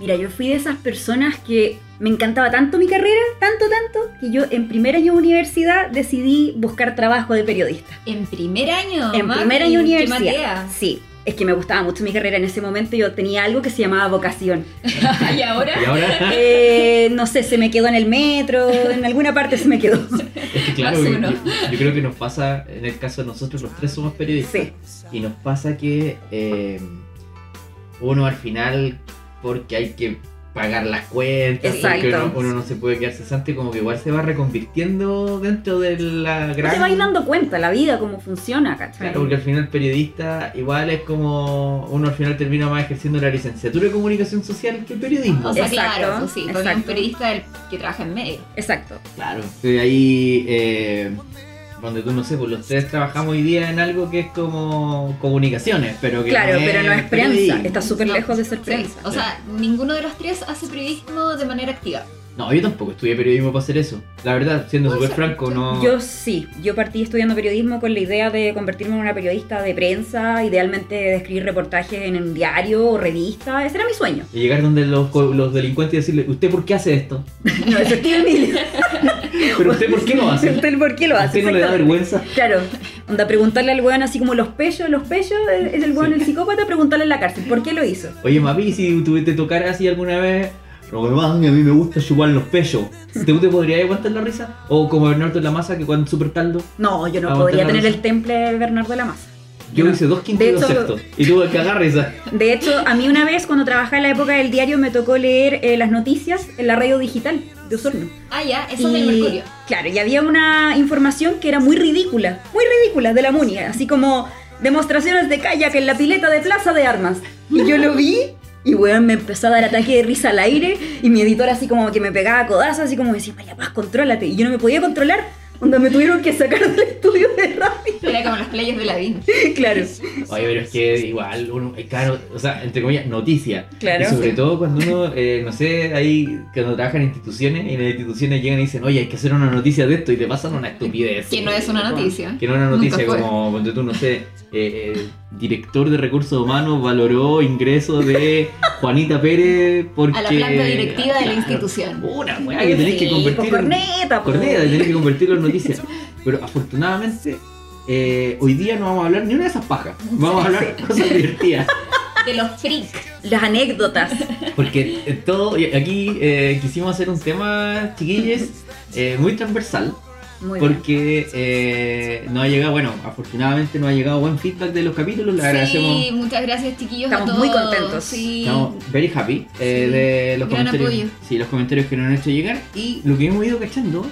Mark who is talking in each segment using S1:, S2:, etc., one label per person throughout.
S1: Mira, yo fui de esas personas que me encantaba tanto mi carrera, tanto, tanto, que yo en primer año de universidad decidí buscar trabajo de periodista.
S2: En primer año.
S1: en
S2: mami,
S1: primer año de
S2: qué
S1: universidad.
S2: matea.
S1: Sí, es que me gustaba mucho mi carrera. En ese momento yo tenía algo que se llamaba vocación.
S2: y ahora
S3: Y ahora,
S1: Eh, no sé, se me quedó en el metro, en alguna parte se me quedó.
S3: es que claro,
S2: Más
S3: yo,
S2: uno.
S3: yo creo que nos pasa, en el caso de nosotros, los tres somos periodistas.
S1: Sí,
S3: Y nos pasa que eh, uno al final, porque hay que pagar las cuentas, porque
S1: Exacto.
S3: uno, uno no se puede quedar cesante, como que igual se va reconvirtiendo dentro de la
S1: no
S3: gran...
S1: te vas dando cuenta la vida, cómo funciona, ¿cachai?
S3: Claro, porque al final periodista igual es como uno al final termina más ejerciendo la licenciatura de comunicación social que el periodismo.
S2: O sea,
S1: Exacto,
S2: claro, eso sí, porque
S1: exacto.
S2: un periodista del- que trabaja en medio.
S1: Exacto.
S3: Claro. De ahí, eh, donde tú no sé, pues los tres trabajamos hoy día en algo que es como comunicaciones, pero que
S1: Claro, pero no es prensa,
S3: periodismo.
S1: está súper
S2: No,
S1: lejos de ser
S2: Sí,
S1: prensa.
S2: o sea, ninguno de los tres hace periodismo de manera activa.
S3: No, yo tampoco estudié periodismo para hacer eso. La verdad, siendo
S2: O
S3: súper
S2: sea,
S3: franco, no.
S1: Yo sí, yo partí estudiando periodismo con la idea de convertirme en una periodista de prensa, idealmente de escribir reportajes en un diario o revista, ese era mi sueño.
S3: Y llegar donde los, co- los delincuentes y decirle, ¿usted por qué hace esto?
S1: No, eso es Steve Miller.
S3: Pero usted por qué lo hace?
S1: ¿Usted por qué lo hace?
S3: ¿Usted no le da
S1: Exactamente.
S3: vergüenza?
S1: Claro, onda, preguntarle al weón así como los pechos, los pechos, eh, es el weón
S3: Sí.
S1: el psicópata, preguntarle en la cárcel, ¿por qué lo hizo?
S3: Oye, mami, si tú te tocaras así alguna vez, no me mami, a mí me gusta chupar los pechos. ¿Te, te podría aguantar la risa? O como Bernardo en la masa que cuando super taldo,
S1: No, yo no
S3: Aguantar
S1: podría
S3: la
S1: tener
S3: risa.
S1: el temple de Bernardo de la Maza.
S3: yo
S1: No.
S3: hice dos quintos
S1: De
S3: y dos
S1: hecho,
S3: sextos. Y tuve que agarrar esa.
S1: De hecho, a mí una vez cuando trabajaba en la época del diario me tocó leer eh, las noticias en la radio digital de Osorno.
S2: Ah, ya, eso es
S1: Y,
S2: del Mercurio.
S1: Claro, y había una información que era muy ridícula, muy ridícula de la MUNI, así como demostraciones de kayak en la pileta de Plaza de Armas. Y yo lo vi y weón me empezó a dar ataque de risa al aire y mi editora así como que me pegaba codazos, así como decía, María Paz, contrólate. Y yo no me podía controlar, cuando me tuvieron que sacar del estudio de rápido.
S2: Era como las playas de Lavín.
S1: Claro,
S3: Oye, pero es que igual, uno, es caro, o sea, entre comillas, noticia.
S1: Claro.
S3: Y sobre todo cuando uno, eh, no sé, ahí, cuando trabajan en instituciones, y en las instituciones llegan y dicen, oye, hay que hacer una noticia de esto, y te pasan una estupidez.
S2: Que no es una noticia.
S3: Que no es una
S2: Nunca
S3: noticia,
S2: fue.
S3: como, cuando tú, no sé, eh, eh, director de recursos humanos valoró ingreso de Juanita Pérez porque...
S2: A la planta directiva de la
S3: Claro.
S2: institución.
S3: Una weá Ah, que tenés
S2: Sí,
S3: que
S2: pues,
S3: convertir
S1: por
S3: en-
S1: pues, corneta, po.
S3: Corneta, de tener que convertirlo en noticia. Pero afortunadamente, eh, hoy día no vamos a hablar ni una de esas pajas. Vamos a hablar cosas divertidas.
S2: De los freaks.
S1: las anécdotas.
S3: Porque eh, todo, y aquí eh, quisimos hacer un tema, chiquillos, eh, muy transversal.
S1: Muy bien.
S3: Porque eh, no ha llegado, bueno, afortunadamente no ha llegado buen feedback de los capítulos. Le agradecemos.
S2: Sí, muchas gracias, chiquillos. a
S1: Estamos
S2: todos.
S1: muy contentos.
S2: Sí.
S3: Estamos very happy eh,
S2: Sí,
S3: de los
S2: gran
S3: comentarios.
S2: apoyo.
S3: Sí, los comentarios que nos han hecho llegar. Y lo que hemos ido cachando,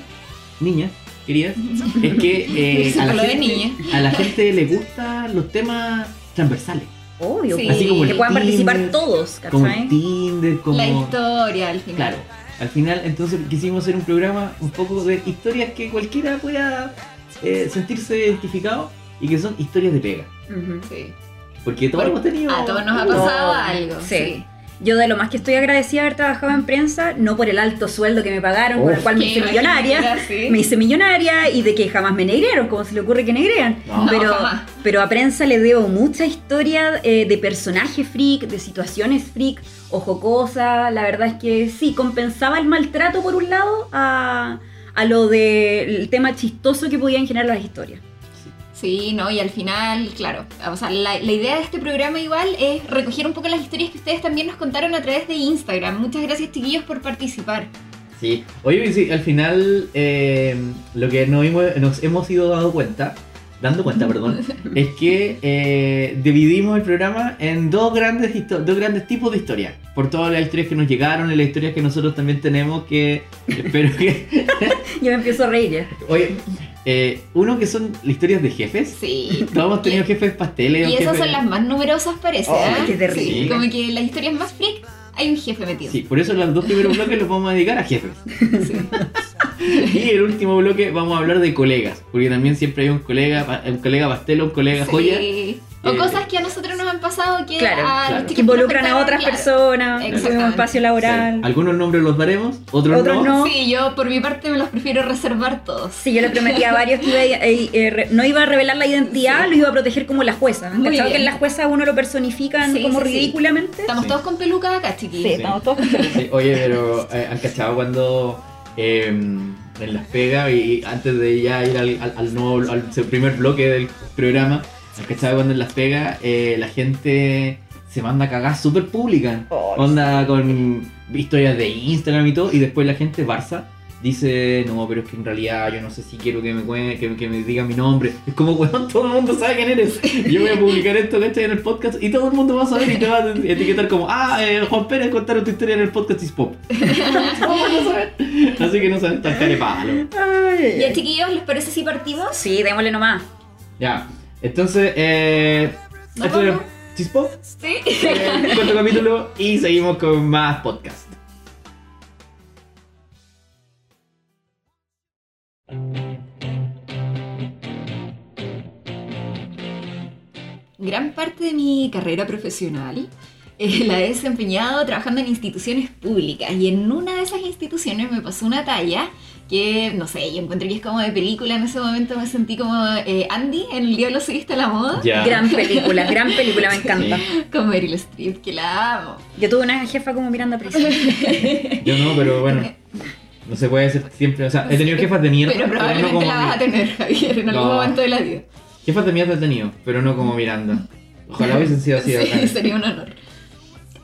S3: niñas, queridas, es que eh,
S2: Sí,
S3: a, la
S2: por lo de
S3: gente,
S2: niña.
S3: a la gente le gustan los temas transversales.
S1: Obvio,
S2: Sí.
S1: po.
S3: Así como
S1: que
S3: el
S1: puedan participar
S3: Tinder,
S1: todos,
S3: Como
S1: ¿cachai?
S3: Tinder, como...
S2: La historia al final.
S3: Claro. Al final, entonces quisimos hacer un programa un poco de historias que cualquiera pueda eh, sentirse identificado y que son historias de pega.
S1: Ujú.
S2: Sí.
S3: Porque todos
S2: Porque
S3: hemos tenido...
S2: A todos nos ha
S3: Uh,
S2: pasado
S1: No.
S2: algo.
S1: Sí.
S2: Sí.
S1: Yo de lo más que estoy agradecida de haber trabajado en prensa, no por el alto sueldo que me pagaron, por el
S3: Uf.
S1: cual me
S2: Que
S1: hice millonaria,
S2: imagínate, sí.
S1: me hice millonaria y de que jamás me negrearon, como se le ocurre que negrean.
S3: No.
S1: pero,
S2: jamás.
S1: pero a prensa le debo mucha historia eh, de personajes freak, de situaciones freak o jocosa. La verdad es que sí, compensaba el maltrato por un lado a, a lo del tema chistoso que podían generar las historias.
S2: Sí, no, y al final, claro, o sea, la, la idea de este programa igual es recoger un poco las historias que ustedes también nos contaron a través de Instagram. Muchas gracias, chiquillos, por participar.
S3: Sí. Oye, sí, al final eh, lo que nos hemos, nos hemos ido dando cuenta, dando cuenta, perdón, es que eh, dividimos el programa en dos grandes histo- dos grandes tipos de historias. Por todas las historias que nos llegaron y las historias que nosotros también tenemos que espero que
S1: Yo me empiezo a reír ya.
S3: oye, eh, uno que son historias de jefes.
S2: Sí.
S3: Todos hemos tenido jefes
S2: Y
S3: pasteles o
S2: esas son
S3: jefes-
S2: las más numerosas, parece.
S3: Oh,
S2: ¿ah?
S1: qué terrible.
S2: Sí, como que las historias más freak, hay un jefe metido.
S3: Sí, por eso los dos primeros bloques los vamos a dedicar a jefes.
S2: Sí.
S3: Y el último bloque vamos a hablar de colegas, porque también siempre hay un colega, pa- un colega pastelo, un colega joya.
S2: Sí. O
S3: Eh,
S2: cosas que a nosotros nos han pasado que
S1: Claro,
S2: a los
S3: claro.
S2: chicos
S1: que involucran a
S2: nos
S1: otras
S2: contaron, claro.
S1: personas, el mismo
S2: Exactamente.
S1: espacio
S3: sí.
S1: laboral.
S3: Algunos nombres los daremos, otros,
S1: Otros
S3: no.
S1: no.
S2: Sí, yo por mi parte me los prefiero reservar todos.
S1: Sí, yo le prometí a varios que iba a- eh, eh, re- no iba a revelar la identidad, lo iba a proteger como la jueza. ¿Han
S2: Muy
S1: cachado que
S2: bien.
S1: en la jueza uno lo personifican
S2: Sí,
S1: como
S2: sí, sí.
S1: ridículamente?
S2: Estamos
S3: Sí.
S2: todos con pelucas acá,
S1: Sí,
S2: chiquillos.
S1: estamos todos
S3: Sí, oye, pero eh, ¿han cachado cuando eh, en las pegas y antes de ya ir al, al- al nuevo, al primer bloque del programa, ¿han cachado cuando en las pegas eh, la gente se manda a cagar súper pública?
S1: Oh,
S3: Onda con historias de Instagram y todo, y después la gente Barça dice, no, pero es que en realidad yo no sé si quiero que me, cuen- que, que me digan mi nombre. Es como, weón, todo el mundo sabe quién eres. Yo voy a publicar esto que en el podcast y todo el mundo va a saber y te va a etiquetar como, ah, eh, Juan Pérez contaron tu historia en el podcast y es pop. Todo el mundo sabe. Así que no sabes tan carepalo.
S1: Ay,
S2: Ya, chiquillos, ¿les parece si partimos?
S1: Sí, démosle nomás.
S3: Ya, entonces, eh...
S2: ¿Nos
S3: esto era
S2: vamos?
S3: Chispop,
S2: Sí.
S3: eh, cuarto capítulo y seguimos con más podcast.
S2: Gran parte de mi carrera profesional eh, la he desempeñado trabajando en instituciones públicas y en una de esas instituciones me pasó una talla que, no sé, yo encontré que es como de película, en ese momento me sentí como eh, Andy en El Diablo se viste a la moda
S3: Ya.
S1: Gran película, gran película, me encanta.
S3: Sí.
S2: con Meryl Streep, que la amo.
S1: Yo tuve una jefa como Miranda Price.
S3: Yo no, pero bueno. No se puede hacer siempre. O sea, he tenido jefas de mierda.
S2: Pero
S3: no
S2: probablemente
S3: como
S2: la vas a
S3: mi-
S2: tener, Javier, en algún
S3: No.
S2: momento de la vida.
S3: Jefas de mierda he tenido, pero no como Miranda. Ojalá hubiesen sido así.
S2: Sí,
S3: bacán.
S2: sería un honor.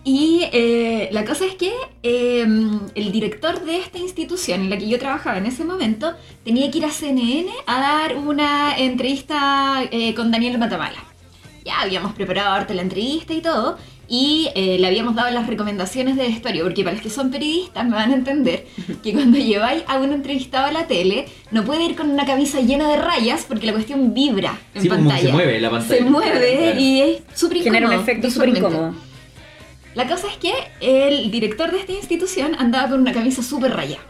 S2: Y eh, la cosa es que eh, el director de esta institución en la que yo trabajaba en ese momento tenía que ir a CNN a dar una entrevista eh, con Daniel Matamala. Ya habíamos preparado harto la entrevista y todo, y eh, le habíamos dado las recomendaciones de vestuario, porque para los que son periodistas me van a entender que cuando lleváis a un entrevistado a la tele, no puede ir con una camisa llena de rayas porque la cuestión vibra en
S3: Sí, pues, como
S2: pantalla.
S3: se mueve la pantalla.
S2: Se mueve
S3: Claro.
S2: y es súper incómodo.
S1: Genera un efecto súper
S2: visualmente.
S1: incómodo.
S2: La cosa es que el director de esta institución andaba con una camisa súper rayada.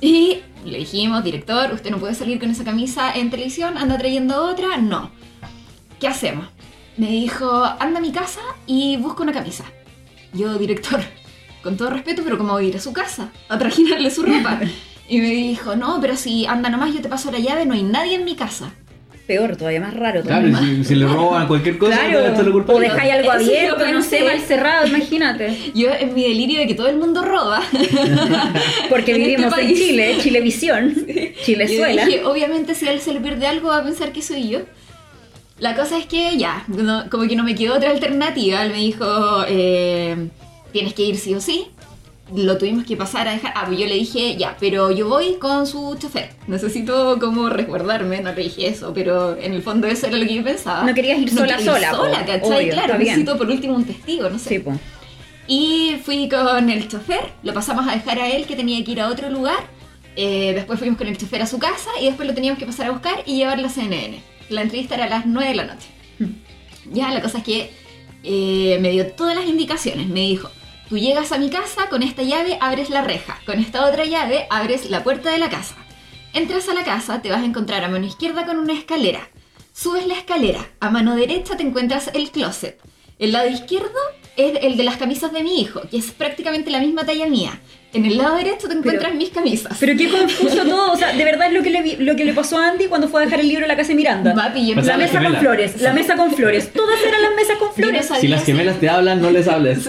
S2: Y le dijimos, director, usted no puede salir con esa camisa en televisión, anda trayendo otra, no. ¿Qué hacemos? Me dijo, anda a mi casa y busca una camisa. Yo, director, con todo respeto, pero ¿cómo voy a ir a su casa? A trajinarle su ropa. Y me dijo, no, pero si anda nomás, yo te paso la llave, no hay nadie en mi casa.
S1: Peor, todavía más raro.
S3: Claro, y
S1: todavía.
S3: si, si le roban cualquier cosa, esto es lo
S1: Claro,
S3: culpa
S1: o
S3: de ellos.
S1: dejáis algo
S2: Eso yo
S1: abierto, no sé,
S2: pensé.
S1: mal cerrado, imagínate.
S2: Yo, en mi delirio de que todo el mundo roba,
S1: Porque
S2: En este
S1: vivimos en
S2: país.
S1: Chile, Chilevisión, Chilezuela.
S2: Yo dije, obviamente si él se le pierde algo va a pensar que soy yo. La cosa es que ya, no- como que no me quedó otra alternativa. Él me dijo, eh, tienes que ir sí o sí. Lo tuvimos que pasar a dejar. Ah, pues yo le dije, ya, pero yo voy con su chofer. Necesito como resguardarme, no le dije eso, pero en el fondo eso era lo que yo pensaba.
S1: No querías ir sola,
S2: quería ir
S1: sola,
S2: sola,
S1: po,
S2: ¿cachai?
S1: obvio,
S2: claro,
S1: está bien.
S2: necesito por último un testigo, no sé.
S1: Sí, po.
S2: Y fui con el chofer, lo pasamos a dejar a él que tenía que ir a otro lugar. eh, después fuimos con el chofer a su casa y después lo teníamos que pasar a buscar y llevarlo a CNN. La entrevista era a las 9 de la noche. Ya, la cosa es que eh, me dio todas las indicaciones. Me dijo, tú llegas a mi casa, con esta llave abres la reja, con esta otra llave abres la puerta de la casa. Entras a la casa, te vas a encontrar a mano izquierda con una escalera. Subes la escalera, a mano derecha te encuentras el closet. El lado izquierdo es el de las camisas de mi hijo, que es prácticamente la misma talla mía. En el lado derecho te encuentras mis camisas.
S1: Pero qué confuso todo, o sea, de verdad es lo que le, vi- lo que le pasó a Andy cuando fue a dejar el libro a la casa de Miranda.
S2: Papi, yo no
S1: La
S3: Pasaba
S1: mesa con
S3: gemela.
S1: flores, la mesa con flores. Todas eran las mesas con
S2: yo no
S1: flores.
S2: sabía
S3: Si las
S2: si-
S3: gemelas te hablan, no les hables.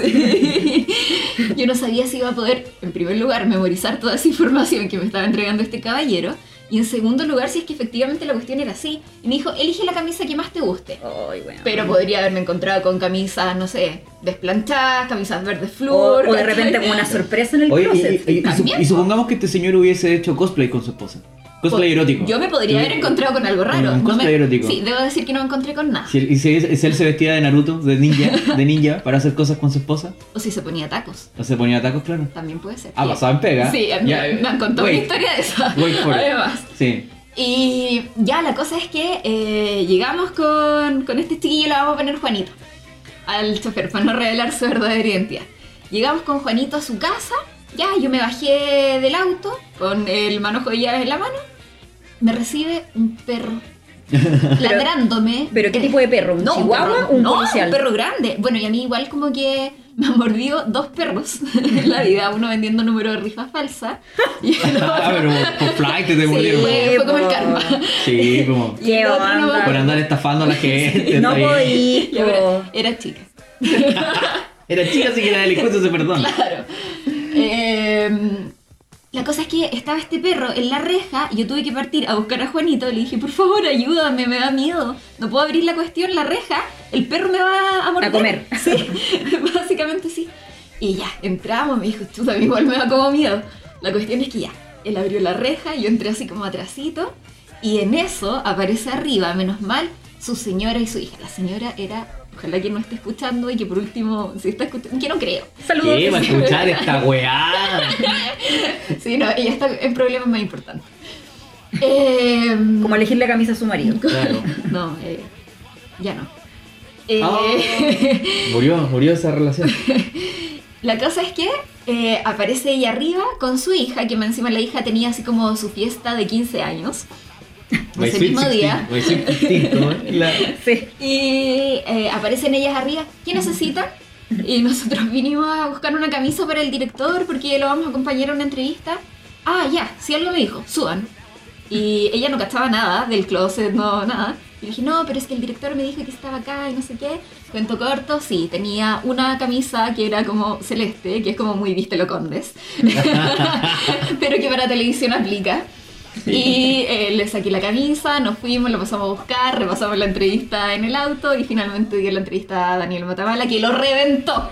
S2: Yo no sabía si iba a poder, en primer lugar, memorizar toda esa información que me estaba entregando este caballero. Y en segundo lugar, si es que efectivamente la cuestión era así. Y me dijo, elige la camisa que más te guste.
S1: Ay, bueno.
S2: Pero podría haberme encontrado con camisas, no sé, desplanchadas, camisas verdes flúor.
S1: o, o de repente como una sorpresa en el
S3: Oye, y-
S1: closet.
S3: y, y- y su-
S2: También,
S3: y supongamos que este señor hubiese hecho cosplay con su esposa. Cosplay erótico.
S2: Pues, Yo me podría haber encontrado con algo raro.
S3: Con
S2: No
S3: un
S2: me-
S3: cosplay erótico.
S2: Sí, debo decir que no me encontré con nada.
S3: Si él, y si él- si él se vestía de Naruto, de ninja, de ninja, para hacer cosas con su esposa,
S2: O si se ponía tacos.
S3: no se ponía tacos, claro.
S2: También puede ser.
S3: Ah, pasaba en pega.
S2: Sí, me,
S3: Ya,
S2: me han contado una
S3: wait,
S2: historia de esa.
S3: Wait for it.
S2: Además.
S3: Sí.
S2: Y ya, la cosa es que eh, llegamos con, con este chiquillo, le vamos a poner Juanito, al chofer, para no revelar su verdadera identidad. Llegamos con Juanito a su casa, ya, yo me bajé del auto con el manojo de llaves en la mano, me recibe un perro ladrándome.
S1: ¿Pero qué tipo de perro? ¿Un
S2: No, un
S1: chihuahua
S2: perro-
S1: o un
S2: no,
S1: policial?
S2: un perro grande. Bueno, y a mí igual como que me han mordido dos perros en la vida. Uno vendiendo número de rifa falsa y el otro...
S3: Ah, pero por- por flight te murieron.
S2: fue, fue como el
S1: po.
S2: karma.
S3: Sí, como
S2: Y el
S1: Qué
S2: otro no-
S1: onda.
S3: por andar estafando a la gente.
S1: No
S3: está bien.
S1: podí.
S2: Yo era, era chica.
S3: Era chica, así que la delincuencia se perdona.
S2: Claro. Eh, la cosa es que estaba este perro en la reja y yo tuve que partir a buscar a Juanito. Le dije, por favor, ayúdame, me da miedo. No puedo abrir la cuestión, la reja. El perro me va a morder.
S1: A comer.
S2: Sí, básicamente sí. Y ya, entramos, me dijo, chuta, a mí igual me da como miedo. La cuestión es que ya, él abrió la reja, yo entré así como atrasito. Y en eso aparece arriba, menos mal, su señora y su hija. La señora era, ojalá que no esté escuchando y que por último, si está escuchando, que no creo.
S1: Saludos.
S3: ¿Qué? Va a escuchar esta weá.
S2: Sí, no, ella está en problemas más importantes. Em,
S1: Como elegir la camisa a su marido.
S3: Claro.
S2: No, eh, ya no. Eh,
S3: Ah, murió, murió esa relación.
S2: La cosa es que eh, aparece ella arriba con su hija, que más encima la hija tenía así como su fiesta de 15 años.
S3: My
S2: Ese
S3: Sweet
S2: mismo
S3: 16,
S2: día.
S3: My Sweet 16, ¿no? La-
S1: Sí.
S2: Y eh, aparecen ellas arriba. ¿Qué necesitan? Y nosotros vinimos a buscar una camisa para el director porque lo vamos a acompañar a una entrevista. Ah, ya, si algo me dijo, suban. Y ella no cachaba nada del closet, no, nada. Y dije, no, pero es que el director me dijo que estaba acá y no sé qué. Cuento corto, sí, tenía una camisa que era como celeste, que es como muy viste lo condes. pero que para televisión aplica. Y eh, le saqué la camisa, nos fuimos, lo pasamos a buscar, repasamos la entrevista en el auto y finalmente dio la entrevista a Daniel Matamala que lo reventó.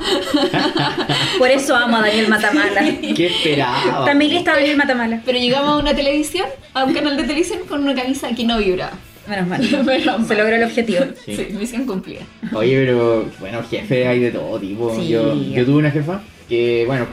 S1: Por eso amo a Daniel Matamala.
S3: ¿Qué esperaba?
S1: También está Daniel Matamala.
S2: Pero llegamos a una televisión, a un canal de televisión con una camisa que no vibraba.
S1: Menos mal.
S2: Pero,
S1: Se logró el objetivo.
S2: Sí. misión cumplida.
S3: Oye, pero bueno, jefe hay de todo tipo.
S1: Sí.
S3: Yo, yo tuve una jefa que, bueno,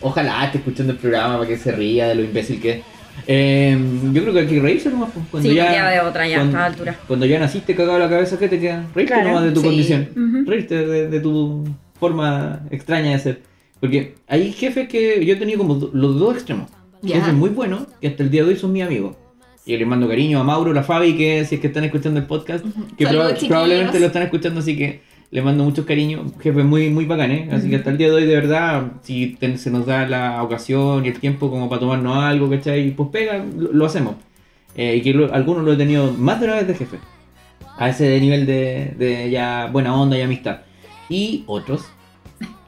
S3: ojalá esté escuchando el programa para que se ría de lo imbécil que es. Eh, yo creo que hay que reírse nomás. pues, Cuando
S1: Sí,
S3: ya,
S1: no queda de otra ya, a
S3: cuando,
S1: esta altura.
S3: Cuando ya naciste cagado la cabeza, ¿qué te queda? Reírte
S1: Claro,
S3: nomás de tu
S2: sí.
S3: condición.
S1: Ujú.
S3: Reírte de, de tu forma extraña de ser. Porque hay jefes que yo he tenido como do- los dos extremos.
S2: Ya.
S3: Jefes muy buenos que hasta el día de hoy son mis amigos. Y les mando cariño a Mauro, la Fabi, que si es que están escuchando el podcast, que
S2: Saludos,
S3: proba-
S2: chiquillos.
S3: probablemente lo están escuchando, así que les mando muchos cariños. Jefes muy, muy bacanes. Así que hasta el día de hoy, de verdad, si ten- se nos da la ocasión y el tiempo como para tomarnos algo, ¿cachai? Pues pega, lo, lo hacemos. Eh, y que lo- algunos lo he tenido más de una vez de jefe. A ese nivel de, de ya buena onda y amistad. Y otros.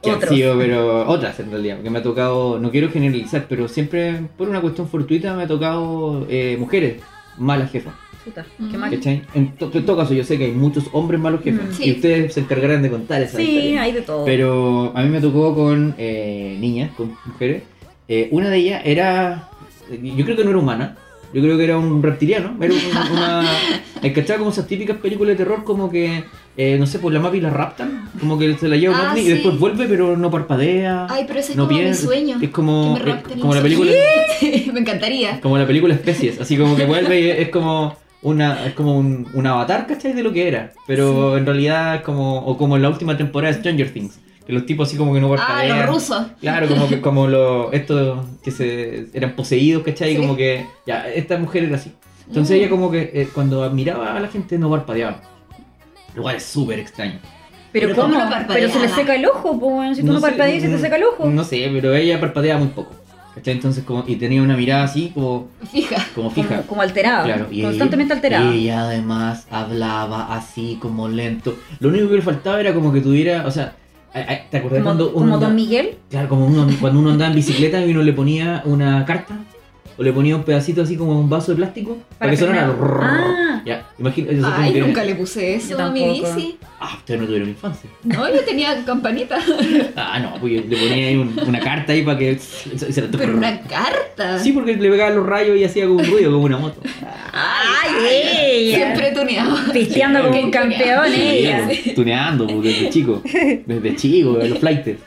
S3: Que
S1: Otros.
S3: han sido, pero otras en realidad, porque me ha tocado, no quiero generalizar, pero siempre por una cuestión fortuita me ha tocado eh, mujeres malas jefas.
S1: Puta, qué
S2: Mm.
S1: mal.
S3: ¿Cachai? En, to- en todo caso, yo sé que hay muchos hombres malos jefes.
S1: Mm.
S2: Sí.
S3: Y ustedes se encargarán de contar esa
S1: Sí,
S3: historia.
S1: hay de todo.
S3: Pero a mí me tocó con eh, niñas, con mujeres. Eh, una de ellas era. Yo creo que no era humana. Yo creo que era un reptiliano. Era un- una. eh, ¿Cachai? Como esas típicas películas de terror, como que. eh, no sé, pues la mapi la raptan. Como que se la lleva un
S2: Ah,
S3: ovni
S2: sí.
S3: y después vuelve, pero no parpadea.
S2: Ay, pero ese es
S3: no
S2: como mi
S3: pierde.
S2: sueño.
S3: Es como.
S2: que me
S3: eh,
S2: rapten
S3: como
S2: el
S3: la película.
S2: sueño. me encantaría.
S3: Como la película Especies, así como que vuelve y es como una es como un, un avatar, ¿cachai? De lo que era. Pero en realidad es como. O como en la última temporada de Stranger Things. Que los tipos así como que no
S2: Ah,
S3: parpadean.
S2: los rusos.
S3: Claro, como que como los estos que se eran poseídos, ¿cachai? Y
S2: Sí.
S3: como que. Ya, esta mujer era así. Entonces
S2: Mm.
S3: ella como que eh, cuando miraba a la gente no parpadeaba. Lo cual es súper extraño.
S1: Pero
S2: pero
S1: ¿cómo?
S2: ¿cómo no parpadeaba?
S1: Pero se le seca el ojo, po, weón. Si tú no,
S3: sé,
S1: parpadeas, se te
S3: no-
S1: seca el ojo.
S3: No sé, pero ella parpadeaba muy poco. ¿Cachai? Entonces como. Y tenía una mirada así como,
S2: Fija.
S3: como fija.
S1: como, como alterado.
S3: Claro, y
S1: Ah, constantemente
S3: ella-
S1: alterado.
S3: Y ella además hablaba así como lento. Lo único que le faltaba era como que tuviera, o sea, a- a- ¿te acordás
S1: Como,
S3: pues cuando uno
S1: como
S3: andaba-
S1: Don Miguel.
S3: claro, como uno- cuando uno andaba en bicicleta y uno le ponía una carta o le ponía un pedacito así como un vaso de plástico para,
S1: Para
S3: que sonara.
S1: frenar. Ah.
S3: Ya, imagínate, eso como
S2: Ay,
S3: que-
S2: nunca le puse
S1: Yo
S2: eso a mi
S1: tampoco.
S2: bici.
S3: Ah, ustedes no tuvieron infancia.
S2: No, yo tenía campanita.
S3: Ah, no, pues yo le ponía ahí un- una carta ahí para que se, se la-
S2: Pero una carta.
S3: Sí, porque le pegaba los rayos y hacía como un ruido, como una moto.
S1: ¡Ay, ella!
S2: Siempre tuneado.
S1: Pisteando
S3: Sí,
S1: como
S3: que
S1: un campeón,
S3: Sí,
S1: ella.
S3: pues, Tuneando, pues, desde chico. Desde chico, los flights.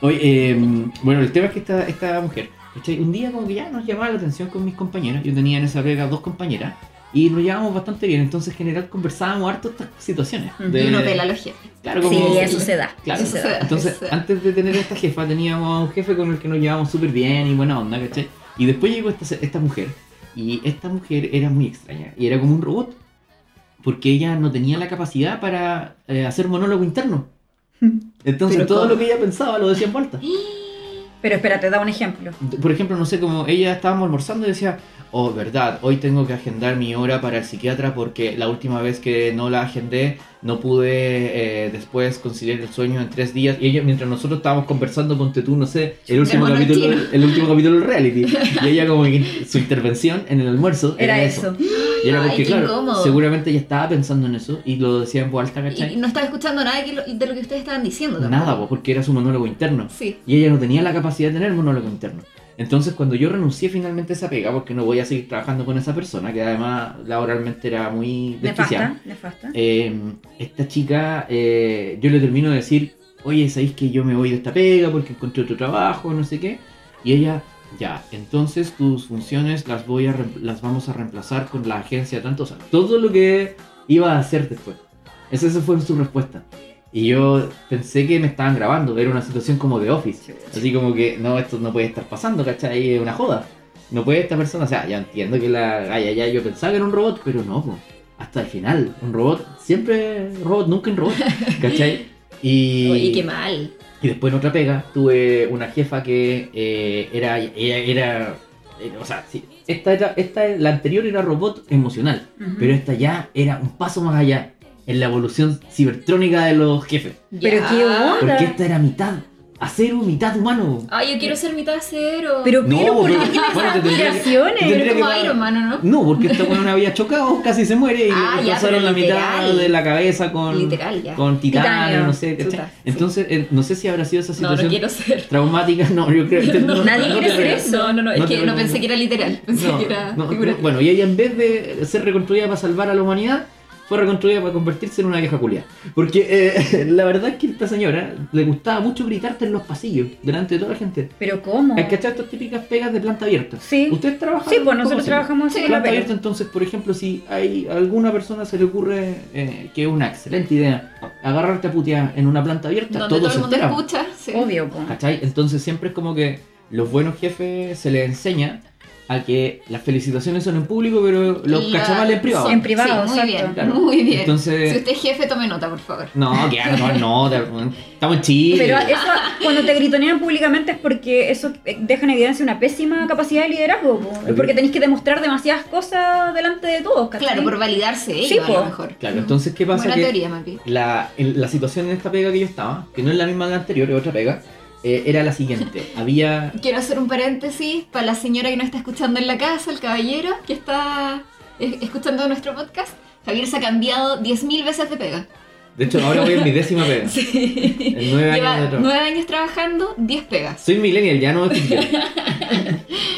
S3: Oye, eh, bueno, el tema es que esta, esta mujer, ¿cachai? un día como que ya nos llamaba la atención con mis compañeras. Yo tenía en esa pega dos compañeras y nos llevábamos bastante bien. Entonces, en general, conversábamos harto estas situaciones.
S1: Ujú.
S3: de-
S2: Y uno pela a los jefes.
S3: Claro, como-
S1: Sí, eso se da.
S3: Claro.
S1: eso se da.
S3: Entonces,
S2: Eso.
S3: antes de tener a esta jefa, teníamos a un jefe con el que nos llevábamos súper bien y buena onda, ¿cachai? Y después llegó esta, esta mujer, y esta mujer era muy extraña, y era como un robot. porque ella no tenía la capacidad para eh, hacer monólogo interno. Entonces
S1: Pero
S3: todo
S1: ¿cómo?
S3: lo que ella pensaba lo decía en vuelta.
S1: Pero espérate, da un ejemplo.
S3: Por ejemplo, no sé, como ella estábamos almorzando y decía, oh, verdad, hoy tengo que agendar mi hora para el psiquiatra porque la última vez que no la agendé no pude eh, después conciliar el sueño en tres días. Y ella, mientras nosotros estábamos conversando, ponte tú, no sé, el último,
S2: mono
S3: capítulo,
S2: chino.
S3: el último capítulo del reality. Y ella como que su intervención en el almuerzo era,
S1: Era
S3: eso.
S1: eso.
S3: Y era
S2: Ay,
S3: porque,
S2: qué
S3: claro,
S2: incómodo.
S3: seguramente ella estaba pensando en eso y lo decía en voz alta,
S2: Y
S3: ¿cachai?
S2: no estaba escuchando nada que lo- de lo que ustedes estaban diciendo. tampoco.
S3: Nada, pues, porque era su monólogo interno.
S2: Sí.
S3: Y ella no tenía la capacidad de tener monólogo interno. Entonces, cuando yo renuncié finalmente a esa pega, porque no voy a seguir trabajando con esa persona, que además laboralmente era muy desquiciada,
S1: Nefasta, nefasta.
S3: eh, esta chica, eh, yo le termino de decir, oye, ¿sabéis que yo me voy de esta pega porque encontré otro trabajo, no sé qué? Y ella, ya, entonces tus funciones las, voy a reem- las vamos a reemplazar con la agencia de tanto, o sea, todo lo que iba a hacer después. Esa esa fue su respuesta. Y yo pensé que me estaban grabando, era una situación como de office. Así como que, no, esto no puede estar pasando, ¿cachai? Es una joda. No puede esta persona, o sea, ya entiendo que la galla ya yo pensaba que era un robot, pero no, po. hasta el final. Un robot, siempre robot, nunca un robot, ¿cachai? Y,
S2: Oye, qué mal.
S3: y después en otra pega tuve una jefa que eh, era, era, era- eh, o sea, sí, esta, era, esta, la anterior era robot emocional,
S1: Ujú.
S3: pero esta ya era un paso más allá en la evolución cibertrónica de los jefes.
S1: Pero
S2: Ya.
S1: qué onda.
S3: Porque esta era mitad acero, mitad humano.
S2: Ay, yo quiero ser mitad cero.
S1: Pero,
S3: No,
S1: pero, ¿por qué
S3: porque-
S1: tienes
S3: bueno, te
S1: esas
S3: tendría que-
S1: aspiraciones?
S3: te tendría
S2: Pero como
S3: que-
S2: Iron Man, ¿o ¿no?
S3: No, porque esta una había chocado, casi se muere y
S2: Ah,
S3: le
S2: ya,
S3: pasaron
S2: pero
S3: la mitad
S2: literal.
S3: de la cabeza con,
S2: Literal, ya.
S3: con titanio,
S1: Titanio.
S3: no sé. ¿cachai?
S2: Chuta, sí.
S3: Entonces, eh, no sé si habrá sido esa
S2: No,
S3: situación
S2: no quiero ser.
S3: traumática. No, yo creo que
S1: Nadie quiere
S3: te
S1: ser
S3: creo.
S1: eso.
S2: No, no, no, es
S3: No te
S2: que no
S3: preocupes.
S2: pensé que era literal, pensé
S3: No,
S2: que era
S3: no,
S2: figurativo.
S3: no, bueno, y ella en vez de ser reconstruida para salvar a la humanidad, fue reconstruida para convertirse en una vieja culia. Porque eh, la verdad es que esta señora le gustaba mucho gritarte en los pasillos, delante de toda la gente.
S1: Pero ¿cómo?
S3: Hay que echar estas típicas pegas de planta abierta.
S1: Mm. Sí.
S3: ¿Ustedes trabajan?
S1: Sí, pues
S3: cómo
S1: nosotros
S3: se-
S1: trabajamos
S2: Sí,
S1: así con la
S3: Planta
S1: pera.
S3: abierta, entonces, por ejemplo, si hay a alguna persona se le ocurre eh, que es una excelente idea agarrarte a putear en una planta abierta,
S2: Donde
S3: todos
S2: todo
S3: se
S2: el mundo
S3: enteran.
S2: escucha, sí.
S1: Obvio, po.
S3: ¿Cachai? Entonces siempre es como que los buenos jefes se les enseña a que las felicitaciones son en público, pero los
S2: La-
S3: cachamales en privado.
S2: son-
S1: En privado,
S2: sí, muy bien,
S1: exacto.
S3: Claro.
S2: muy bien.
S3: Entonces-
S2: Si usted es jefe, tome nota, por favor.
S3: No, que hagan tomar nota, weón. estamos en Chile.
S1: Pero eso, cuando te gritonean públicamente es porque eso eh, deja en evidencia una pésima capacidad de liderazgo. po. Es porque tenéis que demostrar demasiadas cosas delante de todos, ¿cachai?
S2: Claro, por validarse
S1: Sí,
S2: ellos, a
S1: po.
S2: lo mejor.
S3: Claro, entonces, ¿qué pasa?
S2: Buena
S3: que
S2: teoría, Mapi.
S3: la, en la situación en esta pega que yo estaba, que no es la misma de la anterior, es otra pega, eh, era la siguiente. Había...
S2: Quiero hacer un paréntesis para la señora que nos está escuchando en la casa, el caballero que está eh, escuchando nuestro podcast. Javier se ha cambiado 10.000 veces de pega.
S3: De hecho, ahora voy en mi décima pega. En nueve años
S2: Lleva
S3: de trabajo.
S2: 9 años trabajando, 10 pegas.
S3: Soy millennial, ya no me critiquen.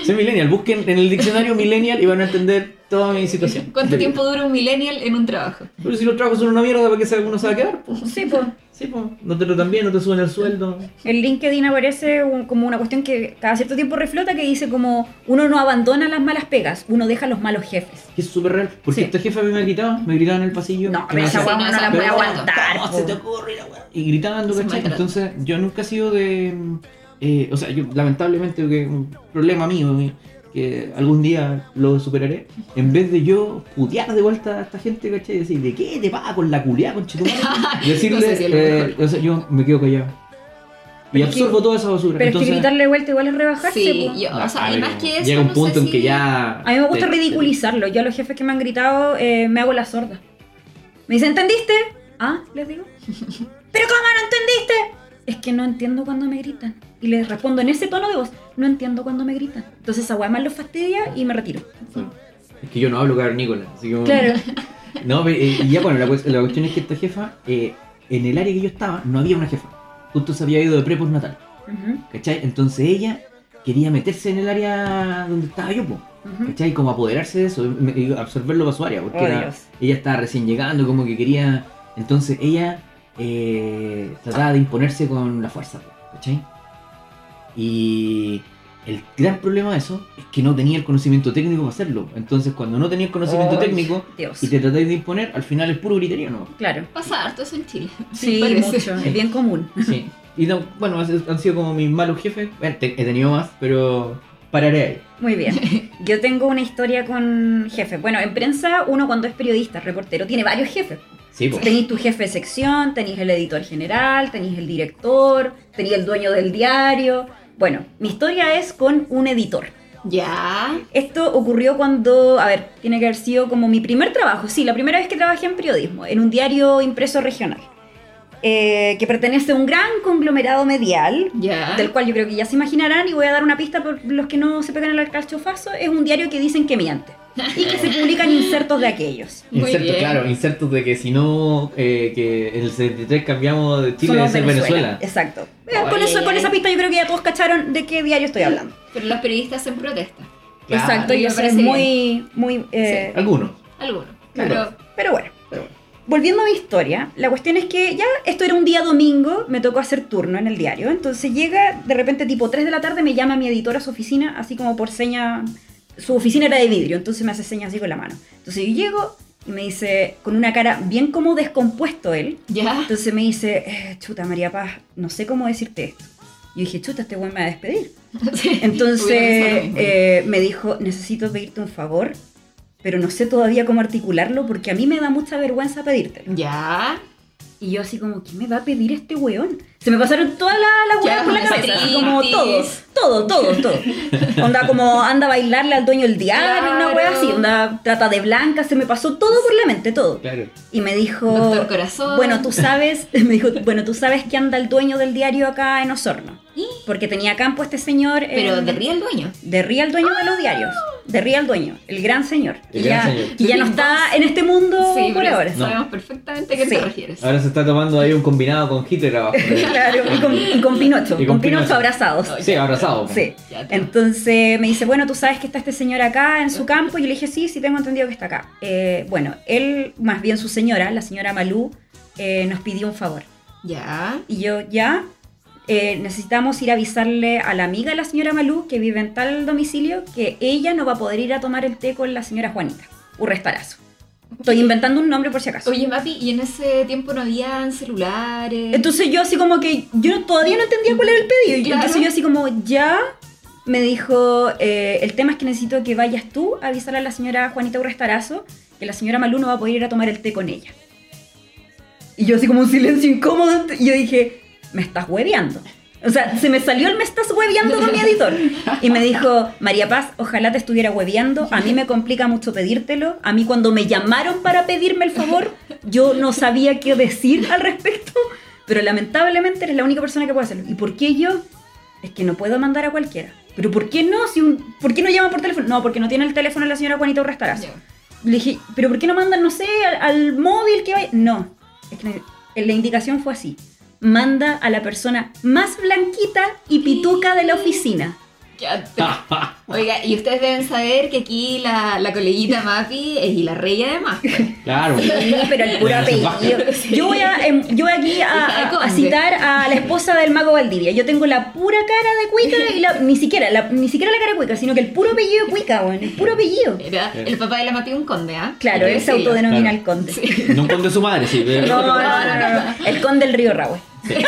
S3: Soy millennial, busquen en el diccionario millennial y van a entender toda mi situación.
S2: ¿Cuánto tiempo dura un millennial en un trabajo?
S3: Pero si los trabajos son una mierda, ¿para qué se- uno se va a quedar? po?
S1: Sí, po.
S3: Sí, pues, no te lo dan bien, no te suben el sueldo.
S1: El LinkedIn aparece un- como una cuestión que cada cierto tiempo reflota que dice como uno no abandona las malas pegas, uno deja los malos jefes.
S3: Que es súper real. Porque
S1: Sí.
S3: este jefe a mí me gritaba, me gritaba en el pasillo.
S1: No,
S3: que me
S1: pero esa
S2: sí,
S1: weá
S3: decía,
S2: no,
S1: uno no
S2: esa
S1: la puede
S2: weá-
S1: aguantar.
S3: "¿Cómo
S1: po.
S3: se te ocurre la weá?" Y gritando,
S2: Es un
S3: ¿cachai?
S2: maltrato.
S3: Entonces, yo nunca he sido de. eh, o sea, yo lamentablemente, que un problema mío, eh, que algún día lo superaré. En vez de yo putear de vuelta a esta gente, ¿cachai? Y decir, ¿de qué te pasa con la culiada, con Decirle,
S2: No sé si es lo
S3: eh,
S2: mejor.
S3: o sea, yo me quedo callado. Y
S1: Pero es que-
S3: absorbo toda esa basura.
S1: Pero
S3: Entonces,
S1: es que gritarle de vuelta igual es rebajarse.
S2: Sí,
S1: po.
S2: yo, o sea,
S3: a
S2: y
S3: ver,
S2: más que eso.
S3: Ah, Llega un
S2: no sé
S3: punto en que
S2: si-
S3: ya.
S1: A mí me gusta
S3: te-
S1: ridiculizarlo. Yo a los jefes que me han gritado eh, me hago la sorda. Me dicen, ¿entendiste? Ah, les digo. ¿Pero cómo no entendiste? Es que no entiendo cuando me gritan. Y les respondo en ese tono de voz, no entiendo cuando me gritan. Entonces esa weá más los fastidia y me retiro.
S3: Es que yo no hablo cavernícola, así que.
S1: Claro.
S3: No, pero, eh, y ya bueno, la, cues- la cuestión es que esta jefa, eh, en el área que yo estaba, no había una jefa. Justo se había ido de preposnatal,
S1: Ujú,
S3: ¿cachai? Entonces ella quería meterse en el área donde estaba yo, po,
S1: ujú.
S3: ¿cachai? Como apoderarse de eso, me- y absorberlo para su área, porque
S1: Oh,
S3: era-
S1: Dios.
S3: ella estaba recién llegando, como que quería. Entonces ella eh, trataba de imponerse con la fuerza, ¿cachai? Y el gran problema de eso es que no tenía el conocimiento técnico para hacerlo. Entonces, cuando no tenía el conocimiento
S1: Oh,
S3: técnico
S1: Dios.
S3: y te tratáis de imponer, al final es puro griterío, ¿no?
S1: Claro.
S2: Pasa harto eso en Chile.
S1: Sí,
S2: parece.
S1: mucho. Es bien común.
S3: Sí. Y no- bueno, han sido como mis malos jefes. Bueno, te- he tenido más, pero pararé ahí.
S1: Muy bien. Yo tengo una historia con jefes. Bueno, en prensa uno cuando es periodista, reportero, tiene varios jefes.
S3: Sí, pues.
S1: Tenéis tu jefe de sección, tenéis el editor general, tenéis el director, tenéis el dueño del diario. Bueno, mi historia es con un editor.
S2: Ya.
S1: Esto ocurrió cuando, a ver, tiene que haber sido como mi primer trabajo, sí, la primera vez que trabajé en periodismo, en un diario impreso regional, eh, que pertenece a un gran conglomerado medial,
S2: Ya.
S1: del cual yo creo que ya se imaginarán, y voy a dar una pista por los que no se pegan el alcachofazo, es un diario que dicen que miente, y que se publican insertos de aquellos.
S2: Muy
S3: Inserto,
S2: bien.
S3: claro, insertos de que si no, eh, que en el 73 cambiamos de Chile a
S1: Somos
S3: ser Venezuela.
S1: Exacto. Eh,
S2: Ay,
S1: con, eso,
S2: ay,
S1: con
S2: ay.
S1: esa pista yo creo que ya todos cacharon de qué diario estoy hablando.
S2: Pero los periodistas hacen protesta.
S3: Claro.
S1: Exacto, y
S2: Me
S1: eso es
S2: parece
S1: muy, muy... eh,
S3: Algunos.
S2: Algunos.
S3: Claro.
S2: Pero.
S1: Pero bueno. Volviendo a mi historia, la cuestión es que ya esto era un día domingo, me tocó hacer turno en el diario, entonces llega de repente tipo 3 de la tarde, me llama mi editora a su oficina, así como por seña, su oficina era de vidrio, entonces me hace señas así con la mano. Entonces yo llego y me dice, con una cara bien como descompuesto él,
S2: Ya.
S1: entonces me dice, "Eh, chuta María Paz, no sé cómo decirte esto. Yo dije, chuta, este güey me va a despedir.
S2: Sí.
S1: Entonces
S2: Hubiera pensado lo mismo.
S1: eh, me dijo, necesito pedirte un favor, pero no sé todavía cómo articularlo porque a mí me da mucha vergüenza pedírtelo.
S2: Ya.
S1: Y yo así como, ¿qué me va a pedir este weón? Se me pasaron todas la- las weas
S2: Ya,
S1: por la cabeza.
S2: gastritis.
S1: así como todo, todo, todo, todo. Onda como anda a bailarle al dueño del diario, una wea
S2: Claro.
S1: así. Onda trata de blanca, se me pasó todo por la mente, todo.
S3: Claro.
S1: Y me dijo,
S2: Doctor Corazón.
S1: bueno, tú sabes, me dijo, bueno, tú sabes que anda el dueño del diario acá en Osorno.
S2: ¿Y?
S1: Porque tenía campo este señor. en-
S2: Pero de ¡Ah! ría el dueño.
S1: de Ría el dueño de los diarios. De Ría el dueño, el gran señor.
S3: El
S1: y
S3: gran
S1: ya,
S3: señor.
S1: y ya no está en este mundo
S2: Sí,
S1: por
S2: pero
S1: ahora.
S2: sabemos perfectamente a qué
S1: Sí. Ah.
S2: te refieres.
S3: Ahora se está tomando ahí un combinado con Hitler abajo.
S1: claro, y con, y con Pinocho,
S3: Y con
S1: con Pinocho
S3: Pinocho.
S1: abrazados.
S2: Ay,
S3: Sí, abrazado. pues.
S1: Sí.
S2: Ya te-
S1: Entonces me dice, bueno, tú sabes que está este señor acá en su campo. Y yo le dije, sí, sí, tengo entendido que está acá. Eh, bueno, él, más bien su señora, la señora Malú, eh, nos pidió un favor.
S2: Ya.
S1: Y yo, ya, eh, necesitamos ir a avisarle a la amiga de la señora Malú, que vive en tal domicilio, que ella no va a poder ir a tomar el té con la señora Juanita. Un restarazo. Estoy inventando un nombre por si acaso.
S2: Oye, papi, y en ese tiempo no habían celulares.
S1: Entonces yo así como que yo no- todavía no entendía cuál era el pedido. Y
S2: Claro.
S1: Entonces yo así como ya me dijo, eh, el tema es que necesito que vayas tú a avisarle a la señora Juanita Urrestarazo que la señora Malú no va a poder ir a tomar el té con ella. Y yo así como un silencio incómodo y yo dije, me estás hueveando. O sea, se me salió el me estás hueveando con mi editor. Y me dijo, María Paz, ojalá te estuviera hueveando. A mí me complica mucho pedírtelo. A mí cuando me llamaron para pedirme el favor, yo no sabía qué decir al respecto. Pero lamentablemente eres la única persona que puede hacerlo. ¿Y por qué yo? Es que no puedo mandar a cualquiera. ¿Pero por qué no? Si un, ¿Por qué no llaman por teléfono? No, porque no tiene el teléfono la señora Juanita Urrestarazo.
S2: Ya.
S1: Le dije, ¿pero por qué no mandan, no sé, al, al móvil que vaya? No, es que la indicación fue así. Manda a la persona más blanquita y pituca de la oficina.
S2: Ya te- Oiga, y ustedes deben saber que aquí la, la coleguita Mapi es y la rey además. pues.
S3: Claro.
S1: Sí, pero el puro apellido. Yo voy, a, em, yo voy aquí a,
S2: Hija de
S1: a- a
S2: conde.
S1: citar a la esposa del mago Valdivia. Yo tengo la pura cara de cuica y la, ni, siquiera, la, ni siquiera la cara de cuica, sino que el puro apellido de cuica, weón, el puro apellido.
S2: Era
S3: Sí.
S2: el papá de la Mapi un conde, ¿ah?
S1: Claro,
S2: Hay que
S1: él se
S2: decirlo.
S1: autodenomina
S3: Claro.
S1: el conde.
S3: No conde su madre, sí. pero-
S1: No, no, no, no, no. El conde del río Rahue.
S3: Sí, sí.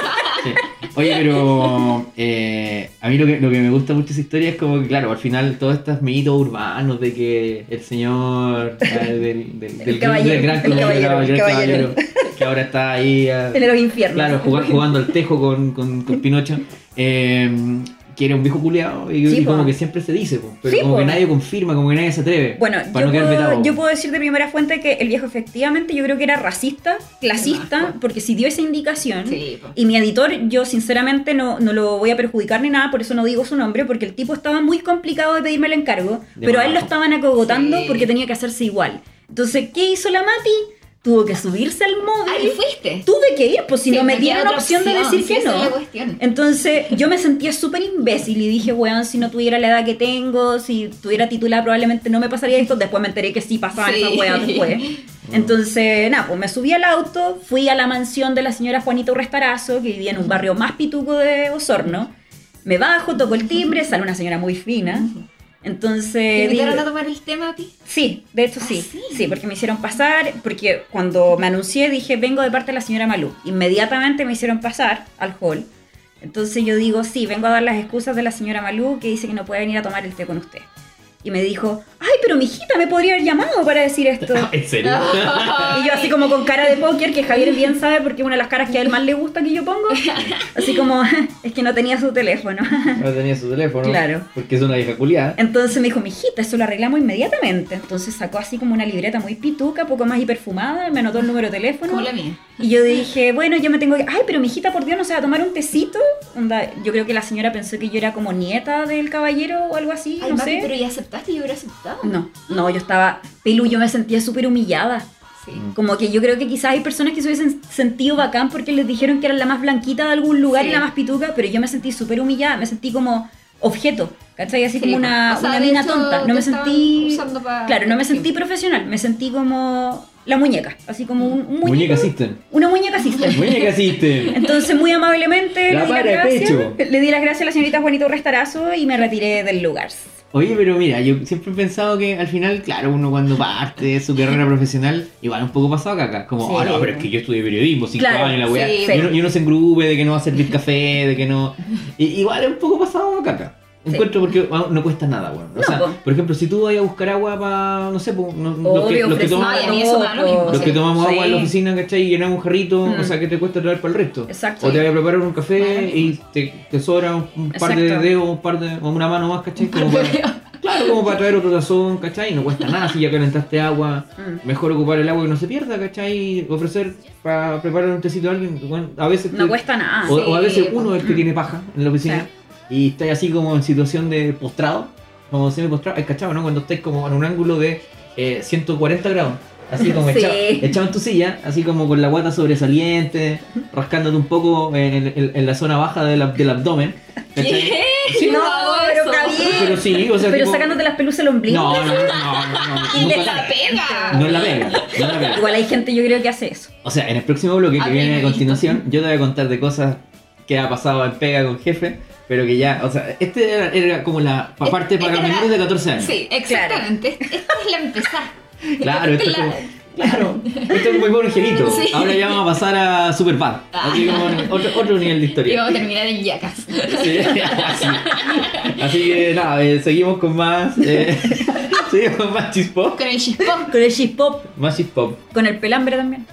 S3: Oye, pero eh, a mí lo que, lo que me gusta mucho de esa historia es como que, claro, al final todos estos mitos urbanos de que el señor ah, del, del, del- del
S1: caballero,
S3: gran
S1: el
S3: caballero,
S1: caballero, el
S3: caballero, que ahora está ahí, ah,
S1: En los infiernos.
S3: claro, jugando, jugando al tejo con, con, con Pinocho, eh, que era un viejo culeado y,
S1: Sí,
S3: y como
S1: po.
S3: que siempre se dice, po, pero
S1: Sí,
S3: como
S1: po.
S3: que nadie confirma, como que nadie se atreve,
S1: Bueno,
S3: para
S1: yo,
S3: no quedar
S1: puedo,
S3: vetado.
S1: yo puedo decir de primera fuente que el viejo efectivamente yo creo que era racista, clasista, porque si dio esa indicación,
S2: Sí, po.
S1: y mi editor, yo sinceramente no, no lo voy a perjudicar ni nada, por eso no digo su nombre, porque el tipo estaba muy complicado de pedirme el encargo,
S3: De
S1: pero a
S3: más.
S1: él lo estaban acogotando
S2: Sí.
S1: porque tenía que hacerse igual. Entonces, ¿qué hizo la Mati? Tuvo que subirse al
S2: Ahí
S1: móvil.
S2: fuiste.
S1: Tuve que ir, pues si
S2: Sí,
S1: no me
S2: queda
S1: dieron
S2: otra
S1: opción, de decir
S2: sí,
S1: que
S2: esa
S1: no.
S2: es la cuestión.
S1: Entonces yo me sentía súper imbécil y dije, weón, si no tuviera la edad que tengo, si tuviera titular probablemente no me pasaría esto. Después me enteré que sí pasaba
S2: Sí.
S1: esa weá después. Entonces, nada, pues me subí al auto, fui a la mansión de la señora Juanita Urrestarazo, que vivía en un barrio más pituco de Osorno. Me bajo, toco el timbre, sale una eh, señora muy fina.
S2: ¿Te
S1: Entonces,
S2: invitaron
S1: digo-
S2: a tomar el té, Mapi?
S1: Sí, de hecho
S2: Ah,
S1: sí.
S2: sí.
S1: sí. porque me hicieron pasar, porque cuando me anuncié dije, vengo de parte de la señora Malú. Inmediatamente me hicieron pasar al hall. Entonces yo digo, sí, vengo a dar las excusas de la señora Malú que dice que no puede venir a tomar el té con usted. y me dijo, ay, pero mi hijita me podría haber llamado para decir esto.
S3: ¿En serio?
S1: Y yo así como con cara de póker, que Javier bien sabe porque es una de las caras que a él más le gusta que yo pongo. Así como, es que no tenía su teléfono.
S3: No tenía su teléfono.
S1: Claro.
S3: Porque es una vieja culiada.
S1: Entonces me dijo, mijita, eso lo arreglamos inmediatamente. Entonces sacó así como una libreta muy pituca, poco más y perfumada, me anotó el número de teléfono.
S2: Como la mía.
S1: Y yo dije, bueno, yo me tengo que... Ay, pero mijita, por Dios, ¿no se va a tomar un tecito? Onda, yo creo que la señora pensó que yo era como nieta del caballero o algo así,
S2: Ay,
S1: no
S2: papi,
S1: sé.
S2: pero ya aceptaste, yo hubiera aceptado.
S1: No, no, yo estaba... Pelu, yo me sentía súper humillada.
S2: Sí.
S1: Como que yo creo que quizás hay personas que se hubiesen sentido bacán porque les dijeron que era la más blanquita de algún lugar
S2: Sí.
S1: y la más pituca, pero yo me sentí súper humillada, me sentí como objeto, ¿cachai? Así
S2: Sí,
S1: como una,
S2: o sea,
S1: una
S2: de
S1: mina
S2: hecho,
S1: tonta.
S2: te
S1: No me
S2: estaban
S1: sentí.
S2: usando pa-
S1: Claro, no me sentí
S2: Sí.
S1: profesional, me sentí como la muñeca, así como un, un muñeco-
S3: Muñeca System.
S1: Una muñeca system.
S3: Muñeca System.
S1: Entonces, muy amablemente le,
S3: La
S1: di las
S3: para de
S1: gracias,
S3: pecho.
S1: le di las gracias a la señorita Juanito Restarazo y me retiré del lugar.
S3: Oye, pero mira, yo siempre he pensado que al final, claro, uno cuando parte de su carrera profesional, igual un poco pasado caca. Como,
S1: Sí.
S3: ah, no, pero es que yo estudié periodismo, cinco
S1: Claro,
S3: años, la weá.
S2: sí,
S3: y,
S1: sí.
S3: uno, y uno se engrube de que no va a servir café, de que no. I- igual es un poco pasado caca.
S1: Sí.
S3: Encuentro porque bueno, no cuesta nada, weón. O
S1: No,
S3: sea,
S1: po.
S3: por ejemplo, si tú vas a buscar agua para, no sé, po, no- los que,
S1: Obvio,
S3: los que
S1: ofrecimos
S3: toman,
S2: Ay, a mí eso me da lo mismo,
S1: todo.
S3: los que tomamos
S1: Sí.
S3: agua en la oficina, ¿cachai? Y llenamos un jarrito,
S1: Mm.
S3: o sea, que te cuesta traer para el resto.
S1: Exacto.
S3: O te vas a preparar un café
S2: Claro.
S3: y te, te sobra un, un par de
S1: Exacto.
S3: dedos, un par de, o una mano más, ¿cachai? Como
S2: Pero-
S3: para- Claro, Ah, como para traer otro tazón, ¿cachai? No cuesta nada si ya calentaste agua.
S1: Mm.
S3: Mejor ocupar el agua que no se pierda, ¿cachai? Ofrecer para preparar un tecito a alguien. bueno, a veces
S1: No
S3: te-
S1: cuesta nada.
S3: o,
S2: sí,
S3: o a veces uno es el que
S1: mm.
S3: tiene paja en la oficina
S1: Claro.
S3: y está así como en situación de postrado, como semi postrado. Es cachado, ¿no? Cuando estáis como en un ángulo de eh, 140 grados. Así como
S1: Sí.
S3: echado, echado en tu silla, así como con la guata sobresaliente, rascándote un poco en, en- en la zona baja del, ab- del abdomen. ¿cachai?
S2: ¿Qué?
S3: Sí,
S1: No, pero
S2: Eso.
S1: está bien.
S3: Pero sí, o sea,
S1: Pero
S3: tipo-
S1: sacándote las pelusas del ombligo.
S3: no, no, no, no, no,
S2: Y
S3: no,
S2: le
S3: no,
S2: la pega.
S3: no es la pega, no es la pega.
S1: Igual hay gente, yo creo que hace eso.
S3: O sea, en el próximo bloque que
S2: Ah,
S3: viene a
S2: bien,
S3: continuación, yo te voy a contar de cosas que ha pasado en pega con jefe, pero que ya, o sea, este era, era como la pa-
S2: Es-
S3: parte para
S2: esta Este era-
S3: menores de 14 años.
S2: Sí, exactamente. Esta es la empezada.
S3: Claro, esto es
S2: La-
S3: como, claro, esto es muy buen angelito.
S2: Sí. Ah.
S3: Ahora ya vamos a pasar a Superbad, así como en otro, otro nivel de
S2: Y
S3: historia.
S2: vamos a terminar en yacas.
S3: Sí, así. Así que nada, eh, seguimos con más, eh, seguimos con más chispop,
S2: Con el chispón.
S1: Con el G-pop,
S3: más chispop.
S1: con el pelambre también.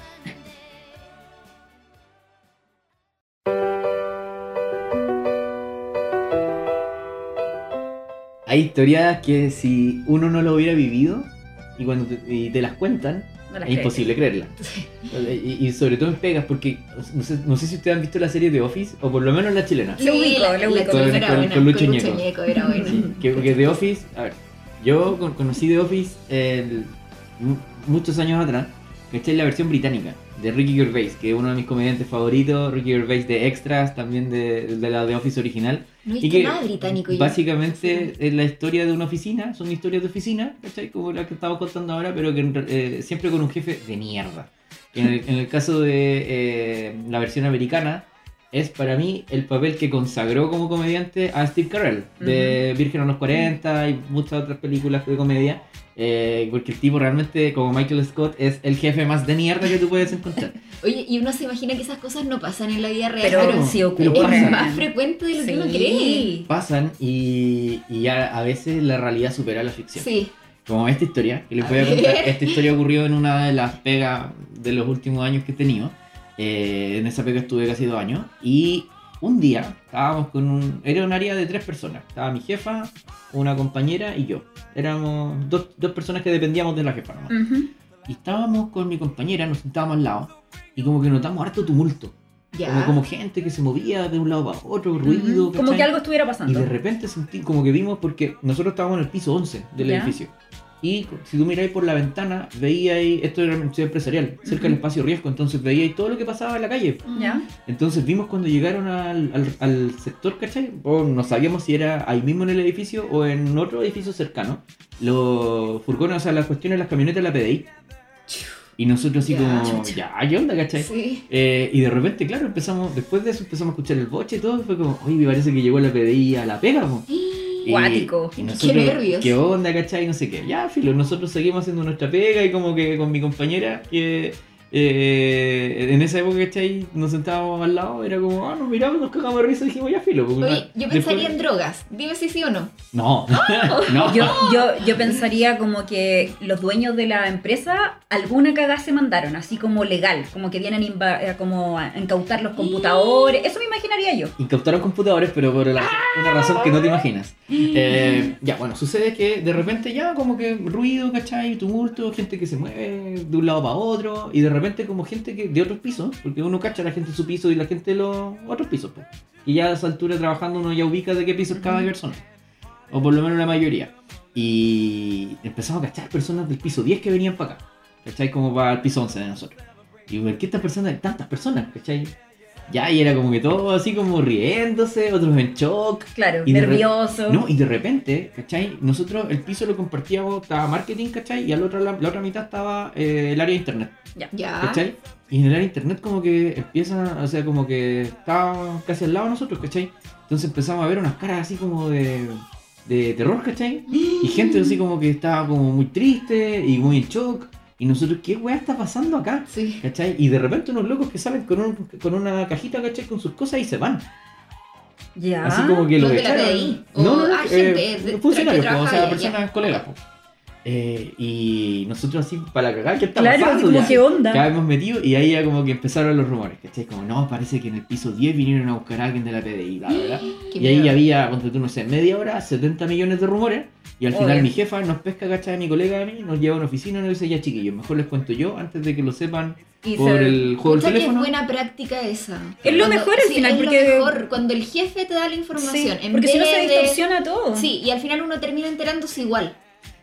S3: Hay historias que si uno no lo hubiera vivido y cuando te, y te las cuentan,
S1: No las
S3: es imposible creerla. Y, y sobre todo en pegas, porque no sé, no sé si ustedes han visto la serie de Office, o por lo menos la chilena.
S1: Lo ubico,
S2: la-
S1: lo
S2: la
S1: ubico.
S2: chica
S3: Con-
S2: era
S3: con-
S2: buena,
S3: con Lucho
S2: con
S3: Ñeco.
S2: era buena.
S3: Sí, que, porque The Office, a ver, yo con- conocí The Office el- mu- muchos años atrás, que esta es la versión británica de Ricky Gervais, que es uno de mis comediantes favoritos, Ricky Gervais de Extras, también de, de la The Office original.
S2: No
S3: Y
S2: viste
S3: que
S2: nada británico. yo.
S3: básicamente es la historia de una oficina, son historias de oficina, ¿cachai? Como la que estamos contando ahora, pero que en re- eh, siempre con un jefe de mierda. Que En el, en el caso de eh, la versión americana, es para mí el papel que consagró como comediante a Steve Carell, de Virgen a los 40 y muchas otras películas de comedia, eh, porque el tipo realmente, como Michael Scott, es el jefe más de mierda que tú puedes encontrar.
S2: Oye, y uno se imagina que esas cosas no pasan en la vida real.
S1: Pero,
S3: Claro,
S1: sí ocurre.
S3: pero
S2: es
S3: pasan.
S2: más frecuente de lo que uno cree.
S3: Pasan y, y ya a veces la realidad supera la ficción.
S2: Sí.
S3: como esta historia, que les
S1: Ah,
S3: voy a
S2: A ver.
S3: contar. Esta historia ocurrió en una de las pegas de los últimos años que he tenido. Eh, en esa pega estuve casi dos años. Y un día estábamos con un. Era un área de tres personas. Estaba mi jefa, una compañera y yo. Éramos dos, dos personas que dependíamos de la jefa nomás.
S1: Ujú.
S3: Y estábamos con mi compañera, nos sentábamos al lado. Y como que notamos harto tumulto.
S2: Ya.
S3: Como, como gente que se movía de un lado para otro, ruido.
S1: Ujú. Como
S3: ¿cachai?
S1: que algo estuviera
S3: Y
S1: pasando.
S3: de repente sentí como que vimos, porque nosotros estábamos en el piso 11 del
S1: Ya.
S3: edificio. Y co- si tú miráis por la ventana, veíais, esto era una ciudad empresarial, cerca del espacio riesgo, entonces veíais todo lo que pasaba en la calle.
S1: ¿Ya?
S3: Entonces vimos cuando llegaron al, al- al sector, ¿cachai? O no sabíamos si era ahí mismo en el edificio o en otro edificio cercano. Los furgones, o sea, las cuestiones, las camionetas, la PDI. Y nosotros así
S2: Ya,
S3: como,
S2: chucha.
S3: ya, ¿qué onda, cachai?
S2: Sí.
S3: Eh, y de repente, claro, empezamos, después de eso empezamos a escuchar el boche y todo, y fue como, oye, me parece que llegó la PDI a la pega, po". Y-
S1: Cuático.
S3: y nosotros,
S2: Qué nervios.
S3: ¿Qué onda, cachai? No sé qué. Ya, filo, nosotros seguimos haciendo nuestra pega y como que con mi compañera, que eh, en esa época, ¿cachai? Nos sentábamos al lado, era como, ah, nos miramos, nos cagamos de risa y dijimos, ya filo. porque
S2: Oye, yo
S3: después-
S2: pensaría en drogas. Dime si sí o no.
S3: No, no.
S1: Yo, yo, yo pensaría como que los dueños de la empresa alguna cagada se mandaron, así como legal, como que vienen inva- eh, como a incautar los computadores. Eso me imaginaría yo.
S3: Incautaron computadores, pero por la- una razón que no te imaginas. Eh, ya, bueno, sucede que de repente ya como que ruido, ¿cachai? Tumulto, gente que se mueve de un lado para otro y de repente como gente que de otros pisos, porque uno cacha a la gente en su piso y la gente de los otros pisos. pues. Y ya a esa altura trabajando uno ya ubica de qué piso es cada persona, o por lo menos la mayoría. Y empezamos a cachar personas del piso 10 que venían para acá, ¿cachai? Como para el piso 11 de nosotros. Y ver que estas personas, tantas personas, ¿cachai? Ya, y era como que todo así como riéndose, otros en shock.
S1: Claro,
S3: Y de re-
S1: nervioso.
S3: No, y de repente, ¿cachai? Nosotros el piso lo compartíamos, estaba marketing, ¿cachai? Y al otro, la, la otra mitad estaba eh, el área de internet,
S2: Ya.
S3: ¿cachai? Y en el área de internet como que empieza, o sea, como que estaba casi al lado de nosotros, ¿cachai? Entonces empezamos a ver unas caras así como de, de terror, ¿cachai? Y gente así como que estaba como muy triste y muy en shock. Y nosotros, ¿qué weá está pasando acá?
S2: Sí.
S3: ¿Cachai? Y de repente unos locos que salen con, un- con una cajita, ¿cachai? Con sus cosas y se van.
S1: Ya.
S3: Así como que lo
S2: ¿Los de Ah, la
S3: echaron.
S2: PDI?
S3: No, no,
S2: ¿O-
S3: no,
S2: ah,
S3: eh,
S2: gente de-
S3: funcionarios,
S2: que
S3: po, pues, o sea,
S2: trabaja ahí,
S3: personas colegas. po. pues. Eh, y nosotros así, para la cagada, ¿qué está
S1: claro, así
S3: pasando?
S1: como
S3: ya?
S1: que onda.
S3: Ya hemos metido y ahí ya como que empezaron los rumores, ¿cachai? Como, no, parece que en el piso 10 vinieron a buscar a alguien de la PDI, bla, bla, bla.
S2: Qué
S3: Y ahí
S2: miedo.
S3: había, ponte tú, no sé, media hora, 70 millones de rumores. Y al final
S1: Obvio.
S3: mi jefa nos pesca, ¿cachai? Mi colega a mí, nos lleva a una oficina y nos dice, ya chiquillos, mejor les cuento yo antes de que lo sepan
S1: Y se-
S3: por el juego del
S2: Pucha, que es
S3: teléfono.
S2: buena práctica esa.
S1: Es lo
S2: Cuando-
S1: mejor al
S2: sí,
S1: final,
S2: es lo
S1: porque-
S2: mejor cuando el jefe te da la información.
S1: Sí,
S2: en
S1: porque si no
S2: vez
S1: se
S2: de-
S1: distorsiona todo.
S2: Sí, y al final uno termina enterándose igual.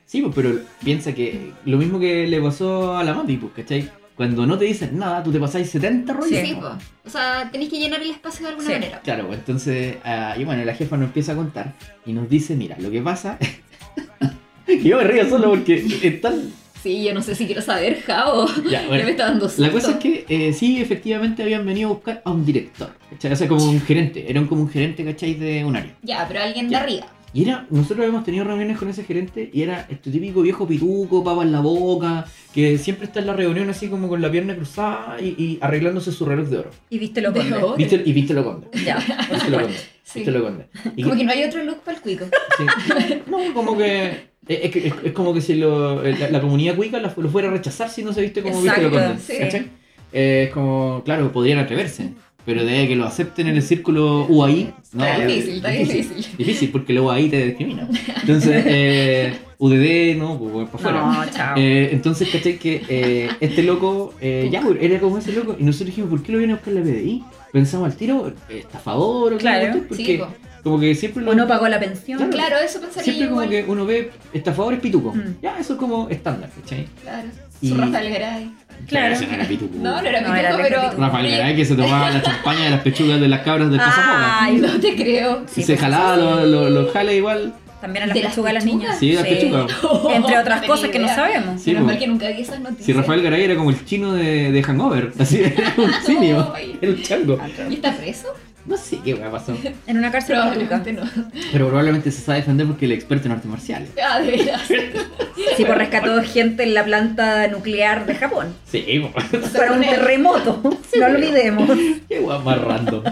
S3: Sí, pues, pero piensa que lo mismo que le pasó a la Mami, pues, ¿cachai? Cuando no te dicen nada, tú te pasáis 70 rollos.
S2: Sí, pues.
S3: po.
S2: po. O sea, tenéis que llenar el espacio de alguna
S1: Sí.
S2: manera.
S3: Claro, pues, entonces, ah, y bueno, la jefa nos empieza a contar y nos dice, mira, lo que pasa... y yo me río solo porque es tan...
S2: Sí, yo no sé si quiero saber, Jao.
S3: Ya,
S2: Ya me
S3: bueno.
S2: está dando susto.
S3: La cosa es que eh, sí, efectivamente habían venido a buscar a un director, ¿cachai? O sea, como un gerente, era un- como un gerente, ¿cachai? De un área.
S2: Ya, pero alguien de
S3: Ya.
S2: arriba.
S3: Y era, nosotros habíamos tenido reuniones con ese gerente y era este típico viejo pituco, papa en la boca, que siempre está en la reunión así como con la pierna cruzada y, y arreglándose su reloj de oro.
S1: Y viste lo
S2: De
S1: conde.
S2: oro.
S3: Viste, y viste lo conde.
S1: Ya.
S3: Viste lo conde.
S2: Oh. Sí.
S3: Viste lo conde. Y
S2: Como
S3: que-
S2: que no hay otro look para el cuico.
S3: sí. No, como que. Es, que- es- es como que si lo- eh, la, la comunidad cuica la- lo fuera a rechazar si no se viste como viste lo
S1: Exacto,
S3: conde.
S1: sí.
S3: ¿cachai? Eh, es como, claro, podrían atreverse, pero de ahí a que lo acepten en el círculo UAI. No,
S2: Está
S3: es-
S2: difícil, está difícil.
S3: Difícil, porque luego ahí te discrimina. Entonces, eh, UDD, no, pues para afuera.
S1: No, chao.
S3: Eh, entonces, caché que eh, este loco, eh, ya, pues, era como ese loco, y nosotros dijimos, ¿por qué lo viene a buscar la PDI? Pensamos al tiro, eh, estafador, o qué,
S1: Claro,
S3: cuestión, porque
S2: sí, po.
S3: como que siempre lo-
S1: o no pagó la pensión.
S3: Claro.
S2: Claro, eso pensaría
S3: siempre
S2: yo
S3: como
S2: igual.
S3: que uno ve estafadores pitucos.
S1: Mm.
S3: Ya, eso es como estándar, ¿cachai?
S2: Claro.
S3: Y-
S2: Su Rafael Garay.
S1: Claro.
S3: Ese no era pituco.
S2: No, no era
S1: No, era
S2: pituco,
S1: re
S2: pero...
S1: pituco. Ah,
S3: Rafael Garay que se tomaba la champaña de las pechugas de las cabras del pasafoga.
S1: Ay,
S2: No te creo.
S3: y
S1: pues.
S3: se jalaba los los- los jales igual.
S1: También a las
S2: ¿De las
S1: pechugas a las niñas.
S3: Sí, las pechugas.
S1: Entre otras
S2: No
S1: cosas
S2: tenía
S1: que no
S2: idea.
S1: sabemos.
S3: Sí,
S2: Menos
S3: po.
S2: mal que nunca vi esas noticias.
S3: Si Rafael Garay era como el chino de, de Hangover, así, era un simio,
S2: Ay.
S3: era un chango.
S2: ¿Y está preso?
S3: No sé qué hueá pasó.
S1: En una cárcel pública.
S2: Probablemente no.
S3: Pero probablemente se sabe defender porque el experto en artes marciales.
S2: Ah, de veras.
S1: Sí, pues rescató gente en la planta nuclear de Japón.
S3: Sí, po.
S1: Para un terremoto. No lo olvidemos.
S3: qué guay más random.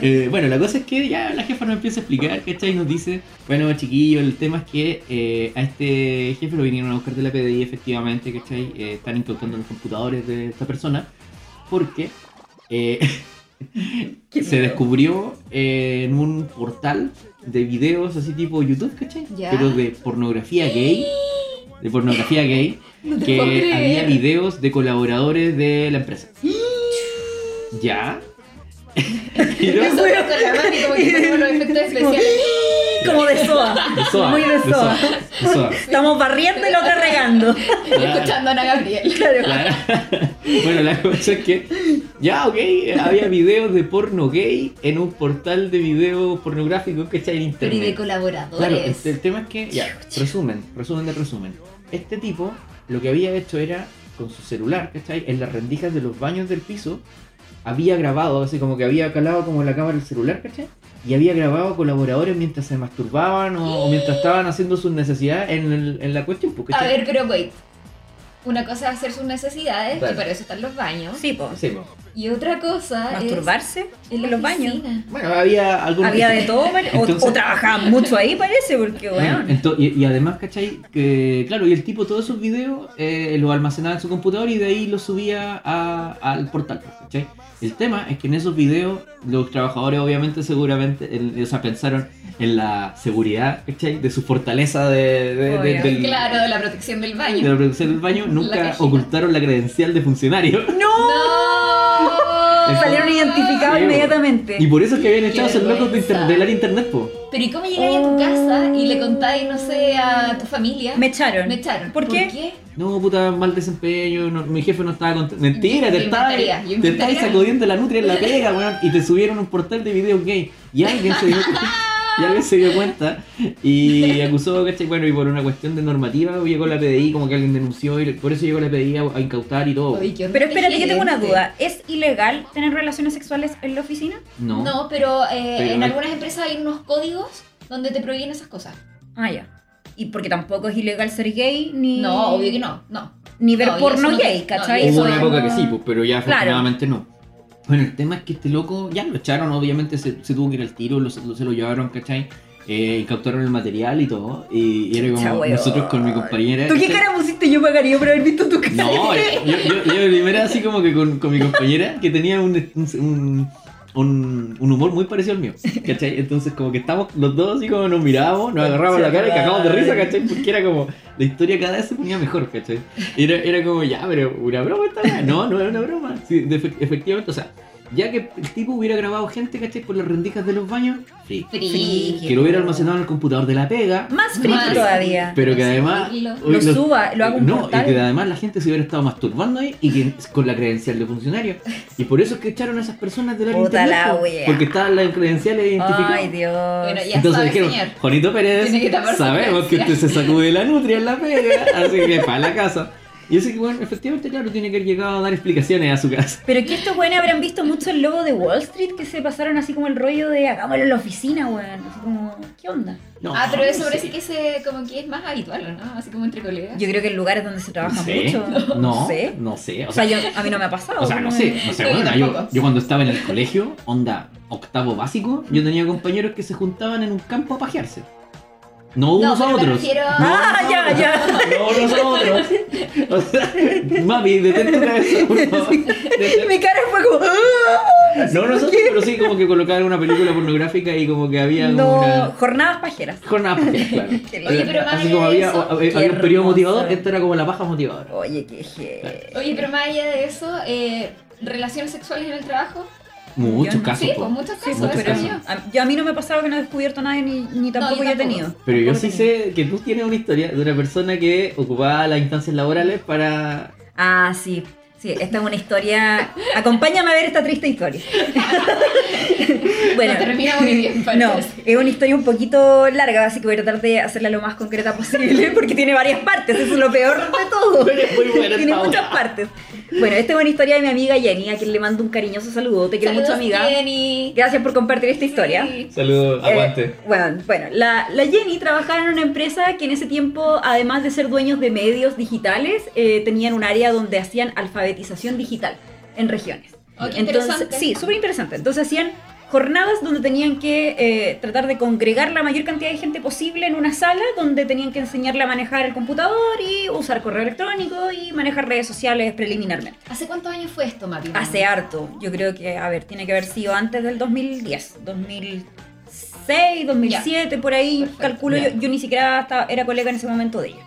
S3: Eh, bueno, la cosa es que ya la jefa nos empieza a explicar, ¿cachai? Y nos dice, bueno, chiquillo, el tema es que eh, a este jefe lo vinieron a buscar de la PDI, efectivamente, ¿cachai? Eh, están incautando los computadores de esta persona porque eh,
S1: Qué
S3: se
S1: miedo.
S3: descubrió eh, en un portal de videos así tipo YouTube, ¿cachai?
S2: Ya.
S3: Pero de pornografía gay. De pornografía gay.
S2: No te
S3: que
S2: puedo creer.
S3: había videos de colaboradores de la empresa. ¿Ya? Y no-
S2: Eso fue con la mami, como que ponemos los efectos especiales.
S1: Como de soa.
S3: de SOA,
S1: Muy de soa.
S3: de SOA.
S1: Estamos barriendo y la otra regando.
S2: Y escuchando a Ana
S3: Este
S2: Gabriel.
S3: Claro. Bueno, la cosa es que ya, ok, había videos de porno gay en un portal de videos pornográficos que está en
S2: Pero y de
S3: internet. Claro,
S2: colaboradores.
S3: este, el tema es que, ya, resumen, resumen de resumen. Este tipo lo que había hecho era, con su celular, ¿cachai? En las rendijas de los baños del piso, había grabado, así como que había calado como la cámara el celular, ¿cachai? Y había grabado colaboradores mientras se masturbaban o, o mientras estaban haciendo sus necesidades en, el- en la cuestión, pues,
S2: A
S3: ¿cachai?
S2: ver, pero wait. Una cosa es hacer sus necesidades,
S3: Claro.
S2: y para eso están los baños.
S1: Sí, pues.
S3: Sí, po.
S2: Y otra cosa
S1: Masturbarse
S2: Ah, es
S1: en
S2: la
S1: los baños.
S2: oficina.
S3: Bueno, había algún
S1: Había de todo, ¿vale? O- o,
S3: Entonces- Ah.
S1: trabajaban mucho ahí, parece, porque,
S3: Bueno,
S1: weón.
S3: ento- y, y además, ¿cachai? Que, claro, y el tipo todos sus videos eh, los almacenaba en su computador y de ahí los subía a- al portal, ¿cachai? El tema es que en esos videos los trabajadores obviamente seguramente, en- o sea, pensaron en la seguridad, ¿cachai? De su fortaleza de, de- de-
S1: Obvio.
S3: del-
S2: Claro, de la protección del baño.
S3: de la producción del baño,
S2: La
S3: nunca
S2: cajita.
S3: ocultaron la credencial de funcionario.
S2: ¡No!
S1: Salieron identificados
S3: Sí, weón.
S1: inmediatamente.
S3: Y por eso es que habían echado a esos locos de inter-
S2: vergüenza.
S3: del área internet, po.
S2: Pero ¿y cómo llegáis a tu casa y le contáis, no sé, a tu familia?
S1: Me echaron.
S2: Me echaron.
S1: ¿Por qué?
S3: No, puta, mal desempeño, no- mi jefe no estaba contento. Mentira,
S2: Yo
S3: te estaba
S2: inventaría, yo
S3: te estabas
S2: inventaría.
S3: sacudiendo la nutria en la pega, weón, y te subieron un portal de video gay. Y alguien se dio cuenta, y alguien se dio cuenta y acusó, ¿cachai? Bueno, y por una cuestión de normativa llegó la PDI, como que alguien denunció, y por eso llegó la PDI a, a incautar y todo.
S2: Ay, qué onda
S1: Pero espérate, que tengo una
S2: gente.
S1: duda. ¿Es ilegal tener relaciones sexuales en la oficina?
S3: No.
S2: No, pero, eh,
S3: Pero
S2: en
S3: no-
S2: algunas empresas hay unos códigos donde te prohíben esas cosas.
S1: Ah, ya. Y porque tampoco es ilegal ser gay, ni.
S2: No, obvio que no. No.
S1: Ni ver
S2: No, y
S1: porno
S2: eso no-
S1: gay,
S2: no,
S1: ¿cachai?
S2: y
S1: Eso
S3: Hubo una
S1: es
S3: época que
S1: como-
S3: sí, pues, pero ya
S1: Claro.
S3: afortunadamente no. Bueno, el tema es que este loco ya lo echaron, obviamente se, se tuvo que ir al tiro, lo- lo- se lo llevaron, ¿cachai? Eh, incautaron el material y todo. Y, y era
S1: Chucha,
S3: como
S1: weón.
S3: nosotros con mi compañera.
S1: ¿Tú qué cara pusiste? Yo pagaría por haber visto tu cara.
S3: No, yo, yo, yo primero así como que con, con mi compañera que tenía un, un, un- un humor muy parecido al mío, ¿cachai? Entonces como que estamos los dos así como nos mirábamos, nos agarrábamos la cara y cagábamos de risa, ¿cachai? Porque era como, la historia cada vez se ponía mejor, ¿cachai? Y Era, era como, ya, pero una broma esta weá. No, no era una broma. Sí, de- efectivamente, o sea, ya que el tipo hubiera grabado gente, ¿cachai? Por las rendijas de los baños, sí.
S2: Friki.
S3: Que lo hubiera almacenado en el computador de la pega.
S1: Más friki
S2: Más.
S1: todavía.
S3: Pero
S2: Sí,
S3: que además.
S2: lo-
S1: Lo suba, lo haga un
S3: No,
S1: portal.
S3: y que además la gente se hubiera estado masturbando ahí y que, con la credencial de funcionario. Y por eso es que echaron a esas personas del área
S1: Puta
S3: internet,
S1: la
S3: po,
S1: wea.
S3: Porque estaban las credenciales identificadas.
S1: Ay, Dios.
S2: Bueno, ya
S3: Entonces
S2: sabe,
S3: dijeron,
S2: señor.
S3: Juanito Pérez,
S2: Tiene que tapar su
S3: sabemos que usted
S2: credencial".
S3: se sacude la nutria en la pega, así que para la casa. Y así que bueno, efectivamente, claro, tiene que haber llegado a dar explicaciones a su casa.
S1: Pero es que estos weones habrán visto mucho el lobo de Wall Street que se pasaron así como el rollo de hagámoslo en la oficina, weón. Así como, ¿qué onda?
S3: No,
S2: Ah, pero eso
S3: no
S2: parece
S3: sé.
S2: que se, como que es más habitual, ¿o ¿no? Así como entre colegas.
S1: Yo creo que en lugares donde se trabaja
S3: No sé,
S1: mucho.
S3: No,
S1: No sé.
S3: no sé.
S1: O sea, yo, a mí no me ha pasado.
S3: O sea, no sé, no sé,
S2: Sí,
S3: bueno, yo,
S2: tampoco.
S3: yo cuando estaba en el colegio, onda octavo básico, yo tenía compañeros que se juntaban en un campo a pajearse. No unos
S2: pero
S3: a
S2: me
S3: otros.
S2: refiero-
S1: Ah,
S3: no,
S1: ya,
S3: no.
S1: ya.
S3: No unos a otros. O sea, mami, detén tu cabeza, por favor. Detén-
S1: Mi cara fue como. "Ah".
S3: No nosotros, pero sí, como que colocaban una película pornográfica y como que había como
S1: No,
S3: una.
S1: jornadas pajeras.
S3: Jornada pajera, claro.
S1: Qué
S2: lindo. Oye, pero más
S3: Así
S2: allá
S3: como
S2: de
S3: había,
S2: eso,
S3: había
S1: qué
S3: un periodo
S1: hermoso.
S3: motivador, esta era como la paja motivadora.
S1: Oye, qué je.
S2: Oye, pero más allá de eso, eh, relaciones sexuales en el trabajo.
S3: Muchos
S1: no-
S3: casos.
S2: Sí,
S3: po.
S2: pues muchos casos.
S1: Pero
S3: muchos
S2: eso
S3: casos.
S2: yo.
S1: a, yo- a mí no me ha pasado que no he descubierto nada ni, ni tampoco
S2: yo
S1: yo he
S2: tampoco.
S1: tenido.
S3: Pero yo
S1: Tampoco he
S3: sí
S1: tenido.
S3: sé que tú tienes una historia de una persona que ocupaba las instancias laborales para...
S1: Ah, sí. Sí, esta es una historia. Acompáñame a ver esta triste historia.
S2: No termina muy bien, parece.
S1: No, es una historia un poquito larga, así que voy a tratar de hacerla lo más concreta posible, porque tiene varias partes, eso es lo peor de todo.
S3: Pero es muy buena
S1: tiene
S3: esta
S1: muchas
S3: hueá.
S1: partes. Bueno, esta es una historia de mi amiga Jenny, a quien le mando un cariñoso saludo. Te quiero
S2: Saludos,
S1: mucho, amiga.
S2: Jenny.
S1: Gracias por compartir esta historia.
S2: Sí.
S3: Saludos,
S1: Eh, bueno, bueno la, la Jenny trabajaba en una empresa que en ese tiempo, además de ser dueños de medios digitales, eh, tenían un área donde hacían alfabetización digital en regiones.
S2: Oh, qué
S1: Entonces,
S2: interesante.
S1: sí, súper interesante. Entonces hacían jornadas donde tenían que eh, tratar de congregar la mayor cantidad de gente posible en una sala donde tenían que enseñarle a manejar el computador y usar correo electrónico y manejar redes sociales preliminarmente.
S2: ¿Hace cuántos años fue esto, Mapi?
S1: Hace harto, yo creo que, a ver, tiene que haber sido antes del 2010, 2006, 2007, por ahí,
S2: Perfecto,
S1: calculo
S3: ya.
S1: yo, yo ni siquiera estaba- era colega en ese momento de ella.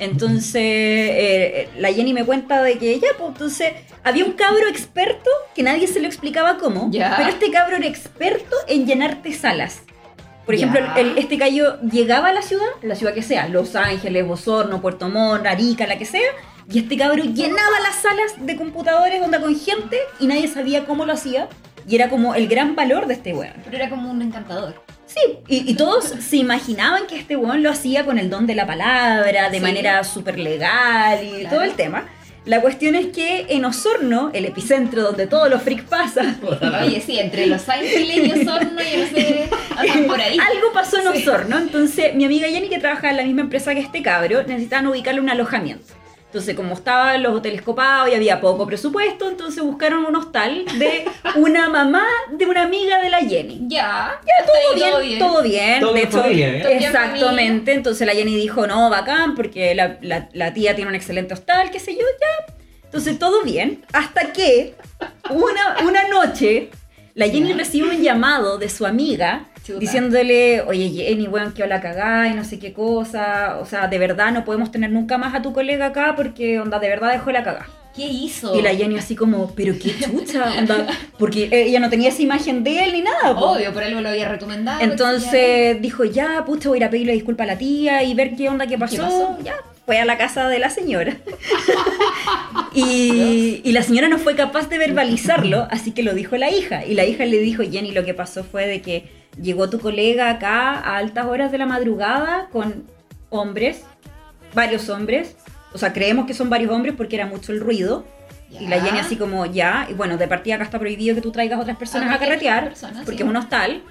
S1: Entonces, eh, eh, la Jenny me cuenta de que ya, pues entonces, había un cabro experto que nadie se lo explicaba cómo,
S2: Ya.
S1: pero este cabro era experto en llenarte salas. Por
S2: Ya.
S1: ejemplo, el- el- este callo llegaba a la ciudad, la ciudad que sea, Los Ángeles, Osorno, Puerto Montt, Arica, la que sea, y este cabrón llenaba las salas de computadores onda con gente y nadie sabía cómo lo hacía. Y era como el gran valor de este weón.
S2: Pero era como un encantador.
S1: Sí, y, y todos se imaginaban que este weón lo hacía con el don de la palabra, de
S2: Sí.
S1: manera súper legal y
S2: Claro.
S1: todo el tema. La cuestión es que en Osorno, el epicentro donde todos los freaks pasan,
S2: Oye, sí, entre los ángeles y Osorno, yo no sé, andan por ahí.
S1: Algo pasó en
S2: Sí.
S1: Osorno, entonces mi amiga Jenny, que trabajaba en la misma empresa que este cabro, necesitaban ubicarle un alojamiento. Entonces, como estaban los hoteles copados y había poco presupuesto, entonces buscaron un hostal de una mamá de una amiga de la Jenny.
S2: Ya.
S1: Ya, todo,
S2: Está ahí,
S1: bien, todo bien,
S3: Todo
S1: de
S3: bien
S1: hecho,
S3: familia, ¿eh?
S2: Todo bien
S1: exactamente. Entonces la Jenny dijo, no, bacán, porque la, la- la tía tiene un excelente hostal, qué sé yo, ya. Entonces todo bien. Hasta que una, una noche la Jenny
S2: Ya.
S1: recibe un llamado de su amiga
S2: Chuta.
S1: diciéndole, oye Jenny, weón, que la cagá y no sé qué cosa. O sea, de verdad no podemos tener nunca más a tu colega acá porque, onda, de verdad dejó la cagá.
S2: ¿Qué hizo?
S1: Y la Jenny así como, pero qué chucha, onda. Porque eh, ella no tenía esa imagen de él ni nada. po.
S2: Obvio, por algo lo había recomendado.
S1: Entonces dijo, ya, pucha, voy a ir a pedirle disculpa a la tía y ver qué onda, qué pasó.
S2: pasó?
S1: Ya, fue a la casa de la señora. y, y la señora no fue capaz de verbalizarlo, así que lo dijo la hija. Y la hija le dijo, Jenny, lo que pasó fue de que llegó tu colega acá a altas horas de la madrugada con hombres, varios hombres. O sea, creemos que son varios hombres porque era mucho el ruido.
S2: Ya.
S1: Y la Jenny así como, ya, y bueno, de partida acá está prohibido que tú traigas otras personas
S2: Ah,
S1: a carretear,
S2: personas, sí.
S1: porque es un hostal.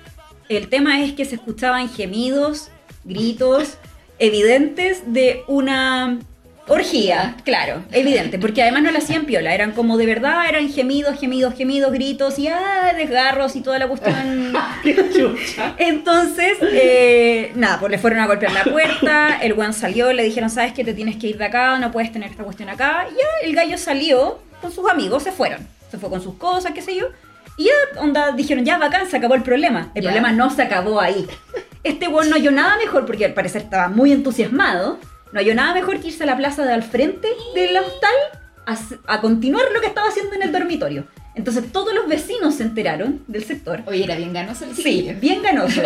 S1: El tema es que se escuchaban gemidos, gritos, evidentes de una orgía, claro, evidente, porque además no la hacían piola, eran como de verdad, eran gemidos, gemidos, gemidos, gritos y ah, desgarros y toda la cuestión
S3: Chucha.
S1: entonces, eh, nada, pues le fueron a golpear la puerta, el weón salió, le dijeron, sabes que te tienes que ir de acá, no puedes tener esta cuestión acá. Y ya el gallo salió con sus amigos, se fueron. Se fue con sus cosas, qué sé yo. Y ya, onda, dijeron, ya, bacán, se acabó el problema. El
S2: Ya.
S1: problema no se acabó ahí. Este weón no halló nada mejor, porque al parecer estaba muy entusiasmado, no halló nada mejor que irse a la plaza de al frente del hostal a, s- a continuar lo que estaba haciendo en el dormitorio. Entonces todos los vecinos se enteraron del sector.
S2: Oye, era bien ganoso el
S1: Sí,
S2: chiquillo.
S1: bien ganoso.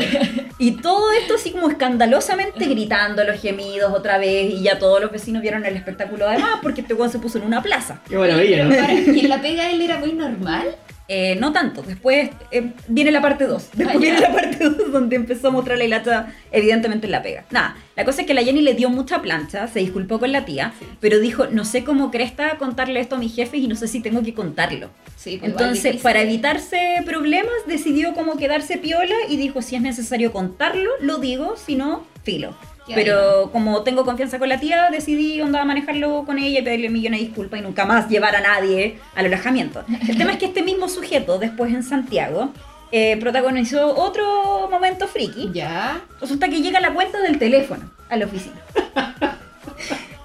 S1: Y todo esto así como escandalosamente gritando los gemidos otra vez y ya todos los vecinos vieron el espectáculo además porque este weón se puso en una plaza.
S3: Qué maravilla,
S2: Pero
S3: ¿no?
S2: para, ¿y en la pega él era muy normal?
S1: Eh, no tanto, después eh, viene la parte 2. Después
S2: Ah, ya.
S1: viene la parte 2 donde empezó a mostrar la lata, evidentemente en la pega. Nada, la cosa es que la Jenny le dio mucha plancha, se disculpó con la tía, pero dijo, no sé cómo cresta contarle esto a mis jefes y no sé si tengo que contarlo.
S2: Sí, pues igual
S1: Entonces,
S2: difícil.
S1: para evitarse problemas, decidió como quedarse piola y dijo, si es necesario contarlo, lo digo, si no, filo.
S2: Ya,
S1: Pero como tengo confianza con la tía, decidí onda a manejarlo con ella y pedirle mil y una disculpa y nunca más llevar a nadie al alojamiento. El tema es que este mismo sujeto, después en Santiago, eh, protagonizó otro momento friki.
S2: Ya.
S1: Resulta que llega la cuenta del teléfono a la oficina.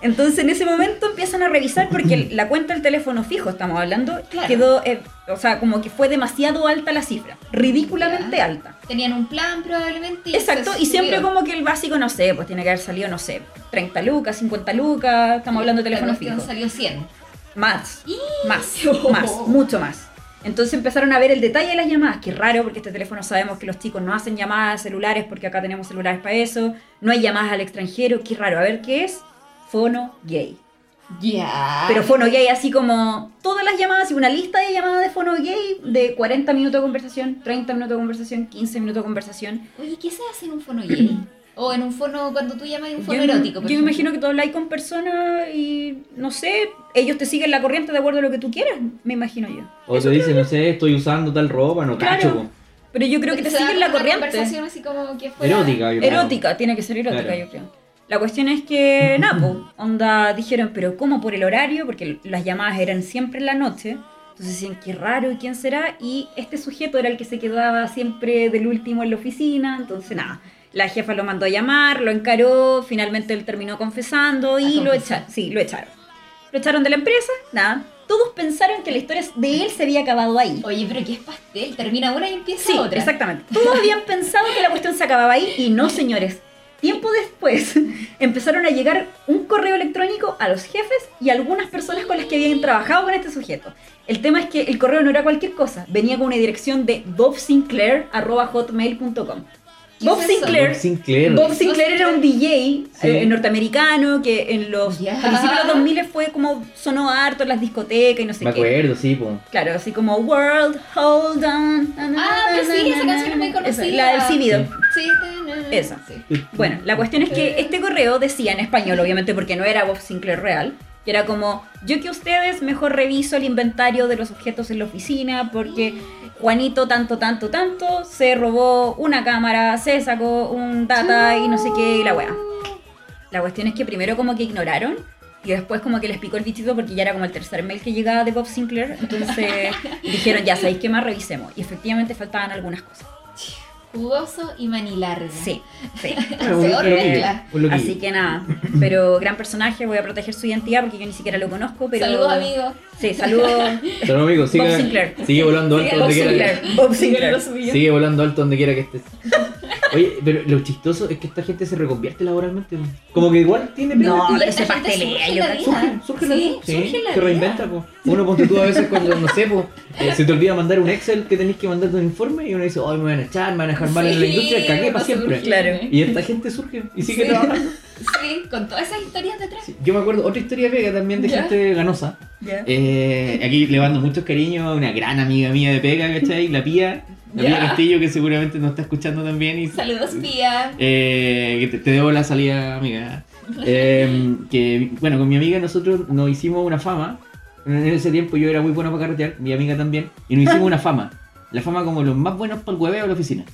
S1: Entonces en ese momento empiezan a revisar porque el- la cuenta del teléfono fijo, estamos hablando,
S2: Claro.
S1: quedó, eh, o sea, como que fue demasiado alta la cifra, ridículamente
S2: Ya.
S1: alta.
S2: Tenían un plan probablemente. y
S1: Exacto,
S2: se
S1: y siempre
S2: subió.
S1: como que el básico, no sé, pues tiene que haber salido, no sé, 30 lucas, 50 lucas, estamos hablando de
S2: La
S1: teléfono
S2: cuestión
S1: fijo.
S2: salió 100.
S1: Más, más,
S2: Oh.
S1: más, mucho más. Entonces empezaron a ver el detalle de las llamadas, que raro porque este teléfono sabemos que los chicos no hacen llamadas a celulares porque acá tenemos celulares para eso, no hay llamadas al extranjero, qué raro, a ver qué es, fono gay.
S2: Ya.
S1: Pero fono gay así como todas las llamadas y una lista de llamadas de fono gay de 40 minutos de conversación, 30 minutos de conversación, 15 minutos de conversación.
S2: Oye, ¿qué se hace en un fono gay? o en un fono, cuando tú llamas en un fono
S1: yo,
S2: erótico.
S1: Yo
S2: por
S1: me
S2: ejemplo.
S1: imagino que tú habláis con personas y no sé, ellos te siguen la corriente de acuerdo a lo que tú quieras, me imagino yo.
S3: O te dice, no sé, estoy usando tal ropa, no
S1: Claro.
S3: cacho. po.
S1: Pero yo creo que te
S2: Se da
S1: siguen la
S2: como una
S1: corriente.
S2: conversación así como que fuera-
S3: Erótica, yo creo.
S1: Erótica, tiene que ser erótica,
S3: Claro.
S1: yo creo. La cuestión es que, Napo, onda, dijeron, pero ¿cómo por el horario? Porque las llamadas eran siempre en la noche. Entonces decían, qué raro, ¿y quién será? Y este sujeto era el que se quedaba siempre del último en la oficina. Entonces, nada, la jefa lo mandó a llamar, lo encaró, finalmente él terminó confesando y
S2: Ah,
S1: lo
S2: confesó.
S1: echaron. Sí, lo echaron. Lo echaron de la empresa, nada. Todos pensaron que la historia de él se había acabado ahí.
S2: Oye, pero ¿qué es pastel? Termina una y empieza
S1: Sí,
S2: otra.
S1: exactamente. Todos habían pensado que la cuestión se acababa ahí y no, señores. Tiempo después empezaron a llegar un correo electrónico a los jefes y a algunas personas con las que habían trabajado con este sujeto. El tema es que el correo no era cualquier cosa, venía con una dirección de bobsinclair.hotmail.com.
S2: ¿Qué
S1: Bob
S2: es eso?
S1: Sinclair,
S3: Bob Sinclair.
S1: Bob Sinclair era un DJ eh, norteamericano que en los
S2: Ya.
S1: principios de los 2000 fue como sonó harto en las discotecas y no sé
S3: Me
S1: qué.
S3: acuerdo, sí, po.
S1: Claro, así como World, Hold On. na, na,
S2: Ah, pero
S1: na,
S2: sí,
S1: na,
S2: esa
S1: na,
S2: canción es muy
S1: na. Esa,
S2: conocida.
S1: La del Cibido.
S2: Sí, ta, na, na,
S1: Esa.
S2: sí.
S1: Bueno, la cuestión es que este correo decía en español, obviamente porque no era Bob Sinclair real, que era como, yo que ustedes mejor reviso el inventario de los objetos en la oficina porque Juanito tanto, tanto, tanto se robó una cámara, se sacó un data y no sé qué y la weá. La cuestión es que primero como que ignoraron Y después como que les picó el bichito porque ya era como el tercer mail que llegaba de Bob Sinclair. Entonces dijeron, ya sabéis qué más revisemos. Y efectivamente faltaban algunas cosas.
S2: Jugoso y manilarga.
S1: Sí, sí.
S3: Bueno, un-
S2: Se
S3: un loquillo,
S2: ordena.
S3: un loquillo.
S1: Así que nada, pero gran personaje, voy a proteger su identidad porque yo ni siquiera lo conozco, pero...
S2: Saludos, amigos.
S1: Sí, saludos.
S3: Saludos, amigos.
S1: Bob
S3: Sigue,
S1: Sinclair.
S3: sigue volando alto
S2: Sigue
S1: Bob
S3: donde quiera.
S1: Sinclair.
S3: que-
S1: Bob
S2: Síganlo
S1: Sinclair.
S2: subido.
S3: Sigue volando alto donde quiera que estés. Oye, pero lo chistoso es que esta gente se reconvierte laboralmente. po. Como que igual tiene
S1: No,
S2: Y
S1: pero
S2: esta
S1: se
S2: gente
S1: pastelea,
S2: surge
S1: yo
S2: la
S1: creo.
S3: Surge,
S2: vida.
S3: surge la
S2: Sí,
S3: sí,
S2: surge la
S3: se
S2: vida.
S3: reinventa, po. Uno ponte tú a veces cuando, no sé, po, eh, se te olvida mandar un Excel que tenés que mandar un informe y uno dice, hoy me van a echar, me van a dejar mal en la
S2: Sí,
S3: industria, cagué para
S2: pasa
S3: siempre.
S2: por-
S1: Claro.
S3: Y esta gente surge y sigue
S2: Sí.
S3: trabajando.
S2: Sí, con todas esas historias detrás.
S3: Sí, Yo me acuerdo otra historia pega también de
S2: Ya.
S3: gente ganosa.
S1: Ya.
S3: Eh, aquí le mando muchos cariños a una gran amiga mía de pega, ¿cachai? La Pía, la Pía
S2: Ya.
S3: Castillo, que seguramente nos está escuchando también. Y,
S2: Saludos, Pía.
S3: Eh, que te, te debo la salida, amiga. Eh, que, bueno, con mi amiga nosotros nos hicimos una fama. En ese tiempo yo era muy bueno para carretear, mi amiga también. Y nos hicimos una fama. La fama como los más buenos para el hueveo de la oficina.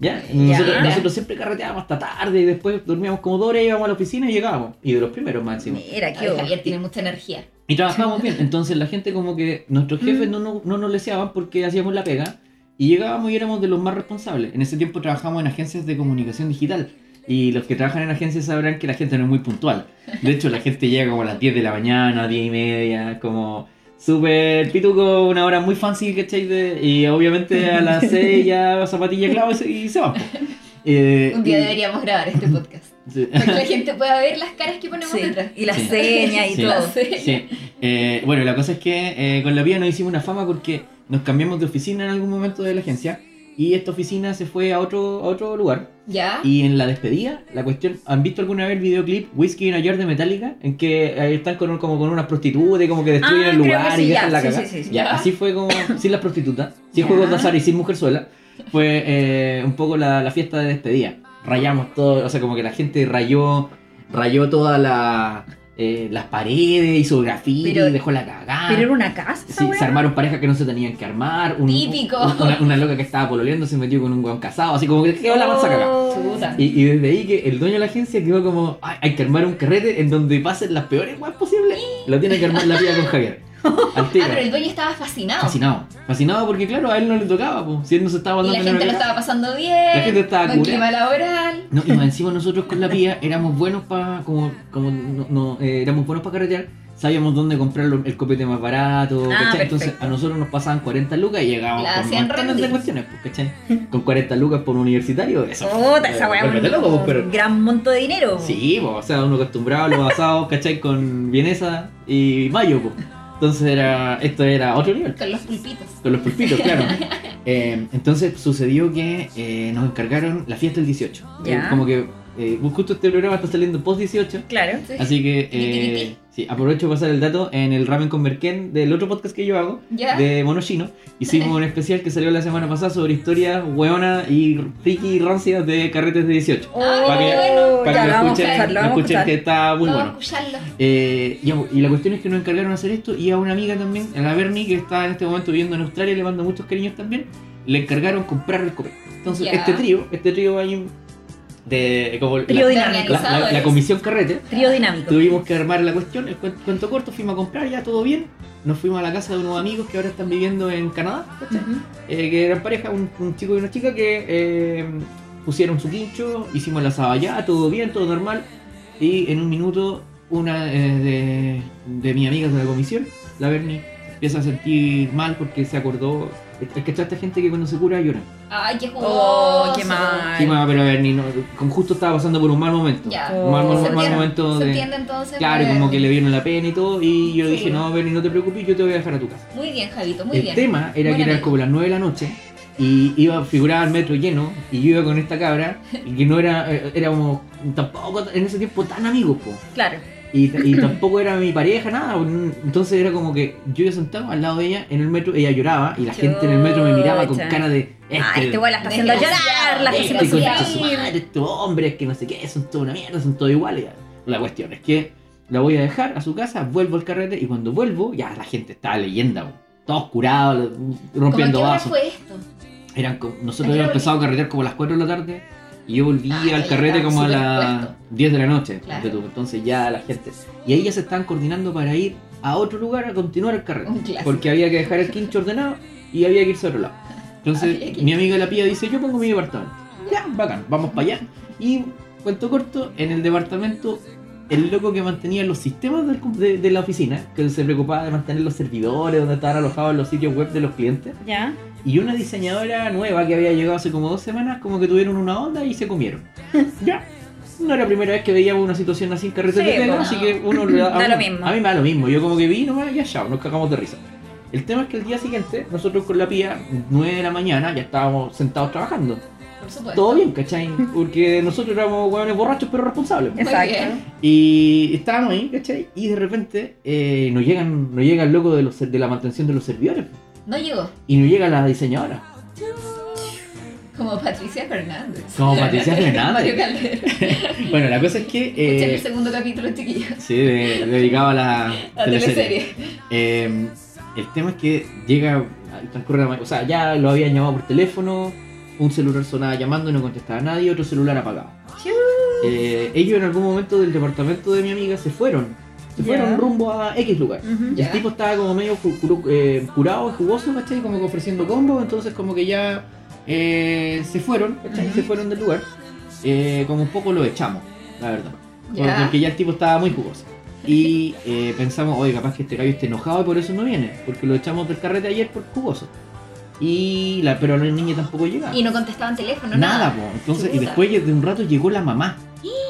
S3: ¿Ya? Y Nosotros,
S1: Ya.
S3: nosotros siempre carreteábamos hasta tarde y después dormíamos como dos horas, íbamos a la oficina y llegábamos. Y de los primeros máximo.
S1: Mira,
S2: Ay,
S1: qué bobo.
S2: Javier tiene mucha energía.
S3: Y trabajábamos bien. Entonces la gente como que nuestros jefes no, no, no nos leseaban porque hacíamos la pega. Y llegábamos y éramos de los más responsables. En ese tiempo trabajábamos en agencias de comunicación digital. Y los que trabajan en agencias sabrán que la gente no es muy puntual. De hecho, la gente llega como a las 10 de la mañana, 10 y media, como súper pituco, una hora muy fancy, ¿cachai? De- y obviamente a las 6 ya zapatilla clavo y se- y se va. po. Eh,
S2: Un día
S3: y-
S2: deberíamos grabar este podcast.
S3: sí.
S2: Para que la gente pueda ver las caras que ponemos
S1: Sí,
S2: detrás.
S1: Y las
S3: Sí.
S1: señas y
S3: Sí.
S1: todo.
S3: Sí. Eh, bueno, la cosa es que eh, con la vía nos hicimos una fama porque nos cambiamos de oficina en algún momento de la agencia y esta oficina se fue a otro, a otro lugar.
S2: ¿Ya?
S3: Y en la despedida, la cuestión, ¿han visto alguna vez el videoclip Whiskey in a Jar de Metallica? En que eh, están con, un- como con unas prostitutas y como que destruyen
S1: Ah,
S3: el
S1: creo
S3: lugar
S1: que sí,
S3: y
S1: ya,
S3: dejan la
S1: sí,
S3: cagada.
S1: sí, sí, sí.
S3: Ya,
S2: Ya.
S3: así fue como, sin las prostitutas, sin
S1: Ya.
S3: juegos de azar y sin mujer sola, fue eh, un poco la, la fiesta de despedida. Rayamos todo, o sea, como que la gente rayó, rayó todas la, eh, las paredes, hizo graffiti,
S1: Pero-
S3: dejó la cagada.
S1: Pero era una casa. esa
S3: Sí,
S1: weá.
S3: se armaron parejas que no se tenían que armar. Un,
S2: Típico.
S3: un- una, una loca que estaba pololeando se metió con un weón casado. Así como que quedó la mansa cagada.
S1: Oh.
S2: Chuta.
S3: Y, y desde ahí que el dueño de la agencia quedó como, "Ay, hay que armar un carrete en donde pasen las peores weas posibles. Lo tiene que armar la piba con Javier. Al tiro.
S2: Ah, pero el dueño estaba fascinado.
S3: Fascinado. Fascinado porque claro, a él no le tocaba, po. si él no se estaba
S2: Y la
S3: mandando
S2: gente lo
S3: nada.
S2: estaba pasando bien.
S3: La gente estaba
S2: Buen
S3: curada.
S2: clima laboral.
S3: No, y más encima nosotros con la pía éramos buenos para como, como no, no, eh, éramos buenos para carretear, sabíamos dónde comprar lo- el copete más
S1: Ah,
S3: barato, ¿cachai?
S1: perfecto.
S3: Entonces a nosotros nos pasaban 40 lucas y llegábamos
S2: La
S3: con
S2: hacían
S3: montones de
S2: rendir.
S3: cuestiones, pues, ¿cachai? Con 40 lucas por un universitario, eso.
S2: Oh.
S1: Puta, esa weá.
S3: Vuélvete loco, pues, pero-
S1: Un gran monto de dinero.
S3: Sí, po, o sea, uno acostumbrado a los asados, ¿cachai? Con vienesa y mayo, po. Entonces era, esto era otro nivel,
S2: Con los pulpitos.
S3: con los pulpitos, claro. Eh, entonces sucedió que eh, nos encargaron la fiesta del 18. Eh,
S1: Ya.
S3: como que eh, justo este programa está saliendo post 18,
S1: Claro.
S2: Sí.
S3: así que eh,
S2: Tiquitiquití.
S3: sí, aprovecho para pasar el dato en el Ramen con Merquén del otro podcast que yo hago,
S2: ¿Ya?
S3: de Monoshino. Hicimos un especial que salió la semana pasada sobre historias hueonas y friki rancias de carretes de 18.
S2: para
S1: Oh,
S2: que-
S3: Para
S1: ya,
S3: que
S1: lo
S3: lo
S1: vamos a
S3: escuchen,
S1: escuchar, lo
S3: lo
S1: vamos a
S3: escuchen
S1: escuchar.
S3: que está muy
S2: Vamos a
S3: bueno.
S2: escucharlo.
S3: Eh, y, y la cuestión es que nos encargaron de hacer esto y a una amiga también, a la Bernie, que está en este momento viviendo en Australia, le mando muchos cariños también, le encargaron comprar el copete. Entonces,
S2: Ya.
S3: este trío, este trío ahí de eh, como la,
S1: Trío
S3: la-
S1: dinámico.
S3: la- la- la comisión carrete,
S1: Trío dinámico.
S3: tuvimos que armar la cuestión, el cuen- cuento corto, fuimos a comprar, ya todo bien, nos fuimos a la casa de unos amigos que ahora están viviendo en Canadá,
S1: Ujú.
S3: eh, que eran pareja, un, un chico y una chica que eh, pusieron su quincho, hicimos la asada ya, todo bien, todo normal. Y en un minuto, una eh, de, de mis amigas de la comisión, la Bernie, empieza a sentir mal porque se acordó. Es que está esta gente que cuando se cura llora.
S2: Ay, qué jugoso.
S1: Oh, qué
S3: Sí,
S1: mal.
S3: mamá, pero Bernie, no, con justo estaba pasando por un mal momento.
S2: Ya.
S3: Un mal, mal-
S1: Se
S3: mal
S2: entiende,
S3: momento
S2: Se
S3: de.
S2: entiende entonces. pues.
S3: Claro,
S2: muy
S3: como que
S2: bien.
S3: le vieron la pena y todo. Y yo
S2: Sí.
S3: dije, no, Bernie, no te preocupes, yo te voy a dejar a tu casa.
S2: Muy bien, Javito, muy
S3: el
S2: bien.
S3: tema era
S2: Buen
S3: que eran
S2: amigo.
S3: como las 9 de la noche y iba figuraba el metro lleno y yo iba con esta cabra y que no era eh, éramos tampoco en ese tiempo tan amigos po.
S1: Claro.
S3: Y, t- y tampoco era mi pareja nada po. entonces era como que yo iba sentado al lado de ella en el metro ella lloraba y la gente en el metro me miraba con
S1: Chucha.
S3: cara de este,
S1: Ah, este weón la está haciendo llorar, la está
S3: este
S2: Este
S1: haciendo
S3: concha su
S1: sufrir.
S3: madre, estos hombres que no sé qué son toda una mierda son todos iguales la cuestión es que la voy a dejar a su casa, vuelvo al carrete y cuando vuelvo, ya la gente estaba leyenda, weón. todos curados,
S2: ¿Cómo a qué
S3: rompiendo
S2: hora
S3: vasos.
S2: fue esto?
S3: Eran como-
S2: ¿A
S3: nosotros
S2: qué
S3: habíamos
S2: hora
S3: empezado a carretear como a las 4 de la tarde Y yo volví
S2: Ah, ya
S3: al carrete
S2: estaba
S3: como a
S2: súper
S3: las
S2: puesto.
S3: 10 de la noche.
S2: Claro.
S3: ponte tú. Entonces ya la gente. Y ahí ya se estaban coordinando para ir a otro lugar a continuar el carrete.
S2: Un clásico.
S3: Porque había que dejar el quincho ordenado y había que irse a otro lado.
S2: Había
S3: Entonces
S2: que
S3: mi amiga la pía dice: Yo pongo mi departamento. Ya, bacán, vamos para allá. Y cuento corto, en el departamento el loco que mantenía los sistemas del com- de, de la oficina, que se preocupaba de mantener los servidores, donde estaban alojados los sitios web de los clientes,
S1: ¿Ya?
S3: y una diseñadora nueva que había llegado hace como dos semanas, como que tuvieron una onda y se comieron. ya. No era la primera vez que veíamos una situación así en carretera
S1: Sí,
S3: de pega,
S1: bueno.
S3: así que uno le
S1: Da
S3: a
S1: lo
S3: uno-
S1: mismo.
S3: A mí me da lo mismo. Yo como que vi nomás y ya chao, nos cagamos de risa. El tema es que el día siguiente, nosotros con la pía, 9 de la mañana, ya estábamos sentados trabajando
S2: Por supuesto.
S3: todo bien, ¿cachai? Porque nosotros éramos hueones borrachos pero responsables.
S2: Muy
S1: Exacto.
S2: bien.
S3: Y estábamos ahí, ¿cachai? Y de repente eh, nos llegan, nos llega el loco de, los, de la mantención de los servidores.
S2: No llegó.
S3: Y nos llega la diseñadora.
S2: Como Patricia Fernández.
S3: Como Patricia
S2: Mario
S3: Fernández.
S2: Calderón.
S3: bueno, la cosa es que.
S2: Escuchen el
S3: Eh,
S2: segundo capítulo, chiquillos.
S3: sí, de- dedicaba a la,
S2: La
S3: teleserie.
S2: teleserie.
S3: Eh, el tema es que llega, transcurre la ma- O sea, ya lo habían llamado por teléfono. Un celular sonaba llamando y no contestaba a nadie. Otro celular apagado. Eh, ellos en algún momento del departamento de mi amiga se fueron.
S1: Ya.
S3: Se
S1: Mm,
S3: fueron rumbo a X lugar.
S1: Ujú.
S3: Y
S2: Ya.
S3: el tipo estaba como medio cu- curu- eh, curado, jugoso, ¿cachai? Como que ofreciendo combos, entonces como que ya eh, se fueron, ¿cachai?
S2: Ujú.
S3: Se fueron del lugar. Eh, como un poco lo echamos, la verdad.
S2: Ya.
S3: Porque ya el tipo estaba muy jugoso. Y eh, pensamos, oye, capaz que este gallo esté enojado y por eso no viene. Porque lo echamos del carrete ayer por jugoso. Y la, pero la niña tampoco llegaba.
S2: Y no contestaban teléfono,
S3: Nada,
S2: nada.
S3: po. Entonces, y
S2: Chuta.
S3: después de un rato llegó la mamá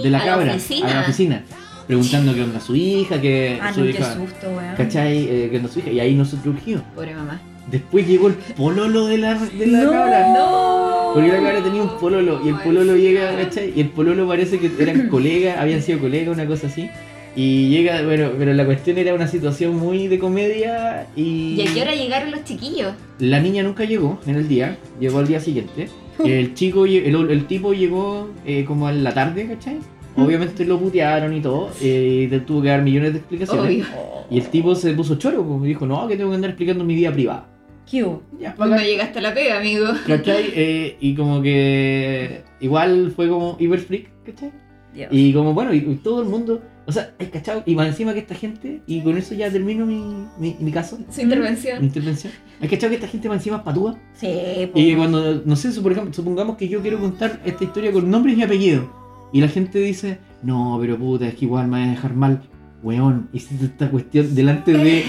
S3: de la
S2: A la
S3: cabra
S2: oficina.
S3: a la oficina, preguntando qué onda su hija, que
S1: Ah,
S3: su
S1: no, qué
S3: hija,
S1: susto, weón.
S3: ¿cachai? Eh, qué onda su hija, y ahí nosotros surgió.
S2: Pobre mamá.
S3: Después llegó el pololo de la, de la
S1: No.
S3: cabra.
S2: No.
S3: Porque la cabra tenía un pololo, y el pololo llega, ¿cachai? Y el pololo parece que eran colegas, habían sido colegas, una cosa así. Y llega, bueno, pero la cuestión era una situación muy de comedia y...
S2: ¿Y a qué hora llegaron los chiquillos?
S3: La niña nunca llegó en el día, llegó al día siguiente. El chico, lle- el, el tipo llegó eh, como en la tarde, ¿cachai? Obviamente lo putearon y todo, eh, y te tuvo que dar millones de explicaciones.
S2: Obvio.
S3: Y el tipo se puso choro, pues, y dijo, no, que tengo que andar explicando mi vida privada.
S1: ¿Qué hubo?
S3: Ya,
S2: No llegaste a la pega, amigo.
S3: ¿Cachai? Eh, y como que igual fue como hiper freak, ¿cachai?
S1: Dios.
S3: Y como bueno, y, y todo el mundo, o sea, es cachado, y más encima que esta gente, y con eso ya termino mi, mi, mi caso,
S1: Mm.
S2: Su
S3: mi
S2: intervención. intervención.
S3: intervención, es cachado que esta gente más encima es patúa.
S1: Sí, po.
S3: Y que cuando, no sé, por ejemplo, supongamos que yo quiero contar esta historia con nombres y apellidos. Y la gente dice, no, pero puta, es que igual me vas a dejar mal. Weón, hiciste esta cuestión delante de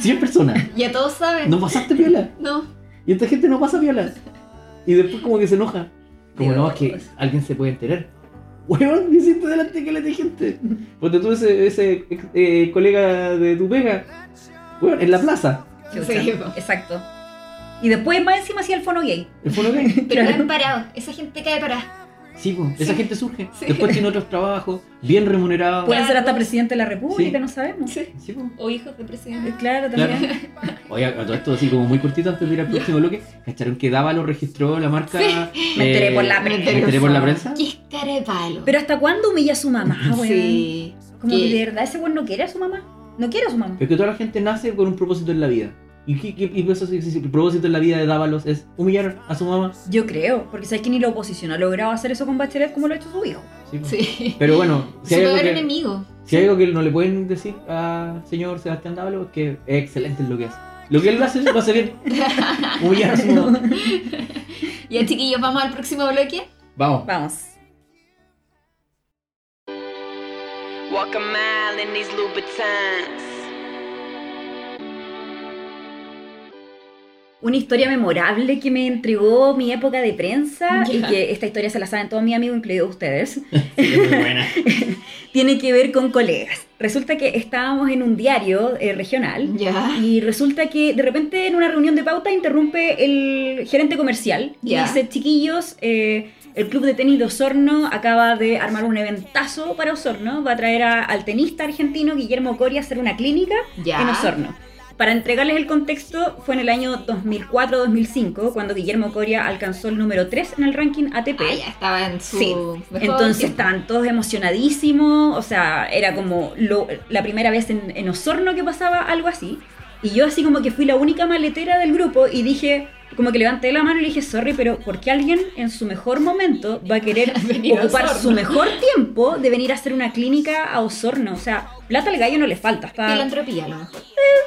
S3: 100 personas.
S2: Ya todos saben.
S3: No pasaste viola.
S2: No.
S3: Y esta gente no pasa viola. Y después como que se enoja. Como no, es que
S2: Dios.
S3: alguien se puede enterar. Weón, lo hiciste delante que de gente. Porque tú ese, ese eh, colega de tu pega. Weón, en la plaza.
S1: Chucha.
S2: Sí, po.
S1: Exacto. Y después más encima hacía el fono gay.
S3: El fono gay.
S2: Pero caen parados. Esa gente cae parada.
S3: Sí, po, esa gente surge.
S2: Sí.
S3: Después tiene otros trabajos, bien remunerados.
S1: Puede ser hasta
S2: Claro.
S1: presidente de la República,
S3: Sí.
S1: no sabemos.
S3: Sí, po.
S2: O hijos de presidente.
S1: Claro,
S3: Claro.
S1: también.
S3: Oye, a todo esto así como muy cortito antes de ir al próximo bloque, ¿cacharon que Dava lo registró la marca? Eh,
S1: Me enteré por la
S3: me
S1: prensa.
S3: enteré por la prensa.
S2: Qué cara de palo.
S1: Pero ah, ¿hasta cuándo humilla a su mamá, weón?
S2: sí.
S1: Como
S2: Sí.
S1: que de verdad ese weón no quiere a su mamá. No quiere a su mamá.
S3: Es que toda la gente nace con un propósito en la vida. ¿Y, qué, qué- y eso sí, sí, sí, el propósito en la vida de Dávalos es humillar a su mamá?
S1: Yo creo, porque sabes que ni la oposición ha logrado hacer eso con Bachelet como lo ha hecho su hijo.
S3: Sí, po.
S2: Sí.
S3: Pero bueno, si hay,
S2: Su
S3: algo
S2: peor
S3: que,
S2: enemigo.
S3: si hay algo que no le pueden decir al señor Sebastián Dávalos es que es excelente en lo que hace. Lo que él hace, lo hace bien. humillar a su mamá.
S2: Ya chiquillos, vamos al próximo bloque.
S3: Vamos.
S1: Vamos.
S4: Walk a mile in these Louboutins.
S1: Una historia memorable que me entregó mi época de prensa y
S2: Ya.
S1: que esta historia se la saben todos mis amigos, incluidos ustedes.
S3: Sí, muy buena.
S1: Tiene que ver con colegas. Resulta que estábamos en un diario eh, regional
S2: Ya.
S1: y resulta que de repente en una reunión de pauta interrumpe el gerente comercial y
S2: Ya.
S1: dice, chiquillos, eh, el club de tenis de Osorno acaba de armar un eventazo para Osorno, va a traer a- al tenista argentino Guillermo Coria a hacer una clínica
S2: Ya.
S1: en Osorno. Para entregarles el contexto, fue en el año 2004-2005 cuando Guillermo Coria alcanzó el número 3 en el ranking ATP.
S2: Ah, ya estaba en su.
S1: Sí.
S2: mejor
S1: Entonces
S2: tiempo.
S1: estaban todos emocionadísimos, o sea, era como lo- la primera vez en, en Osorno que pasaba algo así. Y yo así como que fui la única maletera del grupo y dije, como que levanté la mano y le dije, sorry, pero ¿por qué alguien en su mejor momento va a querer
S2: Venir a
S1: ocupar
S2: Osorno.
S1: su mejor tiempo de venir a hacer una clínica a Osorno? O sea, plata al gallo no le falta. está-
S2: Filantropía, a lo mejor.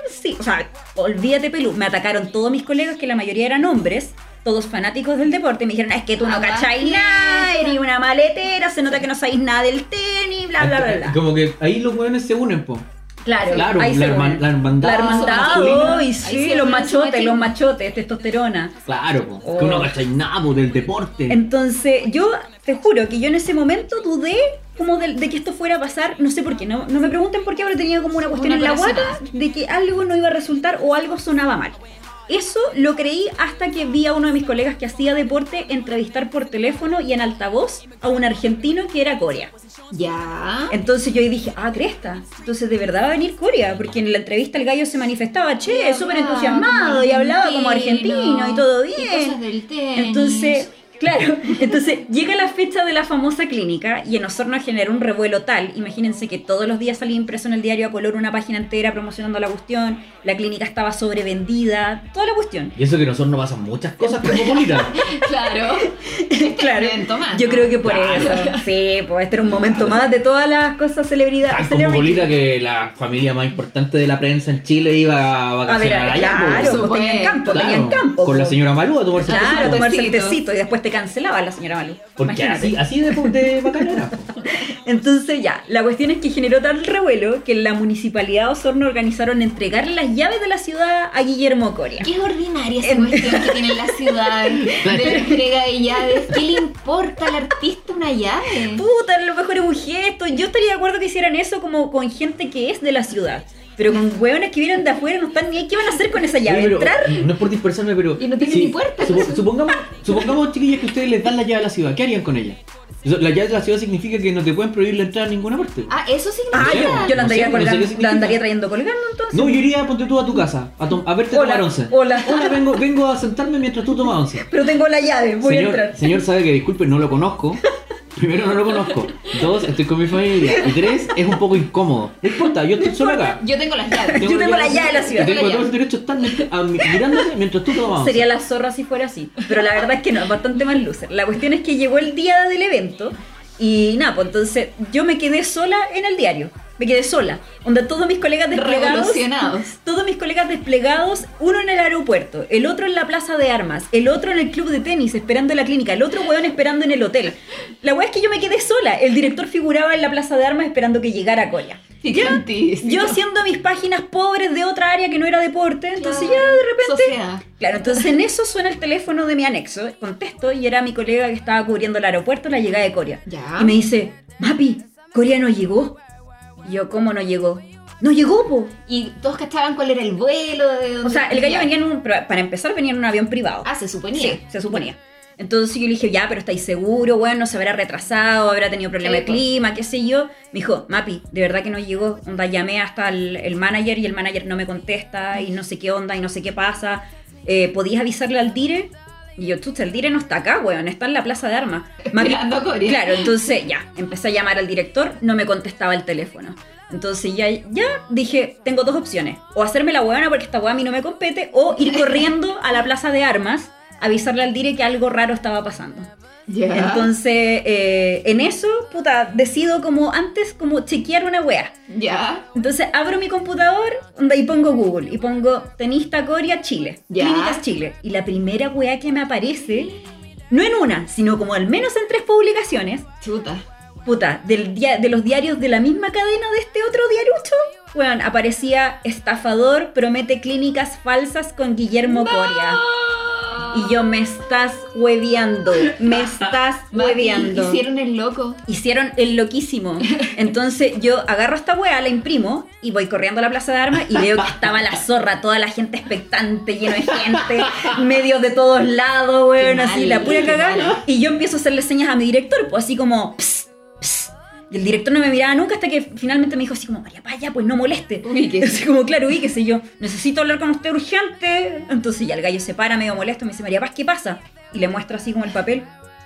S1: Sí, o sea, olvídate Pelú. Me atacaron todos mis colegas, que la mayoría eran hombres, todos fanáticos del deporte. Me dijeron, es que tú no
S2: Ah,
S1: cacháis
S2: sí.
S1: nada, eres una maletera, se nota que no sabéis nada del tenis, bla, bla, bla, bla.
S3: Como que ahí los hueones se unen, po.
S1: Claro,
S3: Claro,
S1: ahí
S3: la,
S1: se
S3: herman-
S1: unen.
S3: la hermandad.
S1: La hermandad,
S3: masculina.
S1: uy,
S2: Ahí
S1: sí,
S2: se
S1: los
S2: unen su
S1: machotes,
S2: machismo.
S1: los machotes, testosterona.
S3: Claro, po.
S1: Oh.
S3: Que uno cachai nada, po, del deporte.
S1: Entonces, yo te juro que yo en ese momento dudé como de, de que esto fuera a pasar, no sé por qué, no, no me pregunten por qué, pero tenía como una cuestión
S2: Una
S1: en la guata
S2: corazonada.
S1: de que algo no iba a resultar o algo sonaba mal. Eso lo creí hasta que vi a uno de mis colegas que hacía deporte entrevistar por teléfono y en altavoz a un argentino que era Corea.
S2: Ya.
S1: Entonces yo ahí dije, ah, cresta. Entonces de verdad va a venir Corea, porque en la entrevista el gallo se manifestaba, che,
S2: hablaba
S1: súper entusiasmado y hablaba como argentino y todo bien.
S2: Y cosas del tenis.
S1: Entonces, claro, entonces llega la fecha de la famosa clínica y en Osorno generó un revuelo tal. Imagínense que todos los días salía impreso en el diario a color una página entera promocionando la cuestión, la clínica estaba sobrevendida, toda la cuestión.
S3: Y eso que nosotros no pasan muchas cosas cosmopolitas.
S2: Claro.
S1: claro,
S2: evento más,
S1: yo
S2: ¿no?
S1: creo que por
S3: Claro.
S1: eso. Sí, pues este era un momento más de todas las cosas celebridades.
S3: Tan cosmopolita que la familia más importante de la prensa en Chile iba a
S1: A ver,
S3: vacacionar allá, po.
S1: claro, pues, tenían
S2: Supuesto.
S1: campo, tenían
S3: Claro,
S1: campo.
S3: Con la
S1: pues.
S3: señora Malú a tomarse el
S1: Claro,
S3: tecito.
S1: tomarse el
S2: Tecito.
S1: tecito y después te cancelaba la señora Malú.
S3: Porque
S1: Imagínate.
S3: así, así de, pues, de bacana era, po.
S1: Entonces ya, la cuestión es que generó tal revuelo que la municipalidad de Osorno organizaron entregar las llaves de la ciudad a Guillermo Coria.
S2: Qué ordinaria esa cuestión que tiene la ciudad de la entrega de llaves. ¿Qué le importa al artista una llave?
S1: Puta, a lo mejor es un gesto. Yo estaría de acuerdo que hicieran eso como con gente que es de la ciudad. Pero con hueones que vienen de afuera no están ni ahí. ¿Qué van a hacer con esa
S3: Oye,
S1: llave?
S3: pero,
S1: ¿Entrar?
S3: No es por dispersarme, pero.
S2: Y no tiene ni puerta,
S3: supo-
S2: entonces.
S3: supongamos, supongamos, chiquillas, que ustedes les dan la llave de la ciudad. ¿Qué harían con ella? Eso- La llave de la ciudad significa que no te pueden prohibir la entrada a ninguna parte.
S2: Ah, eso
S1: Ah,
S2: significa.
S1: yo, yo la,
S3: No sé,
S1: andaría
S3: no sé
S1: colgando-
S3: qué
S1: la
S3: significa.
S1: andaría trayendo colgando entonces.
S3: No, yo iría, ponte tú a tu casa, a, tom- a verte
S1: Hola,
S3: tomar once.
S1: hola.
S3: vengo, vengo a sentarme mientras tú tomas once.
S1: Pero tengo la llave, voy
S3: señor,
S1: a entrar.
S3: señor sabe que, disculpe, no lo conozco. Primero, no lo conozco. Dos, estoy con mi familia. Y tres, es un poco incómodo. No importa, yo estoy solo acá.
S2: Yo tengo las llaves.
S1: Yo tengo la llave de la ciudad.
S3: Y
S2: La
S3: tengo todo
S2: llave.
S3: el derecho a estar mi- a mi- mirándote mientras tú tomas once.
S1: Sería la zorra si fuera así. Pero la verdad es que no, es bastante más loser. La cuestión es que llegó el día del evento y nada, pues entonces yo me quedé sola en el diario. Me quedé sola. Onda todos mis colegas desplegados.
S2: Revolucionados.
S1: Todos mis colegas desplegados, uno en el aeropuerto, el otro en la plaza de armas, el otro en el club de tenis esperando en la clínica, el otro hueón esperando en el hotel. La hueá es que yo me quedé sola. El director figuraba en la plaza de armas esperando que llegara Coya.
S2: Gigantísimo.
S1: Yo haciendo mis páginas pobres de otra área que no era deporte, entonces ya
S2: Claro.
S1: de repente
S2: Sociedad.
S1: Claro, entonces en eso suena el teléfono de mi anexo, contesto y era mi colega que estaba cubriendo el aeropuerto la llegada de Corea.
S2: Ya.
S1: Y me dice, Mapi, Corea no llegó. Y yo, ¿cómo no llegó? No llegó, po.
S2: Y todos cachaban cuál era el vuelo. De
S1: O
S2: dónde
S1: sea, el gallo
S2: ya.
S1: venía en un, para empezar venía en un avión privado.
S2: Ah, se suponía.
S1: Sí, se suponía. Entonces yo le dije, ya, pero estáis seguro, bueno, no se habrá retrasado, habrá tenido problema
S2: Sí,
S1: de
S2: pues.
S1: clima, qué sé yo. Me dijo, Mapi, de verdad que no llegó. Onda, llamé hasta el, el manager y el manager no me contesta y no sé qué onda y no sé qué pasa. Eh, ¿Podías avisarle al dire? Y yo, chucha, el dire no está acá, weón, está en la plaza de armas.
S2: Esperando a Corea.
S1: Claro, entonces ya, empecé a llamar al director, no me contestaba el teléfono. Entonces ya, ya dije, tengo dos opciones. O hacerme la huevona porque esta hueá a mí no me compete, o ir corriendo a la plaza de armas, avisarle al dire que algo raro estaba pasando.
S2: Ya.
S1: Entonces, eh, en eso, puta, decido como antes, como chequear una hueá.
S2: Ya.
S1: Entonces abro mi computador onda, y pongo Google y pongo tenista Coria Chile,
S2: Ya.
S1: clínicas Chile. Y la primera weá que me aparece, no en una, sino como al menos en tres publicaciones,
S2: Chuta.
S1: puta, del dia- de los diarios de la misma cadena de este otro diarucho, weón, aparecía estafador promete clínicas falsas con Guillermo Coria. Y yo me estás hueviando, me estás
S2: Mati,
S1: hueviando
S2: Hicieron el loco.
S1: hicieron el loquísimo. Entonces yo agarro esta weá, la imprimo y voy corriendo a la plaza de armas y veo que estaba la zorra, toda la gente expectante, lleno de gente, medios de todos lados, weón,
S2: Qué
S1: así,
S2: mal,
S1: la pura
S2: qué
S1: cagada.
S2: mal.
S1: Y yo empiezo a hacerle señas a mi director, pues así como, "Ps, ps". Y el director no me miraba nunca hasta que finalmente me dijo así como, María Paya, pues no moleste.
S2: Ubíquese.
S1: Así como, claro, ubíquese. Y yo, necesito hablar con usted urgente. Entonces ya el gallo se para medio molesto, me dice, María Paz, ¿qué pasa? Y le muestro así como el papel,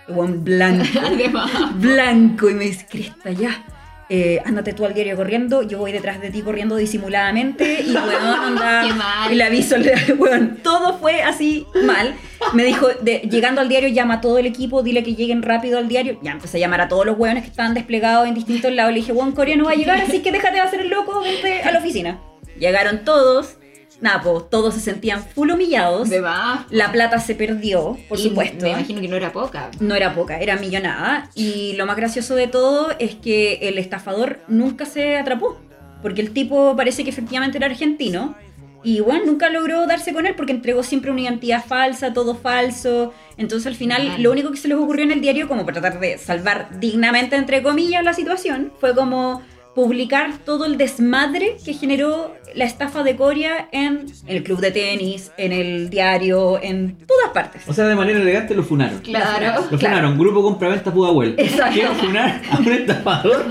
S1: un blanco
S2: Además.
S1: blanco y me dice, Cresta, ya. eh, ándate tú al diario corriendo, yo voy detrás de ti corriendo disimuladamente y weón, onda,
S2: Qué mal.
S1: y le aviso, le, weón, todo fue así mal. Me dijo, de- llegando al diario, llama a todo el equipo, dile que lleguen rápido al diario. Ya empecé a llamar a todos los weones que estaban desplegados en distintos lados. Le dije, weón, Corea no va a llegar, así que déjate de hacer el loco, vente a la oficina. Llegaron todos, nada, pues, todos se sentían full humillados.
S2: De más.
S1: La plata se perdió, por
S2: Y
S1: supuesto
S2: Me imagino que no era poca.
S1: no era poca, era millonada. Y lo más gracioso de todo es que el estafador nunca se atrapó, porque el tipo parece que efectivamente era argentino. Y bueno, nunca logró darse con él porque entregó siempre una identidad falsa, todo falso. Entonces al final
S2: Claro.
S1: lo único que se les ocurrió en el diario como para tratar de salvar dignamente, entre comillas, la situación, fue como publicar todo el desmadre que generó la estafa de Coria en el club de tenis, en el diario, en todas partes.
S3: O sea, de manera elegante lo funaron.
S2: Claro.
S3: Lo
S1: Claro.
S3: funaron, grupo compra-venta Pudahuel.
S1: Exacto.
S3: Quiero funar a un estafador.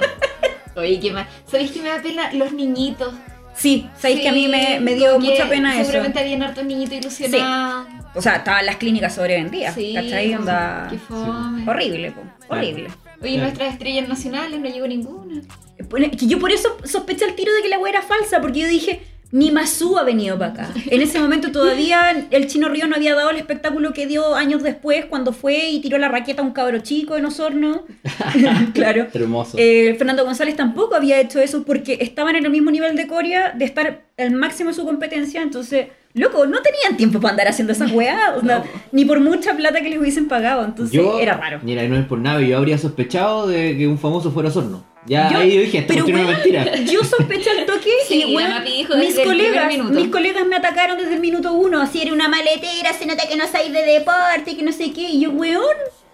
S2: Oye, qué mal. ¿Sabéis que me da pena? Los niñitos.
S1: Sí, sabéis
S2: Sí,
S1: que a mí me, me dio
S2: como que
S1: mucha pena eso.
S2: Seguramente habían hartos niñitos ilusionados.
S1: O sea, estaban las clínicas sobrevendidas,
S2: Sí,
S1: ¿cachai? Onda...
S2: Qué fome.
S1: Horrible, po, horrible.
S2: Oye,
S3: Claro.
S2: nuestras estrellas nacionales no llegó ninguna.
S1: Bueno, Que yo por eso sospeché el tiro de que la wea era falsa, porque yo dije, ni Masu ha venido para acá. En ese momento todavía el Chino Río no había dado el espectáculo que dio años después cuando fue y tiró la raqueta a un cabro chico en Osorno. claro.
S3: Hermoso.
S1: Eh, Fernando González tampoco había hecho eso porque estaban en el mismo nivel de Corea, de estar al máximo de su competencia, entonces, loco, no tenían tiempo para andar haciendo esas weas, onda, ni por mucha plata que les hubiesen pagado, entonces era raro.
S3: Mira, no es por nada, yo habría sospechado de que un famoso fuera Sorno. Ya
S1: Yo-
S3: ahí yo dije, esto
S1: pero
S3: es una
S1: weón,
S3: mentira.
S1: Yo sospeché al toque
S2: Sí,
S1: y
S2: la
S1: weón,
S2: Mapi dijo
S1: mis
S2: desde el
S1: colegas,
S2: primer minuto.
S1: mis colegas me atacaron desde el minuto uno, así era una maletera, se nota que no sabéis de deporte, que no sé qué, y yo, weón,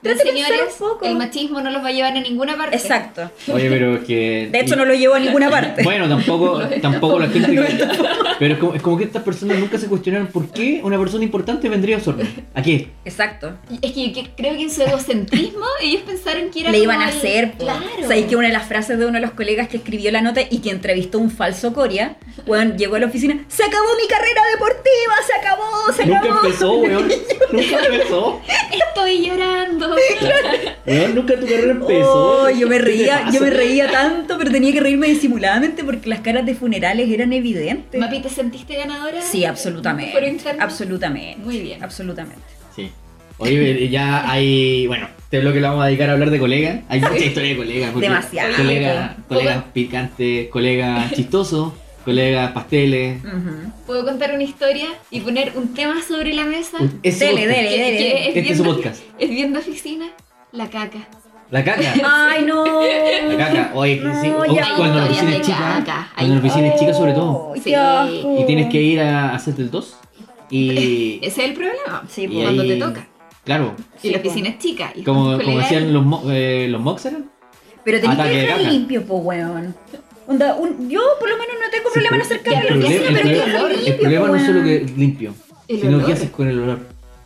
S1: trata de pensar un
S2: Señores,
S1: poco.
S2: el machismo no los va a llevar a ninguna parte.
S1: Exacto.
S3: Oye, pero es que.
S1: De hecho, no lo llevo a ninguna parte.
S3: Bueno, tampoco, tampoco la gente. que- Pero es como, es como que estas personas nunca se cuestionaron por qué una persona importante vendría a Sorno. ¿A qué?
S1: Exacto.
S2: Es que, que creo que en su egocentrismo ellos pensaron que era
S1: le
S2: como
S1: iban a
S2: el-
S1: hacer. po.
S2: Claro.
S1: Sabéis que una de las frases de uno de los colegas que escribió la nota y que entrevistó un falso Coria, weón, llegó a la oficina, se acabó mi carrera deportiva, se acabó, se
S3: Nunca
S1: acabó.
S3: empezó, weón. Nunca empezó.
S2: Estoy llorando.
S3: Weón, nunca tu carrera empezó.
S1: Oh, yo me
S3: ¿Qué te
S1: reía,
S3: pasa?
S1: yo me reía tanto, pero tenía que reírme disimuladamente porque las caras de funerales eran evidentes.
S2: Mapi, ¿te sentiste ganadora?
S1: Sí,
S2: Por
S1: absolutamente.
S2: interno.
S1: Absolutamente.
S2: Muy bien.
S1: Absolutamente.
S3: Sí. Oye, ya hay. Bueno, este bloque lo vamos a dedicar a hablar de colegas. Hay mucha historia de colegas. porque
S1: Demasiado.
S3: Colegas colegas picantes, colegas chistosos, colegas pasteles.
S1: Ujú.
S2: Puedo contar una historia y poner un tema sobre la mesa.
S3: Uy, ese
S1: Dele,
S3: podcast.
S1: dele.
S3: Este es su podcast.
S2: Es bien de oficina, la caca.
S3: La caca.
S1: Ay, no.
S3: La caca. Oye,
S1: No,
S3: sí, o-
S1: ya.
S3: cuando la piscina
S2: Hay
S3: es chica.
S2: caca, hay-
S3: Cuando la piscina es chica, sobre todo.
S1: Ay, qué
S2: Sí.
S1: asco.
S3: Y tienes que ir a hacerte el dos. Y.
S2: Ese es el problema.
S1: Sí,
S3: y
S1: po.
S2: cuando te
S3: ahí-
S2: toca.
S3: Claro.
S2: Y
S1: Sí,
S2: la
S1: po.
S2: oficina es chica. Y
S3: Como,
S2: tus
S3: como
S2: colegas-
S3: decían los, mo- eh, los mocks, ¿eran?
S1: Pero tenés que
S3: Ataque de
S1: dejar
S3: caca.
S1: limpio, po, weón. Onda, un- yo por lo menos no tengo problema en acercarme a
S3: pues, el
S1: la
S3: problema-
S1: oficina, pero
S3: el
S1: que
S3: problema-
S1: dejar limpio,
S3: El problema
S1: po,
S3: no es
S1: weón.
S3: solo que limpio,
S2: El
S3: sino
S2: olor.
S3: qué haces con el olor.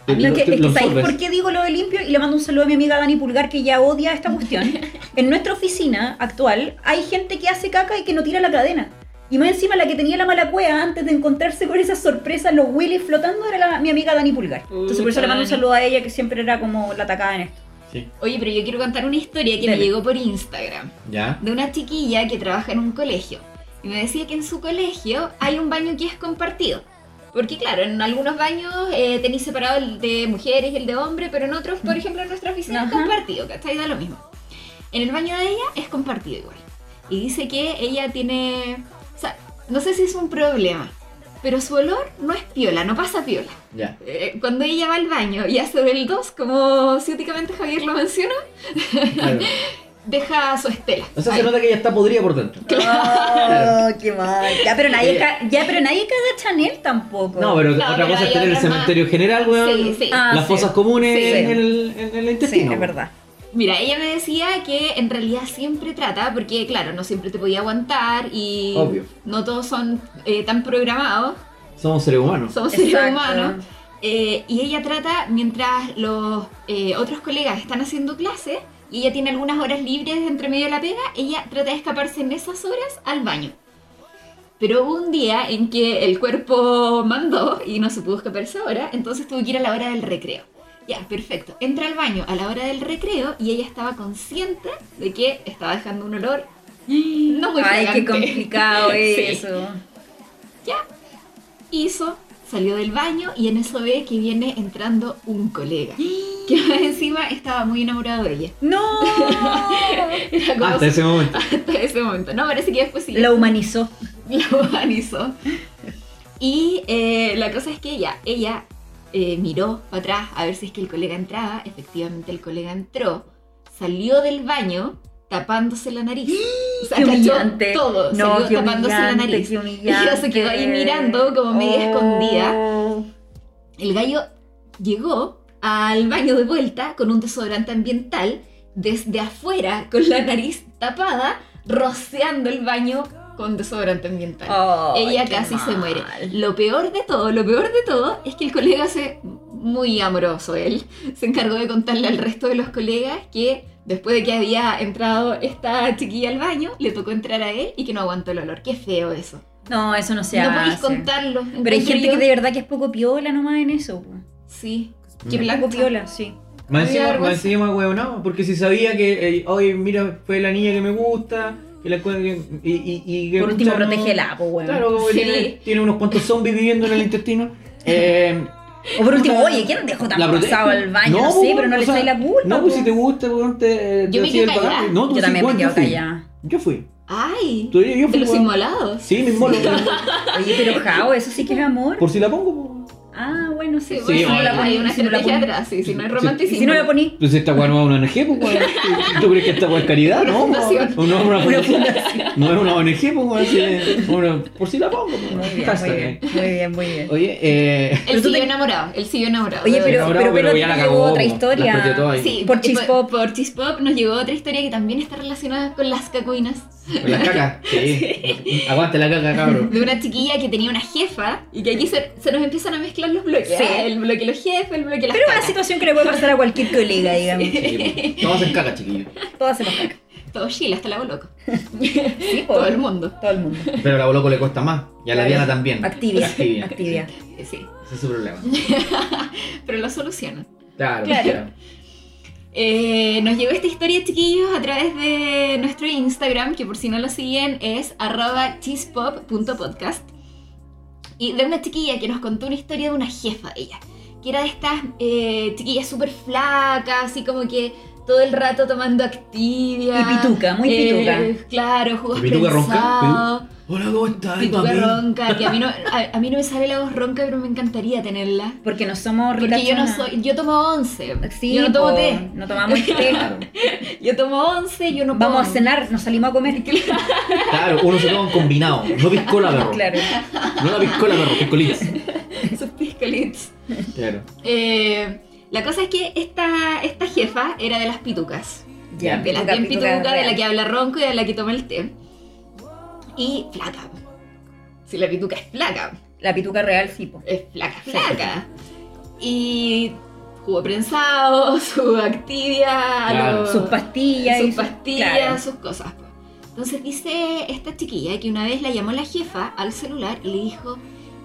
S3: Te-
S1: Lo que,
S3: te-
S1: es que
S3: lo
S1: ¿sabéis
S3: absorbes.
S1: por qué digo lo de limpio? Y le mando un saludo a mi amiga Dani Pulgar, que ya odia esta cuestión. En nuestra oficina actual hay gente que hace caca y que no tira la cadena. Y más encima la que tenía la mala cueva antes de encontrarse con esa sorpresa, los Willy flotando, era la- mi amiga Dani Pulgar. Entonces por eso le mando un
S2: Puta, Dani.
S1: saludo a ella, que siempre era como la atacada en esto.
S3: Sí.
S2: Oye, pero yo quiero contar una historia que
S1: Dale.
S2: me llegó por Instagram.
S3: Ya.
S2: de una chiquilla que trabaja en un colegio. Y me decía que en su colegio hay un baño que es compartido. Porque claro, en algunos baños eh, tenéis separado el de mujeres y el de hombres, pero en otros, por ejemplo, en nuestra oficina es
S1: Ajá.
S2: compartido, ¿cachai? Da lo mismo. En el baño de ella es compartido igual. Y dice que ella tiene... O sea, no sé si es un problema, pero su olor no es piola, no pasa piola.
S3: Ya.
S2: Eh, cuando ella va al baño y hace el 2, como ciúticamente Javier lo mencionó,
S3: Claro.
S2: deja su estela.
S3: O sea,
S2: Ahí.
S3: se nota que ella está podrida por dentro.
S1: Oh, qué mal. Ya, pero nadie, ca- ya, pero nadie caga a Chanel tampoco.
S3: Eh, No, pero
S2: No,
S3: otra
S2: pero
S3: cosa es
S2: hay
S3: tener el
S2: otras más.
S3: cementerio general, weón.
S2: Sí, sí.
S1: Ah,
S3: Las
S1: sí.
S3: fosas comunes
S1: Sí.
S3: en, el, en el
S1: Sí,
S3: intestino.
S1: es Este verdad.
S2: Mira, ella me decía que en realidad siempre trata, porque claro, no siempre te podía aguantar y
S3: Obvio.
S2: no todos son eh, tan programados,
S3: Somos seres humanos.
S2: somos seres
S1: Exacto.
S2: humanos. Eh, y ella trata mientras los eh, otros colegas están haciendo clase y ella tiene algunas horas libres entre medio de la pega, ella trata de escaparse en esas horas al baño. Pero hubo un día en que el cuerpo mandó y no se pudo escapar esa hora, entonces tuvo que ir a la hora del recreo. Ya, perfecto. Entra al baño a la hora del recreo y ella estaba consciente de que estaba dejando un olor No muy
S1: Ay, qué
S2: fragante.
S1: complicado es
S2: Sí.
S1: eso.
S2: Ya. Hizo, salió del baño y en eso ve que viene entrando un colega. Que más encima estaba muy enamorado de ella.
S1: ¡No!
S2: Era como
S3: Hasta ese momento.
S2: hasta ese momento. No, parece que después sí.
S1: La humanizó.
S2: la humanizó. Y eh, la cosa es que ella, ella eh, miró para atrás a ver si es que el colega entraba. Efectivamente, el colega entró, salió del baño tapándose la nariz. O sea,
S1: ¡Qué
S2: cachó
S1: humillante!
S2: todo,
S1: No,
S2: salió
S1: qué
S2: tapándose la
S1: humillante,
S2: nariz.
S1: qué humillante. Oh.
S2: Ella se quedó ahí mirando como media escondida. El gallo llegó al baño de vuelta con un desodorante ambiental desde afuera con la nariz tapada, rociando el baño con desodorante ambiental.
S1: Ay,
S2: Ella
S1: qué
S2: casi se
S1: mal.
S2: muere. Lo peor de todo, lo peor de todo es que el colega se muy amoroso él, se encargó de contarle al resto de los colegas que después de que había entrado esta chiquilla al baño, le tocó entrar a él y que no aguantó el olor. Qué feo eso.
S1: No, eso no se
S2: no podéis
S1: hace.
S2: contarlo.
S1: Pero hay
S2: encuentro
S1: gente
S2: yo.
S1: que de verdad que es poco piola nomás en eso. po.
S2: Sí.
S3: Mm.
S2: Qué blanco
S1: Poco piola, sí.
S3: Más
S2: Me da
S3: encima, más
S2: vergüenza.
S3: encima, weón, no, porque si sabía que, eh, oye, mira, fue la niña que me gusta, que la encuentro que- y, y, y que
S1: Por último,
S3: pucha, no-
S1: protégela, po, weón.
S3: Claro, como que
S2: Sí.
S3: tiene, tiene unos cuantos zombies viviendo en el intestino. Eh,
S1: O por último, oye, ¿quién dejó tan
S3: protejo.
S1: pasado al baño? No,
S3: No,
S1: sé,
S3: po,
S1: pero no
S3: o
S1: le
S3: sea,
S1: echáis la culpa.
S3: No, pues
S1: po.
S3: si te gusta, pues, weón, te.
S2: Yo me
S3: quedo
S2: quedo callada.
S3: No, tú
S1: Yo
S3: sí,
S1: también me
S3: weón, yo
S1: quedo
S3: fui.
S1: callada.
S3: Yo fui.
S2: Ay.
S3: Tú- yo
S2: De
S3: fui,
S2: los
S3: weón.
S2: inmolados.
S3: Sí, mis molos.
S1: Oye, pero Jao, eso sí que es amor.
S3: Por si la pongo, po.
S1: Ah, bueno, sí.
S2: Sí,
S1: pues,
S3: Sí,
S1: si no
S2: bueno,
S1: la
S2: hay, hay
S1: poní-
S2: una
S1: si no la
S2: estrategia
S1: poní-
S2: atrás, sí, si no hay
S3: Sí.
S1: Y
S2: romanticismo.
S1: si no la poní,
S3: Entonces esta weá no es una ONG, pues weón. ¿Tú crees que esta weá es caridad? No,
S2: Una fundación.
S3: weón. No, es una
S1: Una
S3: fundación. No es una ONG, pues weón. si es una- Por si la pongo, pues,
S1: Muy
S3: weón.
S1: bien, muy bien, muy bien, muy bien.
S3: Oye, eh.
S2: Él siguió enamorado, él siguió enamorado.
S1: Oye,
S2: de
S1: pero-
S3: ahora,
S1: pero
S3: ya
S1: te
S3: la
S1: llegó
S3: cagó,
S1: otra
S3: pues,
S1: historia.
S3: la perdió toda ahí.
S2: Sí,
S1: Por
S2: y
S1: Cheese Pop.
S2: Por Cheese Pop nos llegó otra historia que también está relacionada con las cacoinas.
S3: Con las cacas. Sí. Aguante la caca, cabrón.
S2: De una chiquilla que tenía una jefa y que aquí se, se nos empiezan a mezclar los bloques.
S1: Sí.
S2: ¿ah? El bloque de los jefes, el bloque de las
S1: Pero una
S2: cacas.
S1: situación que le puede pasar a cualquier colega, digamos.
S3: Sí, pues. Todos en caca, chiquillos.
S1: Todas se nos cagan.
S2: Todo Chile, hasta la loco.
S1: Sí, po.
S2: Todo el mundo.
S1: Todo el mundo.
S3: Pero a la Boloco le cuesta más. Y a la Diana también.
S1: Activia.
S3: Activia.
S1: Activia.
S2: Sí,
S3: Ese es su problema.
S2: pero lo solucionan.
S3: Claro,
S2: Claro.
S3: claro.
S2: Eh, nos llegó esta historia, chiquillos, a través de nuestro Instagram, que por si no lo siguen es arroba cheesepop.podcast. Y de una chiquilla que nos contó una historia de una jefa de ella, que era de estas eh, chiquillas súper flacas, así como que todo el rato tomando activia.
S1: Y pituca, muy pituca.
S2: Claro, jugos
S3: ¿Pituca ronca?
S2: prensados.
S3: Hola, ¿cómo estás,
S2: Pituca
S3: mami?
S2: ronca, que a mí, no, a, a mí no me sale la voz ronca, pero me encantaría tenerla.
S1: Porque no somos
S2: Porque yo no
S1: ricachona.
S2: soy, yo tomo 11,
S1: Sí,
S2: yo no tomo
S1: po,
S2: té.
S1: No tomamos té.
S3: Claro.
S2: Yo tomo 11, yo no
S1: Vamos a
S2: como.
S1: cenar, nos salimos a comer.
S3: Claro, uno se toma un combinado. No piscola, perro.
S1: Claro.
S3: No la piscola, perro, piscolitas.
S2: Sus piscolitos.
S3: Claro.
S2: Eh, la cosa es que esta, esta jefa era de las pitucas.
S3: Ya,
S2: De las
S1: pituca,
S2: bien
S1: pituca,
S2: pitucas, de la
S1: real.
S2: que habla ronco y de la que toma el té. Y flaca. po. Si la pituca es flaca,
S1: La pituca real, sí, po.
S2: es flaca, flaca. Y jugo prensado, su actividad,
S3: Claro.
S2: lo-
S1: Sus pastillas. y
S2: Ah, sus pastillas,
S1: claro.
S2: sus cosas. po. Entonces dice esta chiquilla que una vez la llamó la jefa al celular y le dijo,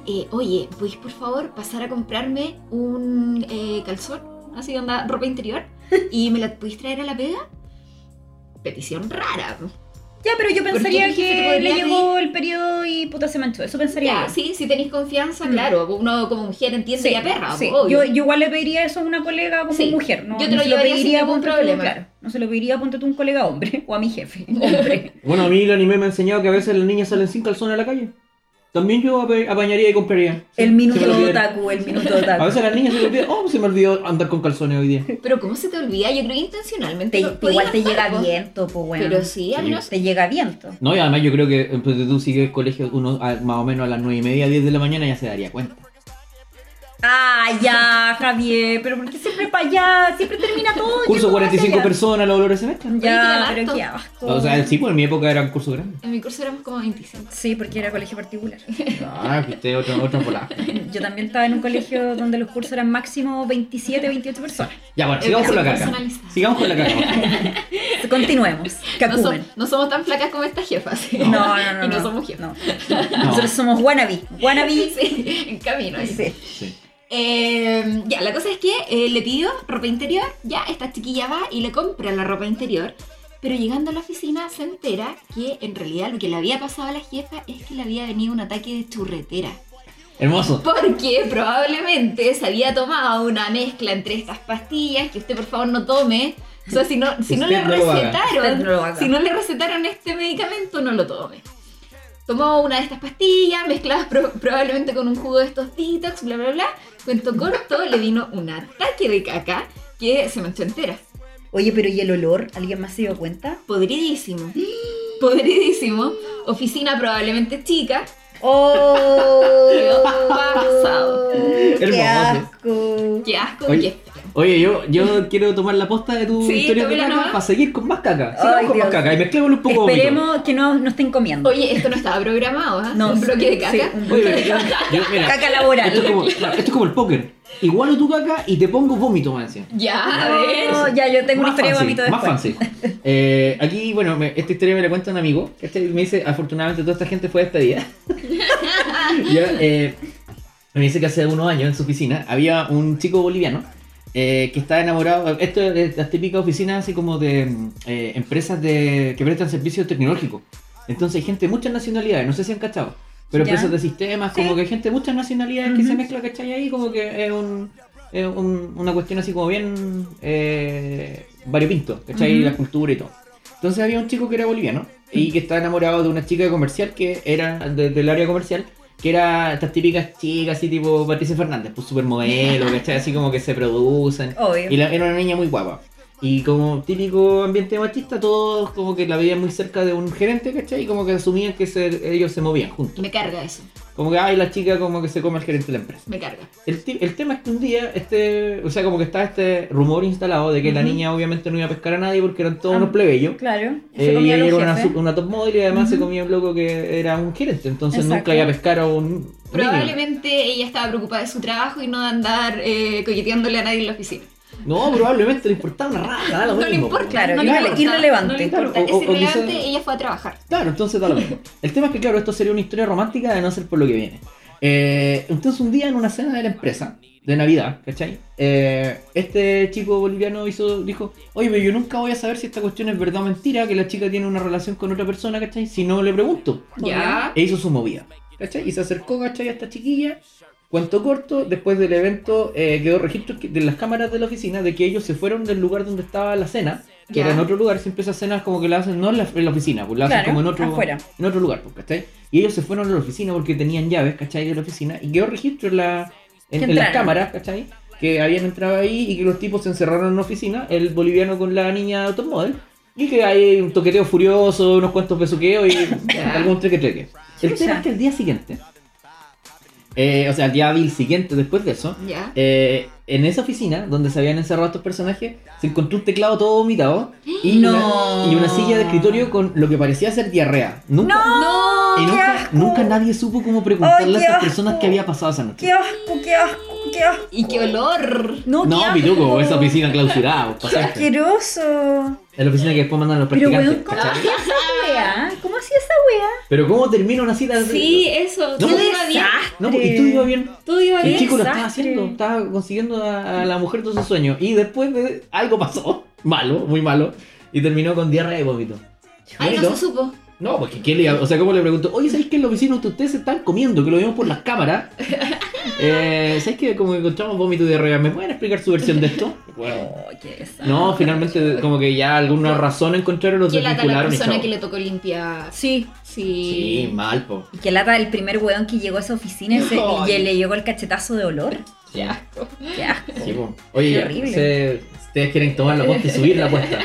S2: eh, oye, ¿puedes por favor pasar a comprarme un eh, calzón? Así onda, ropa interior. ¿Y me la puedes traer a la pega? Petición rara. po.
S1: Ya, pero yo pensaría
S2: Porque dije que
S1: que le
S2: podría
S1: llegó el periodo y puta se manchó. Eso pensaría
S2: Ya,
S1: yo.
S2: sí, si tenéis confianza,
S1: Mm.
S2: claro. Uno como mujer entiende
S1: Sí,
S2: y a perra.
S1: sí.
S2: po, obvio.
S1: Yo, yo igual le pediría eso a una colega como
S2: Sí.
S1: mujer. No,
S2: Yo te
S1: no
S2: lo
S1: se lo
S2: llevaría sin
S1: pediría
S2: ningún
S1: ponte tú,
S2: problema.
S1: claro. no se lo pediría ponte tú a un colega hombre o a mi jefe, hombre.
S3: Bueno, a mí el anime me ha enseñado que a veces las niñas salen sin calzones a la calle. También yo apa- apañaría y compraría. Sí,
S1: el
S3: se
S1: minuto
S3: me olvidaron.
S1: otaku, el minuto
S3: A
S1: otaku.
S3: veces las niñas se les olvida, oh, se me olvidó andar con calzones hoy día.
S2: Pero ¿cómo se te olvida? Yo creo que intencionalmente.
S1: Te-
S2: lo-
S1: te- igual te
S2: podía
S1: llega
S2: hacer, po.
S1: viento, pues bueno.
S2: Pero sí, al
S3: Sí.
S2: menos.
S1: Te llega viento.
S3: No, y además yo creo que eh, pues, tú sigues el colegio uno a- más o menos a las 9 y media, 10 de la mañana ya se daría cuenta.
S1: Ah, ya, Javier, pero ¿por qué siempre para allá? Siempre termina todo. yo,
S3: Curso
S1: ¿cómo vas
S3: 45
S1: allá?
S3: personas, los olores se mezclan.
S1: Ya,
S2: Oye, qué
S1: pero qué
S2: gasto.
S1: asco.
S3: O sea, sí, pues en mi época era un curso grande.
S2: En mi curso éramos como 25.
S1: Sí, porque era colegio particular.
S3: Ah, que usted otro, otro volado.
S1: Yo también estaba en un colegio donde los cursos eran máximo 27, 28 personas.
S3: Ya, bueno, sigamos con la caca.
S2: Personalizada.
S3: Sigamos con la caca.
S1: Continuemos.
S2: No, so-
S1: Cacumen.
S2: no somos tan flacas como estas jefas.
S1: No, no, no.
S2: y no, somos jefas.
S1: no. Nosotros somos wannabe. Wannabe.
S2: Sí, en camino. ahí.
S1: Sí.
S3: Sí.
S2: Eh, ya, la cosa es que eh, le pidió ropa interior. Ya, esta chiquilla va y le compra la ropa interior. Pero llegando a la oficina se entera que en realidad lo que le había pasado a la jefa es que le había venido un ataque de churretera.
S3: Hermoso.
S2: Porque probablemente se había tomado una mezcla entre estas pastillas que usted por favor no tome. O sea, si no, si no le
S3: Usted no
S1: Usted no
S3: lo haga.
S1: lo
S2: recetaron,
S1: haga.
S2: si no le recetaron este medicamento, no lo tome. Tomó una de estas pastillas, mezcladas pro- probablemente con un jugo de estos detox, bla, bla, bla. Cuento corto, le vino un ataque de caca que se manchó entera.
S1: Oye, pero ¿y el olor? ¿Alguien más se dio cuenta?
S2: Podridísimo. Podridísimo. Oficina probablemente chica.
S1: ¡Oh!
S2: Quedó pasado.
S1: ¡Qué
S3: Hermoso.
S1: asco!
S2: Qué asco.
S3: Oye.
S2: qué-
S3: Oye, yo, yo quiero tomar la posta de tu
S2: Sí,
S3: historia de
S2: tómela
S3: caca
S2: nomás.
S3: para seguir con más caca. Sigamos
S1: Ay,
S3: con más
S1: Dios.
S3: caca y mezclémoslo un poco.
S1: Esperemos que no, no estén comiendo.
S2: Oye, esto no estaba programado, ¿ah?
S1: No,
S2: un bloque de
S1: sí,
S2: caca.
S1: un
S3: vómito. Oye, yo, yo- mira,
S1: Caca
S3: Esto es,
S1: laboral.
S3: como, claro, esto es como el póker. Igualo tu caca y te pongo vómito, más encima.
S2: Ya, a ver.
S1: No, ya, yo tengo una
S3: Más
S1: historia de
S3: fancy,
S1: vómito
S3: Más
S1: después.
S3: fancy. Eh, aquí, bueno, me- esta historia me la cuenta un amigo. Este me dice, afortunadamente toda esta gente fue despedida. Ya, eh, me dice que hace unos años en su oficina había un chico boliviano eh, que estaba enamorado. Esto es de las típicas oficinas así como de mm, eh, empresas de, que prestan servicios tecnológicos. Entonces hay gente de muchas nacionalidades, no sé si han cachado. Pero
S1: Ya.
S3: empresas de sistemas, como
S1: Sí.
S3: que hay gente de muchas nacionalidades que
S1: Ujú.
S3: se mezcla, ¿cachai? Ahí como que es un, es un- una cuestión así como bien eh, variopinto, ¿cachai?
S1: Ujú.
S3: La cultura y todo. Entonces había un chico que era boliviano y que estaba enamorado de una chica comercial que era de- del área comercial, que era estas típicas chicas así tipo Patricia Fernández, pues supermodelo, ¿cachai? Así como que se producen.
S1: Obvio.
S3: Y la- era una niña muy guapa. Y como típico ambiente machista, todos como que la veían muy cerca de un gerente, ¿cachai? Y como que asumían que se- ellos se movían juntos.
S2: Me carga eso,
S3: Como que, ay, la chica como que se come al gerente de la empresa.
S2: me carga.
S3: El, ti- el tema es que un día, este, o sea, como que está este rumor instalado de que la
S1: Ujú.
S3: niña obviamente no iba a pescar a nadie porque eran todos
S1: Ah,
S3: unos plebeyos.
S1: Claro.
S3: Eh,
S1: Se
S3: y
S1: comía
S3: ella
S1: los
S3: era una,
S1: jefes.
S3: su- una top model y además se
S1: Ujú.
S3: comía un loco que era un gerente, entonces
S1: Exacto.
S3: nunca iba a pescar a un niño.
S2: Probablemente ella estaba preocupada de su trabajo y no de andar eh, coqueteándole a nadie en la oficina.
S3: No, probablemente le importaba una raja, da lo
S2: No le
S3: mismo,
S2: importa,
S1: Claro,
S2: no le
S1: irrele-
S2: importa,
S1: irrelevante.
S2: No le importa,
S3: Claro, o- o-
S2: es
S3: o quizá-
S2: irrelevante, ella fue a trabajar.
S3: Claro, entonces da lo mismo. El tema es que, claro, esto sería una historia romántica de no ser por lo que viene. Eh, entonces, un día en una cena de la empresa, de Navidad, ¿cachai? Eh, este chico boliviano hizo, dijo: Oye, pero yo nunca voy a saber si esta cuestión es verdad o mentira, que la chica tiene una relación con otra persona, ¿cachai? Si no le pregunto.
S2: Ya.
S3: E hizo su movida, ¿cachai? Y se acercó, ¿cachai? A esta chiquilla. Cuanto corto, después del evento eh, quedó registro que- de las cámaras de la oficina de que ellos se fueron del lugar donde estaba la cena, que
S2: Ya.
S3: era en otro lugar. Siempre esas cenas como que la hacen no en la, en la oficina, pues la hacen
S1: Claro,
S3: como en otro,
S1: afuera.
S3: en otro lugar, pues, ¿cachai? Y ellos se fueron a la oficina porque tenían llaves, ¿cachai? De la oficina y quedó registro en, la,
S1: Que
S3: en, en las
S1: entraron.
S3: cámaras, ¿cachai? Que habían entrado ahí y que los tipos se encerraron en la oficina, el boliviano con la niña automóvil. Y que hay un toqueteo furioso, unos cuantos besuqueos y eh, algún treque treque. El tema es que el día siguiente, eh, o sea, el día hábil siguiente después de eso,
S2: Ya.
S3: eh, en esa oficina donde se habían encerrado estos personajes, se encontró un teclado todo vomitado y,
S1: No.
S3: una, y una silla de escritorio con lo que parecía ser diarrea. Nunca,
S1: ¡No!
S3: y
S1: ¡Qué
S3: nunca,
S1: asco!
S3: nunca nadie supo cómo
S1: Ay,
S3: preguntarle a
S1: qué
S3: estas
S1: asco.
S3: personas qué había pasado esa noche.
S1: ¡Qué asco, qué asco, qué asco!
S2: Y qué olor.
S1: No,
S3: No,
S1: qué asco.
S3: pituco, esa oficina clausurada. pues,
S1: ¡Qué
S3: pasaste.
S1: asqueroso!
S3: Es la oficina que después mandan los
S1: Pero,
S3: practicantes.
S1: weón, ¿cómo
S3: ¿cachai?
S1: hacía esa weá? ¿Cómo hacía esa weá?
S3: Pero ¿cómo termina una cita?
S2: Sí, eso.
S3: No,
S2: todo
S3: pues-
S2: iba bien.
S3: No, y tú ibas bien.
S2: Todo iba
S3: El
S2: bien.
S3: chico lo
S1: desastre.
S3: estaba haciendo, estaba consiguiendo a, a la mujer de su sueño. Y después de algo pasó, malo, muy malo, y terminó con diarrea y vómito.
S2: Ay, no
S3: Vómito.
S2: se supo.
S3: No, porque ¿qué le, o sea, ¿cómo le pregunto? Oye, ¿sabéis que en la oficina donde ustedes se están comiendo? Que lo vimos por las cámaras. Eh, ¿Sabéis que como que encontramos vómito y diarrea? ¿Me pueden explicar su versión de esto? Bueno,
S1: Oh, qué desastre.
S3: no, finalmente como que ya alguna razón encontraron, los
S2: Qué lata la
S3: desvincularon y
S2: persona
S3: chao.
S2: que le tocó limpiar.
S1: Sí.
S2: Sí.
S3: Sí, mal, po.
S1: Y qué lata el primer weón que llegó a esa oficina y se-
S3: Ay.
S1: y le llegó el cachetazo de olor.
S2: Qué asco.
S1: ¡Qué asco!
S3: Sí, po. Oye,
S1: Qué horrible.
S3: se- ustedes quieren tomar la apuesta y subir la apuesta.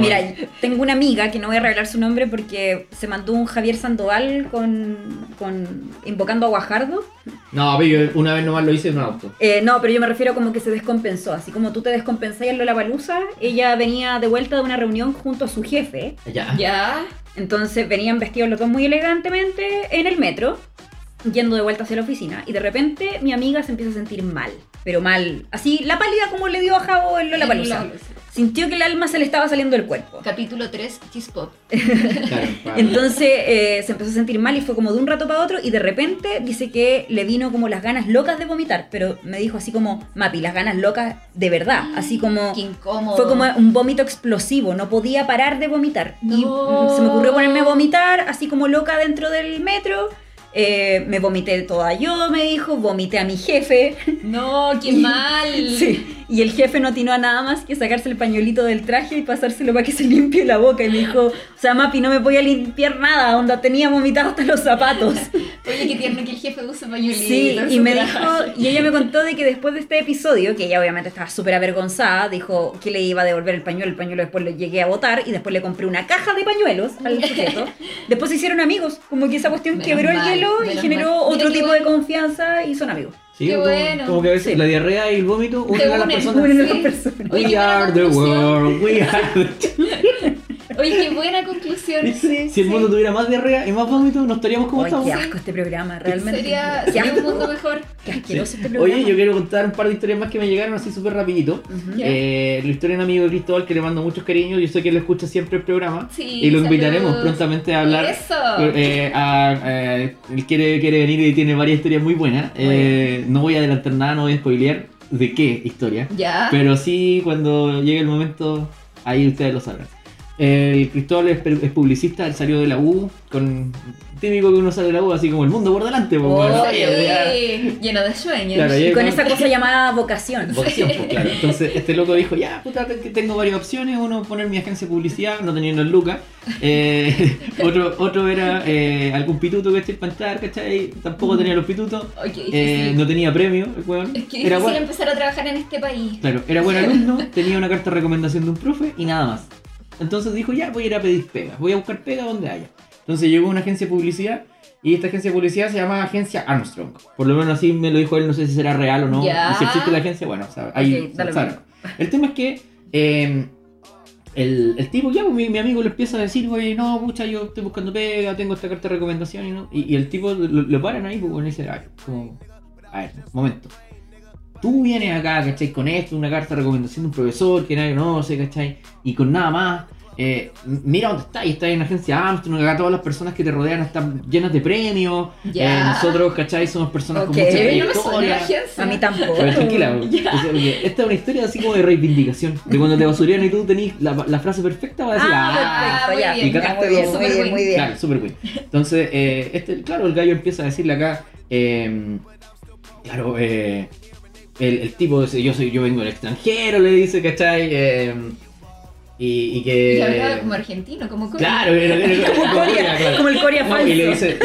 S1: Mira, tengo una amiga que no voy a revelar su nombre porque se mandó un Javier Sandoval con, con invocando a Guajardo.
S3: No, pero yo una vez nomás lo hice en un auto.
S1: Eh, no, pero yo me refiero como que se descompensó. Así como tú te descompensás en Lollapalooza, ella venía de vuelta de una reunión junto a su jefe.
S3: Ya.
S2: Ya.
S1: Entonces venían vestidos los dos muy elegantemente en el metro, yendo de vuelta hacia la oficina. Y de repente mi amiga se empieza a sentir mal. pero mal. Así, la pálida como le dio a Javo en la palusa.
S2: Lollapalooza.
S1: Sintió que el alma se le estaba saliendo del cuerpo.
S2: Capítulo 3, Cheese Pop.
S3: Claro, para-
S1: Entonces eh, se empezó a sentir mal y fue como de un rato para otro y de repente dice que le vino como las ganas locas de vomitar, pero me dijo así como, Mati, las ganas locas de verdad, así como...
S2: Qué incómodo.
S1: Fue como un vómito explosivo, no podía parar de vomitar. Y
S2: No.
S1: mm, se me ocurrió ponerme a vomitar, así como loca dentro del metro. Eh, me vomité toda yo, me dijo, vomité a mi jefe.
S2: No, qué mal.
S1: Sí, y el jefe no atinó a nada más que sacarse el pañuelito del traje y pasárselo para que se limpie la boca. Y me dijo, o sea, Mapi, no me voy a limpiar nada, onda, tenía vomitado hasta los zapatos.
S2: Oye, qué tierno que el jefe usa pañuelito.
S1: Sí, y
S2: su
S1: me dijo,
S2: traje.
S1: y ella me contó de que después de este episodio, que ella obviamente estaba súper avergonzada, dijo que le iba a devolver el pañuelo, el pañuelo después lo llegué a botar y después le compré una caja de pañuelos al sujeto. Después se hicieron amigos, como que esa cuestión
S2: Menos
S1: quebró
S2: mal,
S1: el hielo y
S2: menos
S1: generó
S2: mal. Mira
S1: otro
S2: qué
S1: tipo
S2: bueno.
S1: de confianza y son amigos.
S3: Sí,
S2: Qué
S3: como,
S2: bueno.
S3: como que a veces
S1: Sí.
S3: la diarrea y el vómito unen a las
S2: unen,
S3: personas.
S1: Unen a
S2: sí.
S1: las personas.
S2: Oye,
S3: We
S2: qué buena
S3: are the
S2: conclusión.
S3: world, we are the
S2: Oye, qué buena conclusión.
S3: si el mundo tuviera más diarrea y más vómito, no estaríamos como
S1: Ay,
S3: estamos.
S1: qué asco este programa, realmente.
S2: Sería,
S1: qué
S2: sería un
S1: asco,
S2: mundo mejor.
S1: qué
S3: Sí.
S1: asqueroso este programa.
S3: Oye, yo quiero contar un par de historias más que me llegaron así súper rapidito.
S1: Ujú.
S2: Ya.
S3: Eh, la historia de un amigo de Cristóbal que le mando muchos cariños. Yo sé que él escucha siempre el programa.
S2: Sí,
S3: y lo invitaremos
S2: saludos.
S3: prontamente a hablar.
S2: Eso.
S3: Eh, a- eh, él quiere, quiere venir y tiene varias historias muy buenas. Eh, no voy a adelantar nada, no voy a spoilear de qué historia.
S2: Ya.
S3: Pero sí, cuando llegue el momento, ahí ustedes lo sabrán. El Cristóbal es, per- es publicista, él salió de la U, con típico que uno sale de la U, así como el mundo por delante. pues,
S1: Oh,
S3: bueno.
S2: Sí,
S3: Ya.
S2: lleno de sueños.
S3: Claro,
S1: Y
S3: ya-
S1: con esa cosa llamada vocación.
S3: Vocación, pues, claro. Entonces este loco dijo, ya, puta, te- que tengo varias opciones. Uno, poner mi agencia de publicidad, no teniendo el lucas. Eh, otro, otro era eh, algún pituto que esté para entrar, ¿cachai? Tampoco tenía los pitutos.
S2: Oye, qué
S3: Eh,
S2: difícil.
S3: no tenía premio, el weón.
S2: es que
S3: Era
S2: difícil
S3: bueno.
S2: empezar a trabajar en este país.
S3: Claro, era buen alumno, tenía una carta de recomendación de un profe y nada más. Entonces dijo, ya voy a ir a pedir pega, voy a buscar pega donde haya. Entonces llegó a una agencia de publicidad y esta agencia de publicidad se llama Agencia Armstrong. Por lo menos así me lo dijo él, no sé si será real o no.
S2: Ya.
S3: Y si existe la agencia, bueno, o sea, ahí
S1: Ok, da lo
S3: saben.
S1: mismo.
S3: El tema es que eh, el, el tipo, ya, pues, mi, mi amigo le empieza a decir, güey, no, pucha, yo estoy buscando pega, tengo esta carta de recomendación y, no. y, y el tipo lo, lo paran ahí, pues, bueno, y dice, "Ay, como, a ver, momento tú vienes acá, ¿cachai? Con esto, una carta de recomendación de un profesor que nadie conoce, ¿cachai? Y con nada más. eh, m- mira dónde estás, estás en la agencia Armstrong, acá todas las personas que te rodean están llenas de premios.
S2: Ya.
S3: Eh, nosotros, ¿cachai? Somos personas
S1: Ok.
S3: con mucha
S2: Pero no me suena la
S3: trayectoria.
S2: agencia.
S1: A mí tampoco.
S3: A ver, tranquila, pues. O sea, porque esta es una historia así como de reivindicación. De cuando te basurean y tú tenés la, la frase perfecta para decir,
S1: Ah,
S3: ah,
S1: perfecto,
S2: muy
S1: ya.
S2: bien,
S1: ya,
S3: ya,
S1: muy bien,
S2: súper
S1: muy bien,
S2: bien.
S1: muy bien.
S3: Claro, super win. Entonces, eh, este, claro, el gallo empieza a decirle acá, eh, claro, eh, el, el tipo dice, yo soy, yo vengo del extranjero, le dice, ¿cachai? Eh, y, y que...
S2: Y hablaba como argentino, como como-
S3: Eh, Claro, era, era- era- claro.
S1: Como el Corea
S3: No,
S1: falso.
S3: y le dice,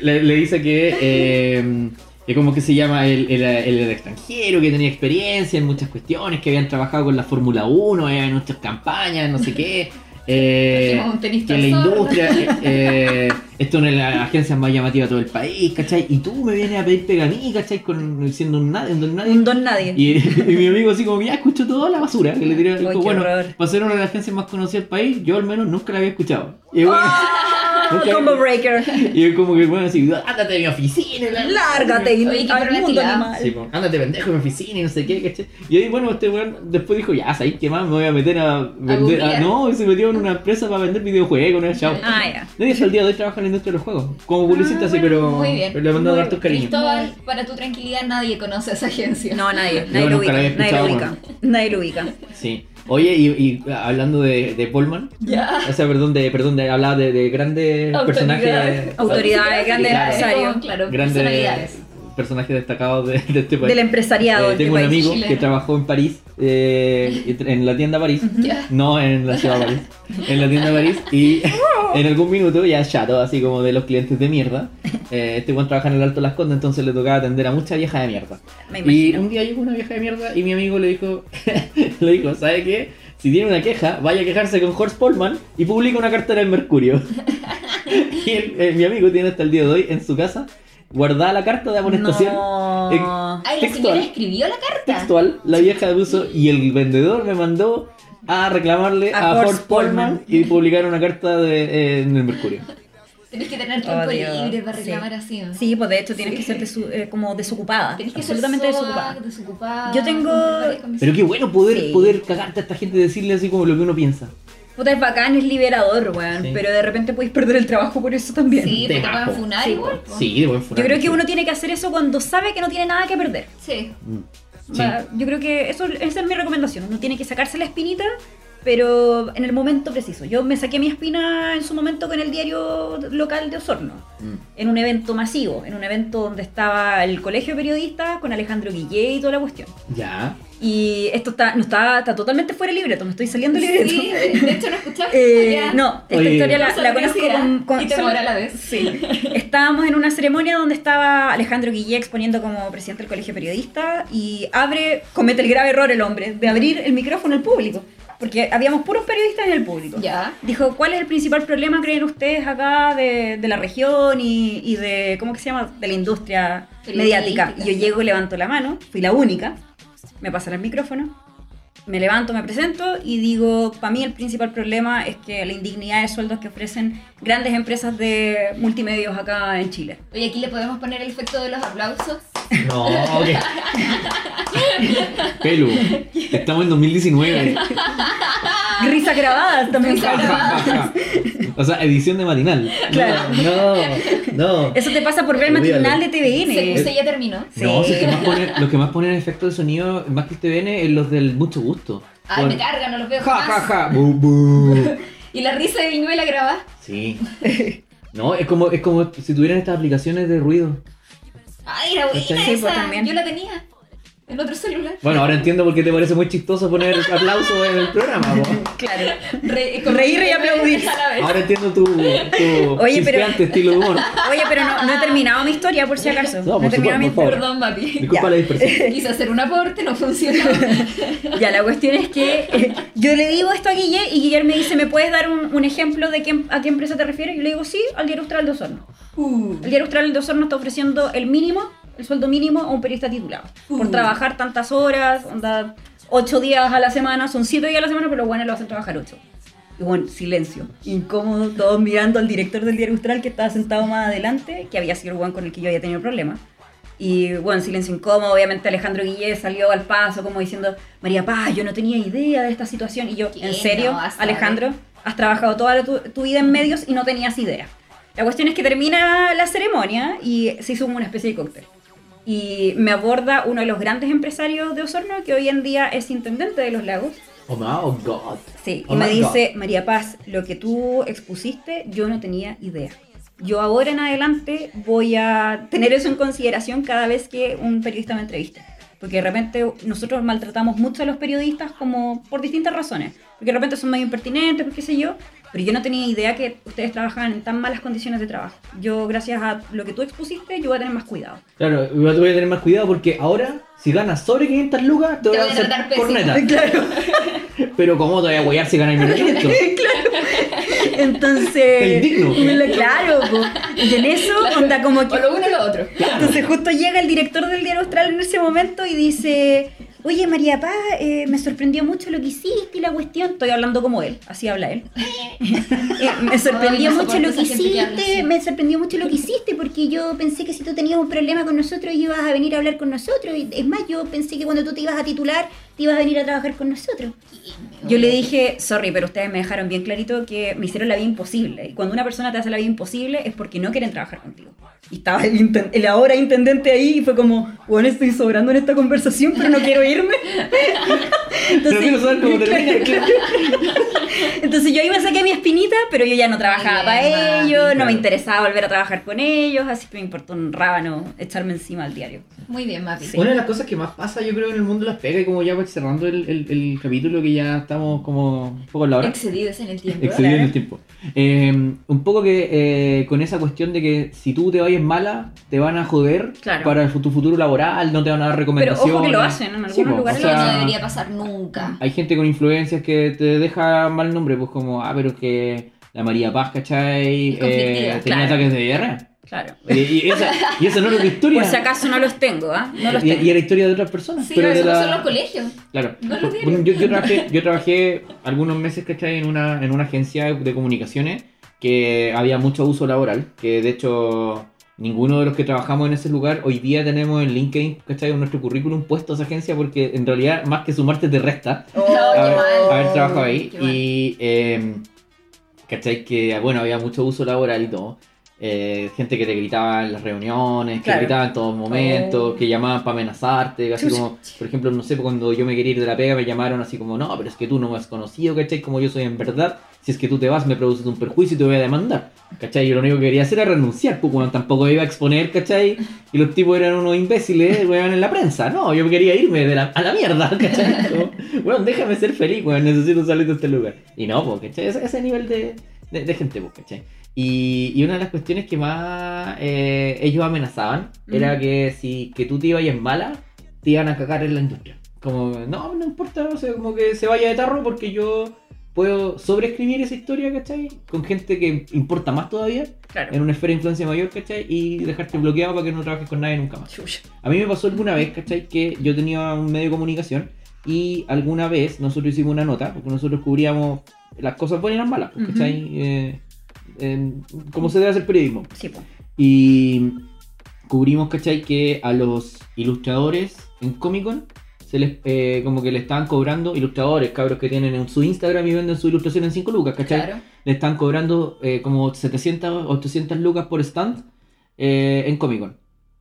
S3: le, le- le dice que, eh, que como que se llama el, el- el extranjero, que tenía experiencia en muchas cuestiones, que habían trabajado con la Fórmula 1, eh, en muchas campañas, no sé qué. eh,
S2: Trajimos un tenista
S3: que la
S2: sordo.
S3: industria, eh, eh, esto en la agencia más llamativa de todo el país, ¿cachai? Y tú me vienes a pedir pega a mí, ¿cachai? Con, siendo un nadie, un don nadie.
S1: Un don nadie.
S3: Y, y mi amigo así como que ya escuchó toda la basura que le tiró.
S1: Ay,
S3: Dijo,
S1: qué
S3: bueno,
S1: horror.
S3: para ser una de las agencias más conocidas del país, yo al menos nunca la había escuchado. Y bueno,
S1: ¡Oh!
S3: nunca-
S1: Ah, Combo breaker.
S3: y es como que bueno, así, ándate de mi oficina. la-
S1: Lárgate y
S2: Oye, qué
S1: al mundo
S2: problemática.
S1: animal.
S3: Sí, pues, ándate pendejo de mi oficina y no sé qué, ¿cachai? Y ahí, bueno, este weón después dijo, ya, ¿sabes qué más? Me voy a meter a vender.
S2: googlear.
S3: ah, no, y se metió en una empresa para vender videojuegos, ¿no? Chao.
S1: Ah, ya.
S3: Nadie hasta el día de hoy trabaja en la industria de los juegos. Como publicista,
S1: Ah,
S3: sí,
S1: bueno,
S3: pero,
S2: muy bien.
S3: pero le mandó hartos cariños.
S2: Cristóbal, para tu tranquilidad, nadie conoce esa agencia.
S1: No, nadie.
S3: Yo
S1: Nadie lo
S3: nunca la
S1: ubica.
S3: había
S1: Nadie lo
S3: escuchado,
S1: ubica. Nadie lo ubica.
S3: Sí. Oye, y, y hablando de, de Polman,
S2: Ya.
S3: o sea, perdón, de, perdón, de hablaba de, de grandes personajes.
S2: Autoridades.
S1: Autoridades, grandes
S3: Claro.
S1: empresarios.
S2: Como, Claro,
S3: Grandes
S2: personalidades.
S3: personajes destacados de, de este país.
S1: Del empresariado.
S3: Eh,
S1: de este
S3: tengo un
S1: país.
S3: amigo
S2: Chile.
S3: que trabajó en París, eh, en la tienda París,
S2: Ya.
S3: no en la ciudad de París, en la tienda París, y en algún minuto, ya chato, así como de los clientes de mierda, eh, este buen trabaja en el Alto Las Condes, entonces le tocaba atender a mucha vieja de mierda.
S1: Me
S3: Y
S1: imagino.
S3: un día llegó una vieja de mierda y mi amigo le dijo, le dijo, ¿sabe qué? Si tiene una queja, vaya a quejarse con Horst Polman y publica una carta en el Mercurio. y el- eh, mi amigo tiene hasta el día de hoy en su casa guardada la carta de amonestación
S1: No.
S2: Ay, la señora
S3: Textual.
S2: escribió la carta.
S3: textual, la vieja puso y el vendedor me mandó a reclamarle
S1: A
S3: a,
S1: Horst
S3: Horst Polman y publicar una carta de, eh, en el Mercurio.
S2: Tenés que tener tiempo
S1: Oh, Dios.
S2: libre para
S1: Sí.
S2: reclamar así. ¿no?
S1: Sí, pues de hecho tienes
S2: Sí.
S1: que ser desu- eh, como desocupada.
S2: Tenés que ser
S1: absolutamente
S2: soa,
S1: desocupada.
S2: desocupada,
S1: Yo tengo-
S2: con varias condiciones.
S3: Pero qué bueno poder,
S1: Sí.
S3: poder cagarte a esta gente y decirle así como lo que uno piensa.
S1: Puta, es bacán, es liberador, weón.
S3: Sí.
S1: Pero de repente podéis perder el trabajo por eso también.
S2: Sí, te
S3: Te
S2: pueden
S3: bajo.
S2: funar igual. po.
S3: Sí, de buen
S1: Yo
S3: funeral.
S1: creo que uno tiene que hacer eso cuando sabe que no tiene nada que perder.
S2: Sí.
S3: Mm. Sí.
S1: Va, Yo creo que eso, esa es mi recomendación. Uno tiene que sacarse la espinita, pero en el momento preciso. Yo me saqué mi espina en su momento con el diario local de Osorno,
S3: Mm.
S1: en un evento masivo, en un evento donde estaba el colegio de periodistas con Alejandro Guillé y toda la cuestión.
S3: Ya.
S1: Y esto está, no está, está totalmente fuera de libreto, me estoy saliendo del libreto.
S2: Sí, de hecho no escuchaste.
S1: Eh,
S2: ya.
S1: no, esta
S3: Oye.
S1: historia la,
S2: Cosa
S1: la conozco
S2: curiosidad
S1: con, con-
S2: y temor
S1: solo-
S2: a la vez.
S1: Sí. Estábamos en una ceremonia donde estaba Alejandro Guillé exponiendo como presidente del Colegio Periodista y abre, comete el grave error el hombre de abrir el micrófono al público, porque habíamos puros periodistas en el público.
S2: Ya.
S1: Dijo, ¿cuál es el principal problema creen ustedes acá de, de la región y, y de, ¿cómo que se llama?, de la industria
S2: Periodística.
S1: mediática? Y yo llego, levanto la mano, fui la única, me pasan el micrófono, me levanto, me presento y digo, para mí el principal problema es que la indignidad de sueldos que ofrecen grandes empresas de multimedios acá en Chile.
S2: Oye, aquí le podemos poner el efecto de los aplausos.
S3: No, ok. Pelu, estamos en 2019.
S1: Risas grabadas también.
S2: Risas
S3: o sea, edición de matinal.
S1: Claro.
S3: No, no. no.
S1: Eso te pasa por ver el matinal de
S2: Se,
S1: TVN.
S2: se ya terminó.
S3: No, si es que
S1: Sí.
S3: más ponen- los que más ponen efectos de sonido, más que el TVN, es los del mucho gusto.
S2: Ay, Ah, me
S3: Con-
S2: carga, no los veo
S3: Ja, ja,
S2: jamás.
S3: ja. Bu, bu.
S2: Y la risa de Viñuela grabada.
S3: Sí. No, es como, es como si tuvieran estas aplicaciones de ruido.
S2: Ay, era buena
S3: Sí,
S1: pues,
S2: esa.
S1: también.
S2: Yo la tenía. En otro celular.
S3: Bueno, ahora entiendo por qué te parece muy chistoso poner aplausos en el programa. po.
S1: Claro.
S2: Re- eh,
S1: Reír y aplaudir.
S2: A la vez.
S3: Ahora entiendo tu, tu
S1: Oye, pero-
S3: chispeante estilo de humor.
S1: Oye, pero no, no he terminado mi historia por si acaso.
S3: No, por
S1: he terminado
S3: supuesto,
S1: mi
S3: por favor.
S2: Perdón, papi.
S3: Disculpa
S1: Ya.
S3: la dispersión.
S2: Quise hacer un aporte, no funcionó.
S1: Ya, la cuestión es que eh, yo le digo esto a Guille y Guillermo me dice, ¿me puedes dar un, un ejemplo de quién, a qué empresa te refieres? Yo le digo, sí, al Diario Austral de Osorno.
S2: Uh,
S1: El Diario Austral de Osorno está ofreciendo el mínimo, el sueldo mínimo a un periodista titulado.
S2: Uh.
S1: Por trabajar tantas horas, onda, ocho días a la semana, son siete días a la semana, pero bueno, lo hacen trabajar ocho. Y bueno, silencio, incómodo, todos mirando al director del Diario Austral que estaba sentado más adelante, que había sido el one con el que yo había tenido problemas. Y bueno, silencio incómodo. Obviamente Alejandro Guillé salió al paso como diciendo, María Paz, yo no tenía idea de esta situación. Y yo,
S2: ¿Qué?
S1: ¿en serio,
S2: No, hasta
S1: Alejandro? Has trabajado toda la- tu, tu vida en medios y no tenías idea. La cuestión es que termina la ceremonia y se hizo una especie de cóctel. Y me aborda uno de los grandes empresarios de Osorno, que hoy en día es intendente de los lagos.
S3: Oh my oh god.
S1: Sí,
S3: Oh
S1: y me
S3: my God.
S1: dice, María Paz, lo que tú expusiste, yo no tenía idea. Yo ahora en adelante voy a tener eso en consideración cada vez que un periodista me entreviste. Porque de repente nosotros maltratamos mucho a los periodistas como por distintas razones. Porque de repente son medio impertinentes, pues qué sé yo. Pero yo no tenía idea que ustedes trabajaban en tan malas condiciones de trabajo. Yo, gracias a lo que tú expusiste, yo voy a tener más cuidado.
S3: Claro, voy a voy a tener más cuidado porque ahora, si ganas sobre 500 lucas,
S2: Te
S3: te, voy
S2: voy
S3: a
S2: a
S3: hacer
S2: tratar pésimo.
S3: corneta.
S1: Claro,
S3: Pero ¿cómo te voy a huear si ganas menos que esto? Te
S1: entonces...
S3: indigno.
S1: Claro, po. y en eso, onda como que...
S2: o lo uno o lo otro.
S1: Entonces justo llega el director del Diario Austral en ese momento y dice, oye María Paz, eh, me sorprendió mucho lo que hiciste y la cuestión, estoy hablando como él, así habla él. Eh, me sorprendió
S2: Ay, no
S1: mucho lo que
S2: soporto esa gente que habla así.
S1: hiciste, me sorprendió mucho lo que hiciste porque yo pensé que si tú tenías un problema con nosotros ibas a venir a hablar con nosotros. Y Es más, yo pensé que cuando tú te ibas a titular te ibas a venir a trabajar con nosotros. Yo le dije, sorry, pero ustedes me dejaron bien clarito que me hicieron la vida imposible. Y cuando una persona te hace la vida imposible es porque no quieren trabajar contigo. Y estaba el, inten- el ahora intendente ahí y fue como, bueno, estoy sobrando en esta conversación, pero no quiero irme.
S3: Pero quiero saber cómo termina.
S1: Claro, claro. Entonces yo ahí me saqué mi espinita, pero yo ya no trabajaba
S2: Bien,
S1: para
S2: Mati,
S1: ellos, no
S3: claro.
S1: me interesaba volver a trabajar con ellos, así que me importó un rábano echarme encima al diario.
S2: Muy bien, Mapi.
S1: Sí.
S3: Una de las cosas que más pasa, yo creo, en el mundo de las pegas, y como ya pues, cerrando el, el- el capítulo, que ya estamos como un poco en la hora.
S2: Excedidos en el tiempo.
S3: Excedido en el tiempo. Eh, un poco que eh, con esa cuestión de que si tú te vayas mala, te van a joder
S1: Claro.
S3: para tu futuro laboral, no te van a dar
S1: Pero
S3: recomendaciones.
S1: ojo que lo hacen, en algunos
S3: Sí, po,
S1: lugares
S3: o
S2: Eso
S3: sea,
S2: no debería pasar nunca.
S3: Hay gente con influencias que te deja mal nombre, pues como, ah, pero es que la María Paz, ¿cachai?
S2: Es conflictiva,
S3: Eh, tenía
S1: claro.
S3: ataques de guerra.
S1: Claro.
S3: Y, y esa, y esa no era tu historia.
S1: Por si acaso no los tengo, ¿ah? No los
S3: y,
S1: tengo.
S3: y era historia de otras personas.
S2: Sí,
S3: pero
S2: pero
S3: de
S2: eso no
S3: la-
S2: son los colegios.
S3: Claro.
S2: No lo vieron.
S3: Bueno, yo, yo trabajé, yo trabajé algunos meses, ¿cachai? En una, en una agencia de comunicaciones que había mucho uso laboral, que de hecho ninguno de los que trabajamos en ese lugar hoy día tenemos en LinkedIn, ¿cachai? En nuestro currículum puestos a esa agencia porque en realidad más que sumarte te resta
S1: Oh,
S2: qué
S3: haber,
S2: mal.
S3: haber trabajado ahí.
S2: Qué mal.
S3: Y eh, ¿cachai? Que bueno, había mucho uso laboral y todo. Eh, gente que te gritaba en las reuniones, que
S1: Claro.
S3: gritaba en todos momentos,
S1: Oh.
S3: que llamaban para amenazarte, así
S1: Chuch.
S3: como, por ejemplo, no sé, cuando yo me quería ir de la pega me llamaron así como, no, pero es que tú no me has conocido, ¿cachai? Como yo soy en verdad, si es que tú te vas me produces un perjuicio y te voy a demandar, ¿cachai? Yo lo único que quería hacer era renunciar, pues bueno, tampoco iba a exponer, ¿cachai? Y los tipos eran unos imbéciles, weón, en la prensa, no, yo quería irme de la, a la mierda, ¿cachai? Como, weón, déjame ser feliz, weón, necesito salir de este lugar. Y no, pues, ¿cachai? Ese, ese nivel de, de, de gente, pues, ¿cachai? Y, y una de las cuestiones que más eh, ellos amenazaban era
S1: Mm.
S3: que si que tú te ibas en mala, te iban a cagar en la industria. Como, no, no importa, o sea, como que se vaya de tarro porque yo puedo sobreescribir esa historia, ¿cachai? Con gente que importa más todavía,
S1: Claro.
S3: en una esfera de influencia mayor, ¿cachai? Y dejarte bloqueado para que no trabajes con nadie nunca más.
S1: Chucha.
S3: A mí me pasó alguna vez, ¿cachai? Que yo tenía un medio de comunicación y alguna vez nosotros hicimos una nota, porque nosotros cubríamos las cosas buenas y las malas, pues, ¿cachai? Eh, eh, como se debe hacer periodismo.
S1: Sí, po.
S3: Y cubrimos, ¿cachai? Que a los ilustradores en Comic Con se les, eh, como que le estaban cobrando ilustradores, cabros que tienen en su Instagram y venden su ilustración en 5 lucas, ¿cachai?
S2: Claro.
S3: le están cobrando eh, como 700, 800 lucas por stand eh, en Comic Con.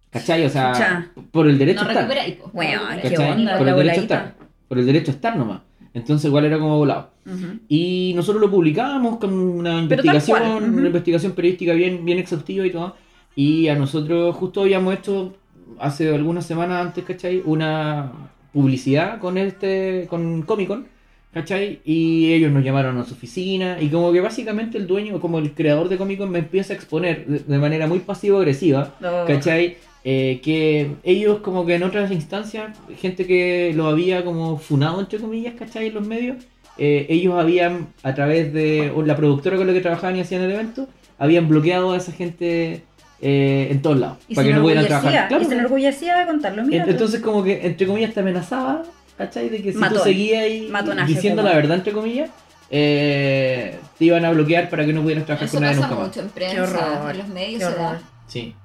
S3: ¿Cachai? O sea,
S1: Cha.
S3: por el derecho
S2: No
S3: a estar.
S2: recuperáis, po.
S1: Bueno,
S2: No
S1: qué
S2: recuperáis.
S3: ¿cachai?
S1: onda,
S3: por
S1: la
S3: el derecho a
S1: voladita.
S3: estar. Por el derecho a estar nomás. Entonces igual era como volado.
S1: Ujú.
S3: Y nosotros lo publicábamos con una investigación,
S1: cual, ujú.
S3: una investigación periodística bien, bien exhaustiva y todo. Y a nosotros justo habíamos hecho hace algunas semanas antes, ¿cachai? Una publicidad con este, con Comic Con, ¿cachai? Y ellos nos llamaron a su oficina y como que básicamente el dueño, como el creador de Comic Con me empieza a exponer de, de manera muy pasivo-agresiva
S1: No.
S3: ¿Cachai? Eh, que ellos como que en otras instancias, gente que lo había como funado entre comillas, ¿cachai? En los medios, eh, ellos habían, a través de o la productora con la que trabajaban y hacían el evento, habían bloqueado a esa gente eh, en todos lados,
S1: Y
S3: para
S1: se
S3: que no pudieran
S1: enorgullecía,
S3: trabajar. Claro,
S1: y se enorgullecía de contarlo. Mira,
S3: en- entonces como que entre comillas te amenazaba, ¿cachai? De que si
S1: Matón.
S3: tú seguías ahí
S1: Matonaje,
S3: diciendo
S1: como.
S3: la verdad entre comillas, eh, te iban a bloquear para que no pudieras trabajar
S2: Eso
S3: con nadie
S2: pasa
S3: nunca más.
S2: mucho en
S1: Qué horror,
S2: prensa, en los medios
S1: qué
S2: se da.
S1: horror.
S3: Sí.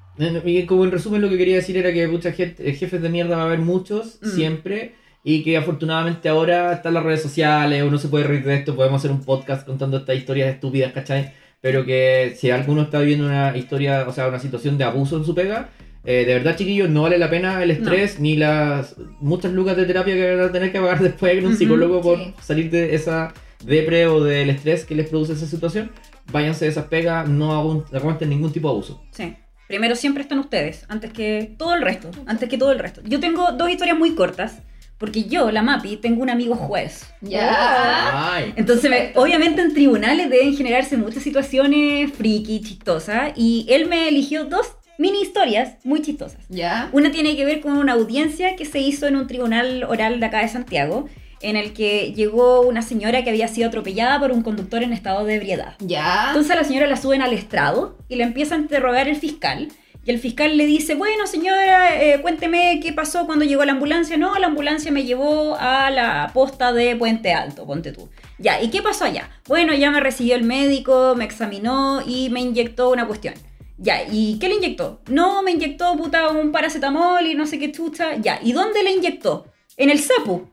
S3: Y como en resumen lo que quería decir era que mucha gente, jefes de mierda va a haber muchos,
S1: Mm.
S3: siempre, y que afortunadamente ahora están las redes sociales, uno se puede reír de esto, podemos hacer un podcast contando estas historias estúpidas, ¿cachai? Pero que si alguno está viviendo una historia, o sea, una situación de abuso en su pega, eh, de verdad, chiquillos, no vale la pena el estrés ni las muchas lucas de terapia que van a tener que pagar después en un
S1: Ujú,
S3: psicólogo por
S2: sí.
S3: salir de esa depre o del estrés que les produce esa situación. Váyanse de esas pegas, no aguant- aguanten ningún tipo de abuso.
S1: Sí. Primero siempre están ustedes, antes que todo el resto, antes que todo el resto. Yo tengo dos historias muy cortas, porque yo, la Mapi, tengo un amigo juez.
S2: Ya.
S3: Ay.
S1: Entonces, me- obviamente en tribunales deben generarse muchas situaciones friki, chistosas, y él me eligió dos mini historias muy chistosas.
S2: Ya.
S1: Una tiene que ver con una audiencia que se hizo en un tribunal oral de acá de Santiago, en el que llegó una señora que había sido atropellada por un conductor en estado de ebriedad.
S2: Ya.
S1: Entonces a la señora la suben al estrado y la empieza a interrogar el fiscal. Y el fiscal le dice, bueno señora, eh, cuénteme qué pasó cuando llegó la ambulancia. No, la ambulancia me llevó a la posta de Puente Alto, ponte tú. Ya, ¿y qué pasó allá? Bueno, ya me recibió el médico, me examinó y me inyectó una cuestión. Ya, ¿y qué le inyectó? No, me inyectó puta un paracetamol y no sé qué chucha. Ya, ¿y dónde le inyectó? En el sapo.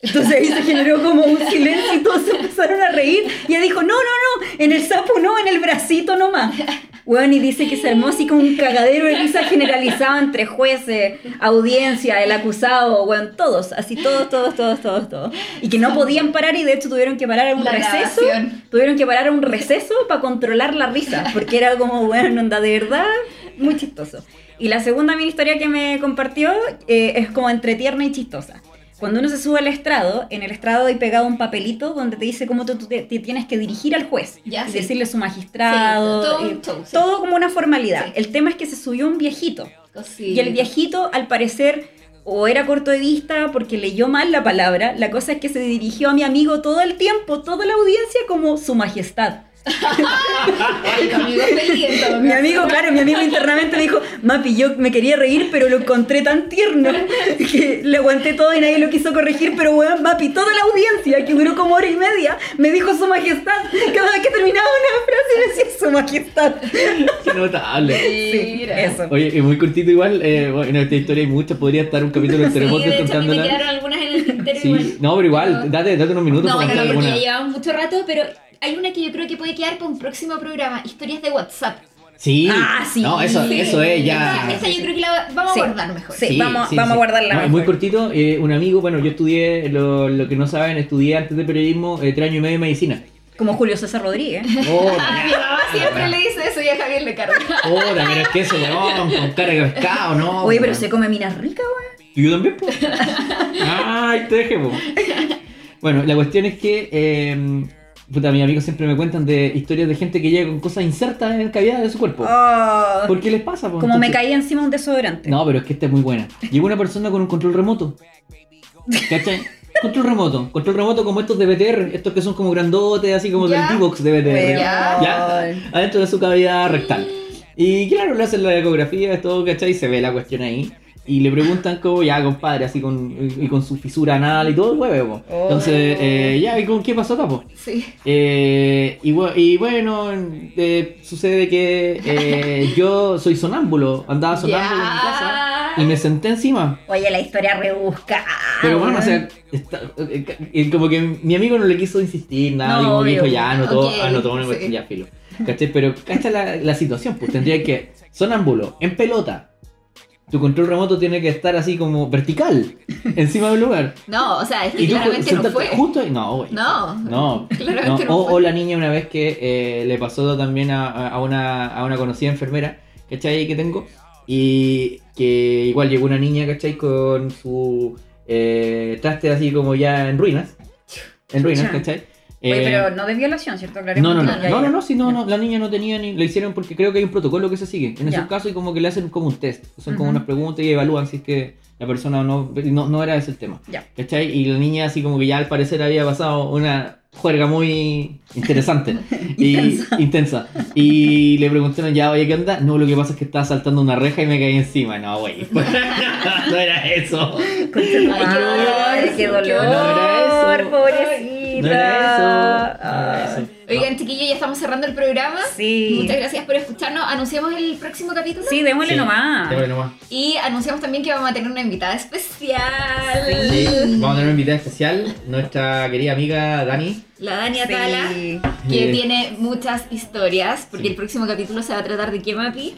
S1: Entonces ahí se generó como un silencio y todos se empezaron a reír. Y ella dijo, no, no, no, en el sapo no, en el bracito nomás. Bueno, y dice que se armó así como un cagadero de risa generalizado entre jueces, audiencia, el acusado, bueno, todos, así todos, todos, todos, todos, todos. Y que no podían parar y de hecho tuvieron que parar a un
S2: La
S1: receso.
S2: grabación.
S1: Tuvieron que parar a un receso para controlar la risa, porque era como, bueno, onda, de verdad, muy chistoso. Y la segunda mini historia que me compartió eh, es como entre tierna y chistosa. Cuando uno se sube al estrado, en el estrado hay pegado un papelito donde te dice cómo tú tú te, te tienes que dirigir al juez.
S2: Ya,
S1: y
S2: sí.
S1: decirle su magistrado.
S2: Sí, todo un
S1: y-
S2: show, sí.
S1: todo como una formalidad.
S2: Sí.
S1: El tema es que se subió un viejito.
S2: Sí.
S1: Y el viejito, al parecer, o era corto de vista porque leyó mal la palabra. La cosa es que se dirigió a mi amigo todo el tiempo, toda la audiencia, como su majestad.
S2: Ay, tu amigo feliz en todo
S1: Mi
S2: caso.
S1: amigo, claro, mi amigo internamente me dijo, Mapi, yo me quería reír, pero lo encontré tan tierno que le aguanté todo y nadie lo quiso corregir, pero weón, Mapi, toda la audiencia, que duró como hora y media, me dijo su majestad. Cada vez que terminaba una frase me decía su majestad.
S3: Qué notable.
S2: Mira.
S1: Eso.
S3: Oye, y muy cortito igual, eh, bueno, en esta historia hay muchas, podría estar un capítulo del
S2: Sí, de
S3: terremoto
S2: hecho, a mí me
S3: contándola.
S2: quedaron algunas en el tintero
S3: Sí,
S2: igual.
S3: no, pero igual, date, date unos minutos
S2: No,
S3: para
S2: no,
S3: contar
S2: porque
S3: alguna.
S2: ya llevamos mucho rato, pero hay una que yo creo que puede quedar para un próximo programa, historias de WhatsApp.
S3: Sí,
S1: Ah, sí.
S3: no, eso,
S1: Sí.
S3: eso es ya.
S2: Esa, esa yo creo que la vamos
S1: Sí.
S2: a abordar mejor.
S1: Sí. vamos- vamos a guardarla
S3: No, y
S1: mejor.
S3: muy cortito, eh, un amigo, bueno, yo estudié, lo, lo que no saben, estudié antes de periodismo eh, tres años y medio de medicina.
S1: Como Julio César Rodríguez.
S3: Oh,
S2: Ah, mi mamá siempre le dice eso y a Javier le carga.
S3: Puta, pero es que ese weón con cara de pescado, ¿no?
S1: Oye, pero
S3: weón.
S1: se come minas ricas, weón.
S3: Yo también, po. Ay, te dejé, po. Bueno, la cuestión es que. eh, puta, mis amigos siempre me cuentan de historias de gente que llega con cosas insertas en cavidades de su cuerpo.
S1: Oh,
S3: ¿Por qué les pasa, po?
S1: como me
S3: Entonces-
S1: caí encima un desodorante.
S3: No, pero es que esta es muy buena. Llegó una persona con un control remoto. ¿Cachai? Control remoto. Control remoto como estos de BTR. Estos que son como grandotes, así como
S2: Ya.
S3: del D-Box de BTR.
S1: Weón.
S3: Ya, adentro de su cavidad rectal. Y claro, le hacen la ecografía, todo, ¿cachai? Se ve la cuestión ahí. Y le preguntan como, ya, compadre, así con, y con su fisura anal y todo, el huevo, po.
S1: Oh.
S3: Entonces, eh, ya, ¿y con qué pasó acá, po?
S2: Sí.
S3: Eh, y, bu- y bueno, eh, sucede que eh, yo soy sonámbulo, andaba sonámbulo en mi casa
S2: Ya.
S3: y me senté encima.
S1: Oye, la historia rebusca.
S2: Ah,
S3: Pero bueno, o sea, está- eh, ca- eh, como que mi amigo no le quiso insistir, nada,
S1: No,
S3: y como que dijo,
S1: obvio.
S3: ya, anotó,
S2: Ok,
S3: anotó una
S2: sí.
S3: cuestión, ya, filo. ¿Cachai? Pero cacha la, la situación, pues tendría que, sonámbulo, en pelota, tu control remoto tiene que estar así como vertical, encima del lugar.
S2: No, o sea, es que
S3: Y tú
S2: claramente no
S3: sentarte
S2: fue.
S3: justo ahí- no, güey.
S2: No.
S3: No, no.
S2: Claramente no
S3: O,
S2: fue.
S3: o la niña una vez que eh, le pasó también a, a- a una, a una conocida enfermera, ¿cachai? Que tengo. Y que igual llegó una niña, ¿cachai? Con su eh, traste así como ya en ruinas. En ruinas,
S1: Chucha.
S3: ¿cachai?
S1: Oye,
S3: Eh,
S1: pero no de violación, ¿cierto?
S3: no, no, no,
S1: Ya,
S3: no,
S1: ya.
S3: no, no, sí, no, no, la niña no tenía ni, lo hicieron porque creo que hay un protocolo que se sigue, en esos
S1: Ya.
S3: casos y como que le hacen como un test, son
S1: Ujú.
S3: como unas preguntas y evalúan si es que la persona no, no, no era ese el tema,
S1: Ya.
S3: ¿cachai? Y la niña así como que ya al parecer había pasado una juerga muy interesante y
S1: Intensa.
S3: intensa, y le preguntaron ya, oye, ¿qué onda? No, lo que pasa es que estaba saltando una reja y me caí encima, no, güey, no era eso.
S1: Concha tu
S2: Ay, qué
S1: madre,
S2: dolor,
S1: qué
S2: qué
S1: dolor,
S3: dolor. No
S2: era eso.
S1: pobrecita. Ah,
S3: No era eso. No era eso.
S2: Oigan, chiquillos, ya estamos cerrando el programa.
S1: Sí.
S2: Muchas gracias por escucharnos. Anunciamos el próximo capítulo
S1: Sí, démosle
S3: Sí,
S1: nomás.
S3: démosle nomás.
S2: y anunciamos también que vamos a tener una invitada especial.
S3: Sí, vamos a tener una invitada especial, nuestra querida amiga Dani.
S2: La Dani
S1: Sí.
S2: Atala, que
S3: Sí.
S2: tiene muchas historias, porque
S3: Sí.
S2: el próximo capítulo se va a tratar de qué, Mapi.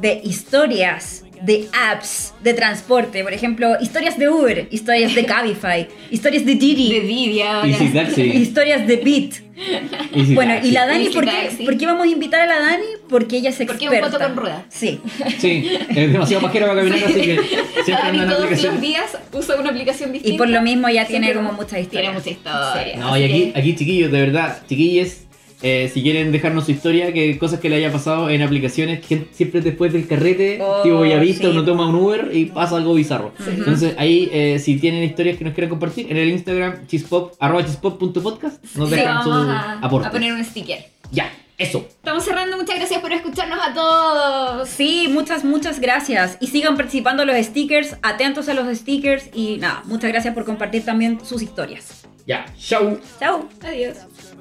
S1: De historias, de apps, de transporte. Por ejemplo, historias de Uber, historias de Cabify, historias de
S2: De
S1: Didi,
S2: Didi ahora.
S3: Y si taxi.
S1: historias de Bit.
S3: Y si
S1: Bueno,
S3: taxi.
S1: y la Dani,
S2: Easy
S1: ¿por qué,
S2: taxi.
S1: por qué vamos a invitar a la Dani? Porque ella es
S2: Porque
S1: experta.
S2: es un foto con ruedas.
S1: Sí.
S3: Sí, es demasiado pajera para caminar, así que siempre
S2: Dani
S3: anda en
S2: todos los
S3: aplicación.
S2: días usa una aplicación distinta.
S1: Y por lo mismo ya
S2: Siempre
S1: tiene como muchas historias.
S2: Tiene muchas historias.
S1: Sí.
S3: No, y aquí, aquí chiquillos, de verdad, chiquilles, eh, si quieren dejarnos su historia, que cosas que le haya pasado en aplicaciones, que siempre después del carrete,
S1: Oh,
S3: tipo ya
S1: sí.
S3: visto, uno toma un Uber y pasa algo bizarro.
S1: Sí.
S3: Entonces ahí, eh, si tienen historias que nos quieran compartir, en el Instagram chispop, arroba chispop.podcast, nos
S2: Sí,
S3: dejan
S2: vamos
S3: su
S2: a,
S3: aporte.
S2: a poner un sticker.
S3: Ya, eso.
S2: Estamos cerrando, muchas gracias por escucharnos a todos.
S1: Sí, muchas, muchas gracias. Y sigan participando en los stickers, atentos a los stickers y nada, muchas gracias por compartir también sus historias.
S3: Ya, chau.
S1: Chao.
S2: Adiós.